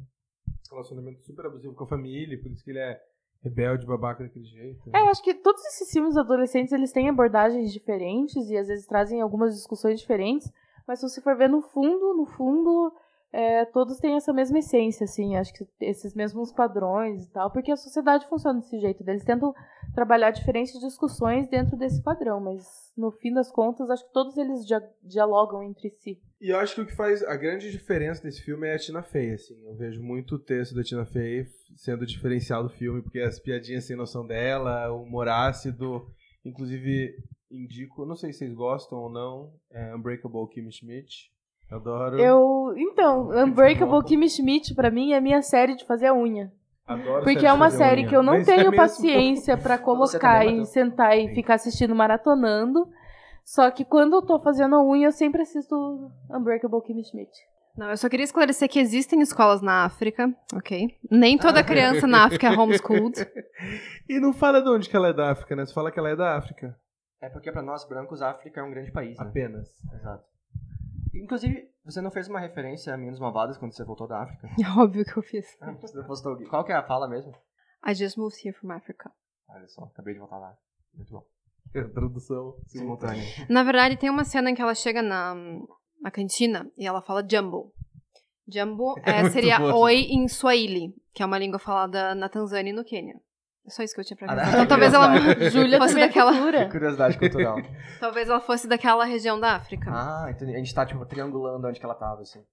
Speaker 1: relacionamento super abusivo com a família, por isso que ele é rebelde, babaca daquele jeito.
Speaker 4: É, eu acho que todos esses filmes adolescentes, eles têm abordagens diferentes e às vezes trazem algumas discussões diferentes, mas se você for ver no fundo, no fundo, é, todos têm essa mesma essência, assim, acho que esses mesmos padrões e tal, porque a sociedade funciona desse jeito, né? eles tentam trabalhar diferentes discussões dentro desse padrão, mas no fim das contas, acho que todos eles dia- dialogam entre si.
Speaker 1: E eu acho que o que faz a grande diferença desse filme é a Tina Fey, assim. Eu vejo muito o texto da Tina Fey sendo o diferencial do filme, porque as piadinhas sem noção dela, o humor ácido, inclusive indico, não sei se vocês gostam ou não, é Unbreakable Kim Schmidt. Adoro.
Speaker 4: Eu, então, Unbreakable
Speaker 1: bom.
Speaker 4: Kimmy Schmidt, pra mim, é a minha série de fazer a unha.
Speaker 1: Adoro
Speaker 4: Porque
Speaker 1: séries
Speaker 4: é uma
Speaker 1: de
Speaker 4: série
Speaker 1: unha.
Speaker 4: que eu não
Speaker 1: Mas é
Speaker 4: tenho
Speaker 1: mesmo.
Speaker 4: paciência pra colocar
Speaker 2: também,
Speaker 4: e
Speaker 2: Matheus.
Speaker 4: sentar e
Speaker 1: Sim.
Speaker 4: ficar assistindo maratonando. Só que quando eu tô fazendo a unha, eu sempre assisto Unbreakable Kimmy
Speaker 3: *laughs*
Speaker 4: Schmidt.
Speaker 3: Não, eu só queria esclarecer que existem escolas na África, ok? Nem
Speaker 1: Ah.
Speaker 3: toda criança na África é homeschooled.
Speaker 1: *laughs*
Speaker 3: *laughs*
Speaker 1: E não fala de onde que ela é da África, né? Você fala que ela é da África.
Speaker 2: É porque pra nós brancos, a África é um grande país, né?
Speaker 1: Apenas.
Speaker 2: Exato. Inclusive, você não fez uma referência a Meninos Malvados quando você voltou da África?
Speaker 3: É óbvio que eu fiz.
Speaker 2: Ah, Você não postou. Qual que é a fala mesmo? Ah,
Speaker 3: I just moved here from Africa.
Speaker 2: Olha só, acabei de voltar lá. Muito bom.
Speaker 1: Tradução
Speaker 4: *laughs*
Speaker 2: Simultâneo.
Speaker 3: Na verdade, tem uma cena em que ela chega na, na cantina e ela fala jumbo. Jumbo é,
Speaker 1: muito
Speaker 3: seria
Speaker 1: boa.
Speaker 3: oi em Swahili, que é uma língua falada na Tanzânia e no Quênia. É só isso que eu tinha pra
Speaker 2: Ah,
Speaker 3: dizer.
Speaker 7: *laughs*
Speaker 2: não.
Speaker 3: Então talvez ela, *laughs*
Speaker 4: Júlia
Speaker 3: fosse
Speaker 4: também é
Speaker 3: daquela, *laughs*
Speaker 4: cultura. *laughs*
Speaker 2: Curiosidade cultural.
Speaker 3: talvez ela fosse daquela região da África.
Speaker 2: ah, entendi. A gente tá, tipo, triangulando onde que ela tava, assim.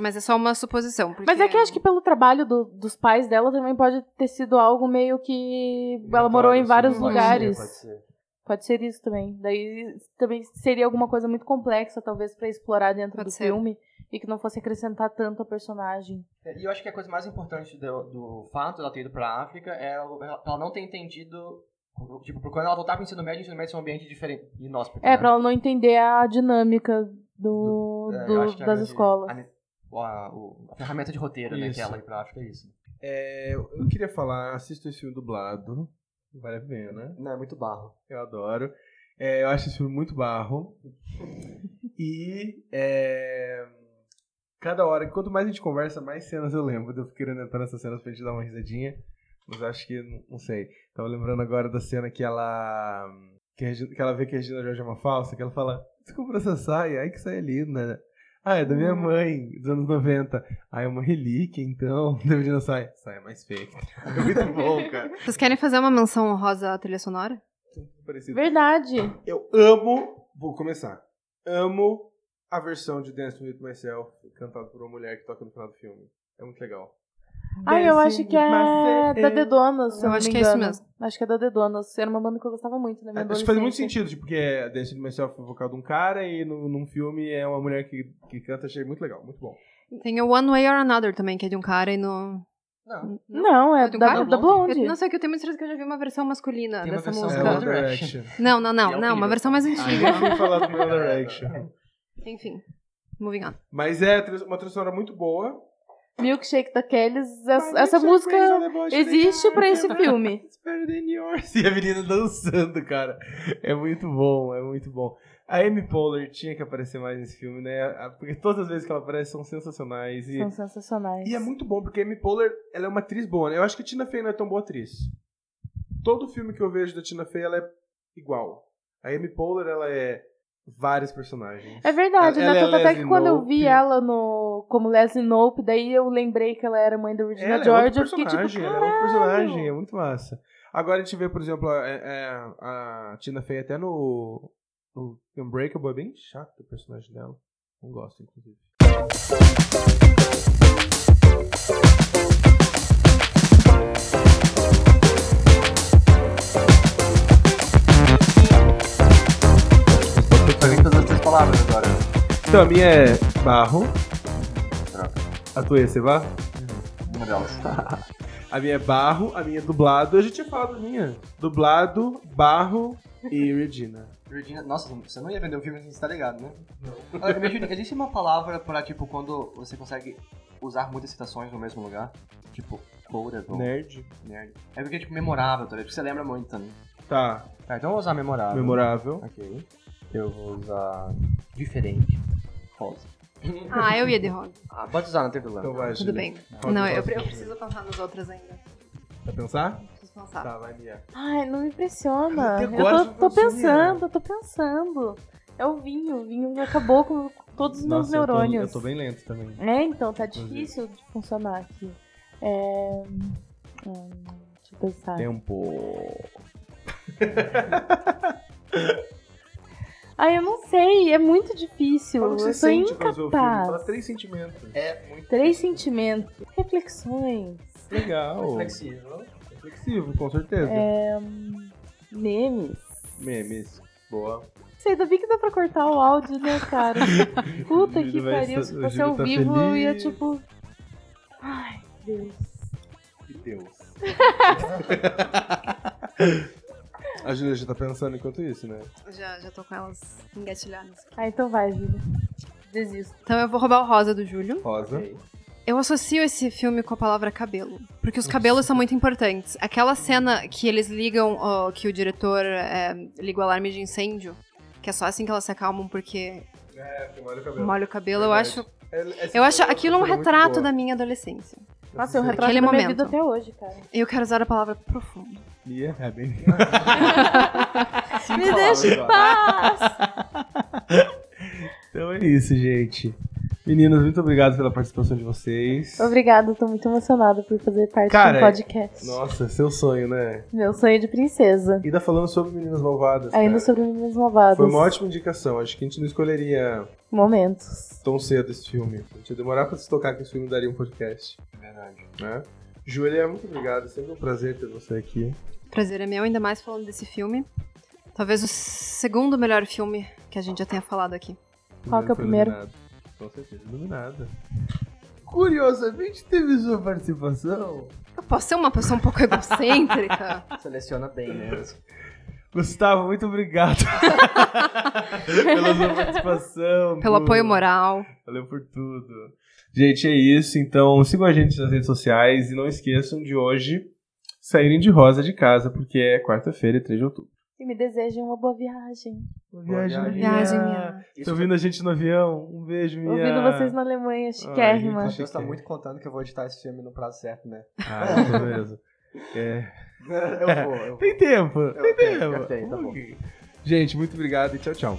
Speaker 3: Mas é só uma suposição. porque-
Speaker 4: Mas é que eu acho que pelo trabalho do- dos pais dela também pode ter sido algo meio que. Ela morou em
Speaker 2: Assim,
Speaker 4: vários
Speaker 3: pode ser,
Speaker 4: lugares.
Speaker 2: Pode ser.
Speaker 4: Pode ser isso também. Daí também seria alguma coisa muito complexa, talvez, pra explorar dentro
Speaker 3: Pode
Speaker 4: do
Speaker 3: ser.
Speaker 4: filme. E que não fosse acrescentar tanto a personagem.
Speaker 2: É, E eu acho que a coisa mais importante do, do fato dela ter ido pra África é ela ela não ter entendido... Tipo, porque quando ela voltar pro ensino médio, o ensino médio é um ambiente diferente e inóspito.
Speaker 4: É,
Speaker 2: né?
Speaker 4: pra ela não entender a dinâmica do,
Speaker 2: É, eu
Speaker 4: do-
Speaker 2: acho que a
Speaker 4: das
Speaker 2: grande-
Speaker 4: escolas.
Speaker 2: A, o- a- o- a ferramenta de roteiro, né, que
Speaker 1: Isso.
Speaker 2: ela ir pra África é isso.
Speaker 1: É, eu queria falar, assisto esse filme dublado. Vale a pena.
Speaker 2: Não, é muito barro.
Speaker 1: Eu adoro. É, eu acho esse filme muito barro. E é, cada hora, quanto mais a gente conversa, mais cenas eu lembro. Eu fico querendo entrar nessas cenas pra gente dar uma risadinha. Mas acho que, não- não sei. Tava lembrando agora da cena que ela. Que, a Regi- que ela vê que a Regina Jorge é uma falsa, que ela fala: Você comprou essa saia? Ai, que saia linda. Ah, é da minha mãe, dos anos 90. Ah, é uma relíquia, então. *laughs* Da Regina sai. Saia mais feia. *laughs* É muito bom, cara.
Speaker 3: Vocês querem fazer uma menção honrosa à trilha sonora?
Speaker 1: Parecido.
Speaker 4: Verdade.
Speaker 1: Eu amo. Vou começar. Amo a versão de Dance with Myself cantada por uma mulher que toca no final do filme. É muito legal.
Speaker 4: Ah, eu acho que é
Speaker 1: Dancing
Speaker 4: da
Speaker 1: with
Speaker 4: The Donuts, se eu
Speaker 3: Eu
Speaker 4: não
Speaker 3: acho
Speaker 4: me
Speaker 3: que é isso
Speaker 4: engano.
Speaker 3: mesmo.
Speaker 4: Acho que é da The Donuts. Era uma banda que eu gostava muito na minha
Speaker 1: É, Isso faz muito
Speaker 4: adolescência.
Speaker 1: sentido, tipo, porque é Dance with Myself é vocal de um cara e no, num filme é uma mulher que, que canta. Achei muito legal, muito bom.
Speaker 3: Tem o One Way or Another também, que é de um cara e no,
Speaker 7: Não.
Speaker 4: Não, é
Speaker 3: Do
Speaker 4: da,
Speaker 3: Blondie?
Speaker 4: da Blonde.
Speaker 3: Eu não sei que eu tenho muita certeza que eu já vi uma versão masculina
Speaker 7: Tem uma
Speaker 3: dessa
Speaker 7: versão-
Speaker 8: É
Speaker 3: música.
Speaker 8: One Direction.
Speaker 3: Não,
Speaker 7: E
Speaker 3: não,
Speaker 7: é
Speaker 3: não, não,
Speaker 7: horrível.
Speaker 3: uma versão mais
Speaker 1: Aí
Speaker 3: antiga.
Speaker 1: eu fui falar do One Direction.
Speaker 7: é?
Speaker 3: Enfim, moving on.
Speaker 1: Mas é trans- uma trilha sonora muito boa. é
Speaker 4: Milkshake da Kellys, essa, essa música existe pra esse filme.
Speaker 1: *laughs* E a menina dançando, cara. É muito bom, é muito bom. A Amy Poehler tinha que aparecer mais nesse filme, né? A- Porque todas as vezes que ela aparece são sensacionais. E,
Speaker 4: São sensacionais.
Speaker 1: e é muito bom, porque a Amy Poehler, ela é uma atriz boa, né? Eu acho que a Tina Fey não é tão boa atriz. Todo filme que eu vejo da Tina Fey, ela é igual. A Amy Poehler, ela é vários personagens.
Speaker 4: É verdade,
Speaker 1: Ela- ela
Speaker 4: né?
Speaker 1: é
Speaker 4: Tanto até que
Speaker 1: Leslie
Speaker 4: quando eu vi
Speaker 1: Knope.
Speaker 4: ela no como Leslie Knope, daí eu lembrei que ela era mãe da Regina
Speaker 1: Ela é
Speaker 4: George, eu
Speaker 1: outro
Speaker 4: fiquei
Speaker 1: personagem,
Speaker 4: tipo,
Speaker 1: ela é
Speaker 4: "Caralho!"
Speaker 1: outro personagem, é muito massa. Agora a gente vê, por exemplo, a, é, a- a Tina Fey até no, no Unbreakable, é bem chato o personagem dela. Não gosto, inclusive.
Speaker 2: Pra mim, todas as três palavras agora.
Speaker 1: Então, a minha é barro.
Speaker 2: Droga.
Speaker 1: A tua ia ser barro?
Speaker 2: Uma delas.
Speaker 1: A minha é barro, a minha é dublado. Eu já tinha falado a minha. Dublado, barro
Speaker 4: *laughs*
Speaker 1: e Regina.
Speaker 2: Regina, nossa, você não ia vender um filme sem estar ligado, né? Não. existe uma palavra pra, tipo, quando você consegue usar muitas citações no mesmo lugar? Tipo, quotable,
Speaker 1: Nerd.
Speaker 2: nerd. É porque, tipo, memorável, tá ligado? Porque você lembra muito também.
Speaker 1: Tá,
Speaker 2: Tá, então eu vou usar memorável. Ah,
Speaker 1: memorável.
Speaker 2: Ok. Eu vou usar diferente. Rosa.
Speaker 3: Ah, eu ia de rock.
Speaker 2: Ah, pode usar, não tem problema.
Speaker 1: Então vai,
Speaker 3: Tudo
Speaker 1: Julia.
Speaker 3: bem.
Speaker 1: Rock,
Speaker 3: Não, eu,
Speaker 1: rock.
Speaker 3: eu preciso Tá. pensar nas outras ainda.
Speaker 1: Vai pensar? Tá,
Speaker 3: Preciso pensar.
Speaker 1: vai, Mia.
Speaker 4: Ai, não me impressiona.
Speaker 1: Até
Speaker 4: Eu
Speaker 1: agora
Speaker 4: tô,
Speaker 1: você
Speaker 4: tô
Speaker 1: não sabia.
Speaker 4: pensando, eu tô pensando. É o vinho, o vinho acabou com todos os meus
Speaker 1: Nossa, eu tô-
Speaker 4: neurônios.
Speaker 1: Eu tô, bem lento também.
Speaker 4: É, então, tá difícil de funcionar aqui. É... hum, deixa eu pensar.
Speaker 1: Tempo. um-
Speaker 4: Ai, eu não sei, é muito difícil.
Speaker 1: Fala o que
Speaker 4: eu
Speaker 1: você
Speaker 4: sou
Speaker 1: sente pra ver o filme.
Speaker 4: é incapaz.
Speaker 1: Fala três sentimentos.
Speaker 7: É muito
Speaker 2: Tá
Speaker 4: Três sentimentos, reflexões,
Speaker 1: Legal.
Speaker 7: flexível.
Speaker 1: Reflexivo, com certeza.
Speaker 4: memes.
Speaker 1: Memes. Boa.
Speaker 4: Sei, ainda bem que dá pra cortar o áudio, né,
Speaker 1: *laughs*
Speaker 4: cara? Puta
Speaker 1: O
Speaker 4: que
Speaker 1: Júlio vai
Speaker 4: pariu,
Speaker 1: estar-
Speaker 4: se
Speaker 1: o
Speaker 4: fosse
Speaker 1: Júlio
Speaker 4: ao
Speaker 1: tá
Speaker 4: vivo eu ia
Speaker 1: feliz.
Speaker 4: tipo. Ai, Deus.
Speaker 1: Que Deus. A Julia já tá pensando enquanto isso, né?
Speaker 3: Já, já tô com elas engatilhadas.
Speaker 4: Ah, então vai, Júlia. Desisto.
Speaker 3: Então eu vou roubar o rosa do Júlio.
Speaker 1: Rosa.
Speaker 3: Eu associo esse filme com a palavra cabelo, porque os cabelos são muito importantes. Aquela cena que eles ligam, ó, que o diretor é, liga o alarme de incêndio, que é só assim que elas se acalmam porque
Speaker 1: É, porque molha o cabelo. É,
Speaker 3: molha o cabelo, eu
Speaker 1: Verdade.
Speaker 3: acho, eu acho aquilo um retrato da minha adolescência.
Speaker 4: Nossa, eu
Speaker 1: Aquele
Speaker 4: retrato da minha
Speaker 3: momento.
Speaker 4: vida até hoje,
Speaker 1: *laughs*
Speaker 4: cara.
Speaker 3: Eu quero usar a palavra profundo.
Speaker 1: Mia, é bem. Tá
Speaker 4: Me deixa em paz!
Speaker 1: Então é isso, gente. Meninos, muito obrigado pela participação de vocês.
Speaker 4: Obrigada, eu tô muito emocionada por fazer parte
Speaker 1: Cara, é-
Speaker 4: do podcast.
Speaker 1: Nossa, seu sonho, né?
Speaker 4: Meu sonho de princesa.
Speaker 1: E tá falando sobre meninas malvadas.
Speaker 4: Ainda
Speaker 1: cara.
Speaker 4: sobre meninas malvadas.
Speaker 1: É. Foi uma ótima indicação. Acho que a gente não escolheria
Speaker 4: Momentos.
Speaker 1: tão cedo esse filme. A gente ia demorar pra se tocar que esse filme daria um podcast. Verdade. Né? Júlia, muito obrigado. Sempre um prazer ter você aqui.
Speaker 3: Prazer é meu, ainda mais falando desse filme. Talvez o segundo melhor filme que a gente já tenha falado aqui.
Speaker 4: Qual que é o
Speaker 1: foi
Speaker 4: primeiro?
Speaker 1: Iluminado. Com certeza, iluminada. Curiosamente, teve sua participação.
Speaker 3: Eu posso ser uma pessoa um pouco egocêntrica?
Speaker 7: Seleciona bem, né?
Speaker 1: Gustavo, muito
Speaker 4: *laughs*
Speaker 1: obrigado pela sua participação.
Speaker 3: Pelo
Speaker 1: Bruno.
Speaker 3: apoio moral.
Speaker 1: Valeu por tudo. Gente, é isso. Então sigam a gente nas redes sociais e não esqueçam de hoje saírem de rosa de casa, porque é quarta-feira, 3 de outubro.
Speaker 4: E me desejem uma boa viagem.
Speaker 1: Viagem,
Speaker 7: viagem.
Speaker 3: Viagem, minha.
Speaker 1: Tô ouvindo a gente no avião. Um beijo, Mia.
Speaker 4: Ouvindo vocês na Alemanha,
Speaker 1: Ai,
Speaker 4: chiquérrima.
Speaker 1: gente.
Speaker 7: Deus tá muito contando que eu vou editar esse filme no prazo certo, né?
Speaker 1: Ah, isso mesmo. É.
Speaker 7: Eu vou, eu vou.
Speaker 1: Tem tempo.
Speaker 7: Eu
Speaker 1: tem
Speaker 7: tenho,
Speaker 1: tempo.
Speaker 7: eu tenho, tá bom.
Speaker 1: Ok. Gente, muito obrigado e tchau, tchau.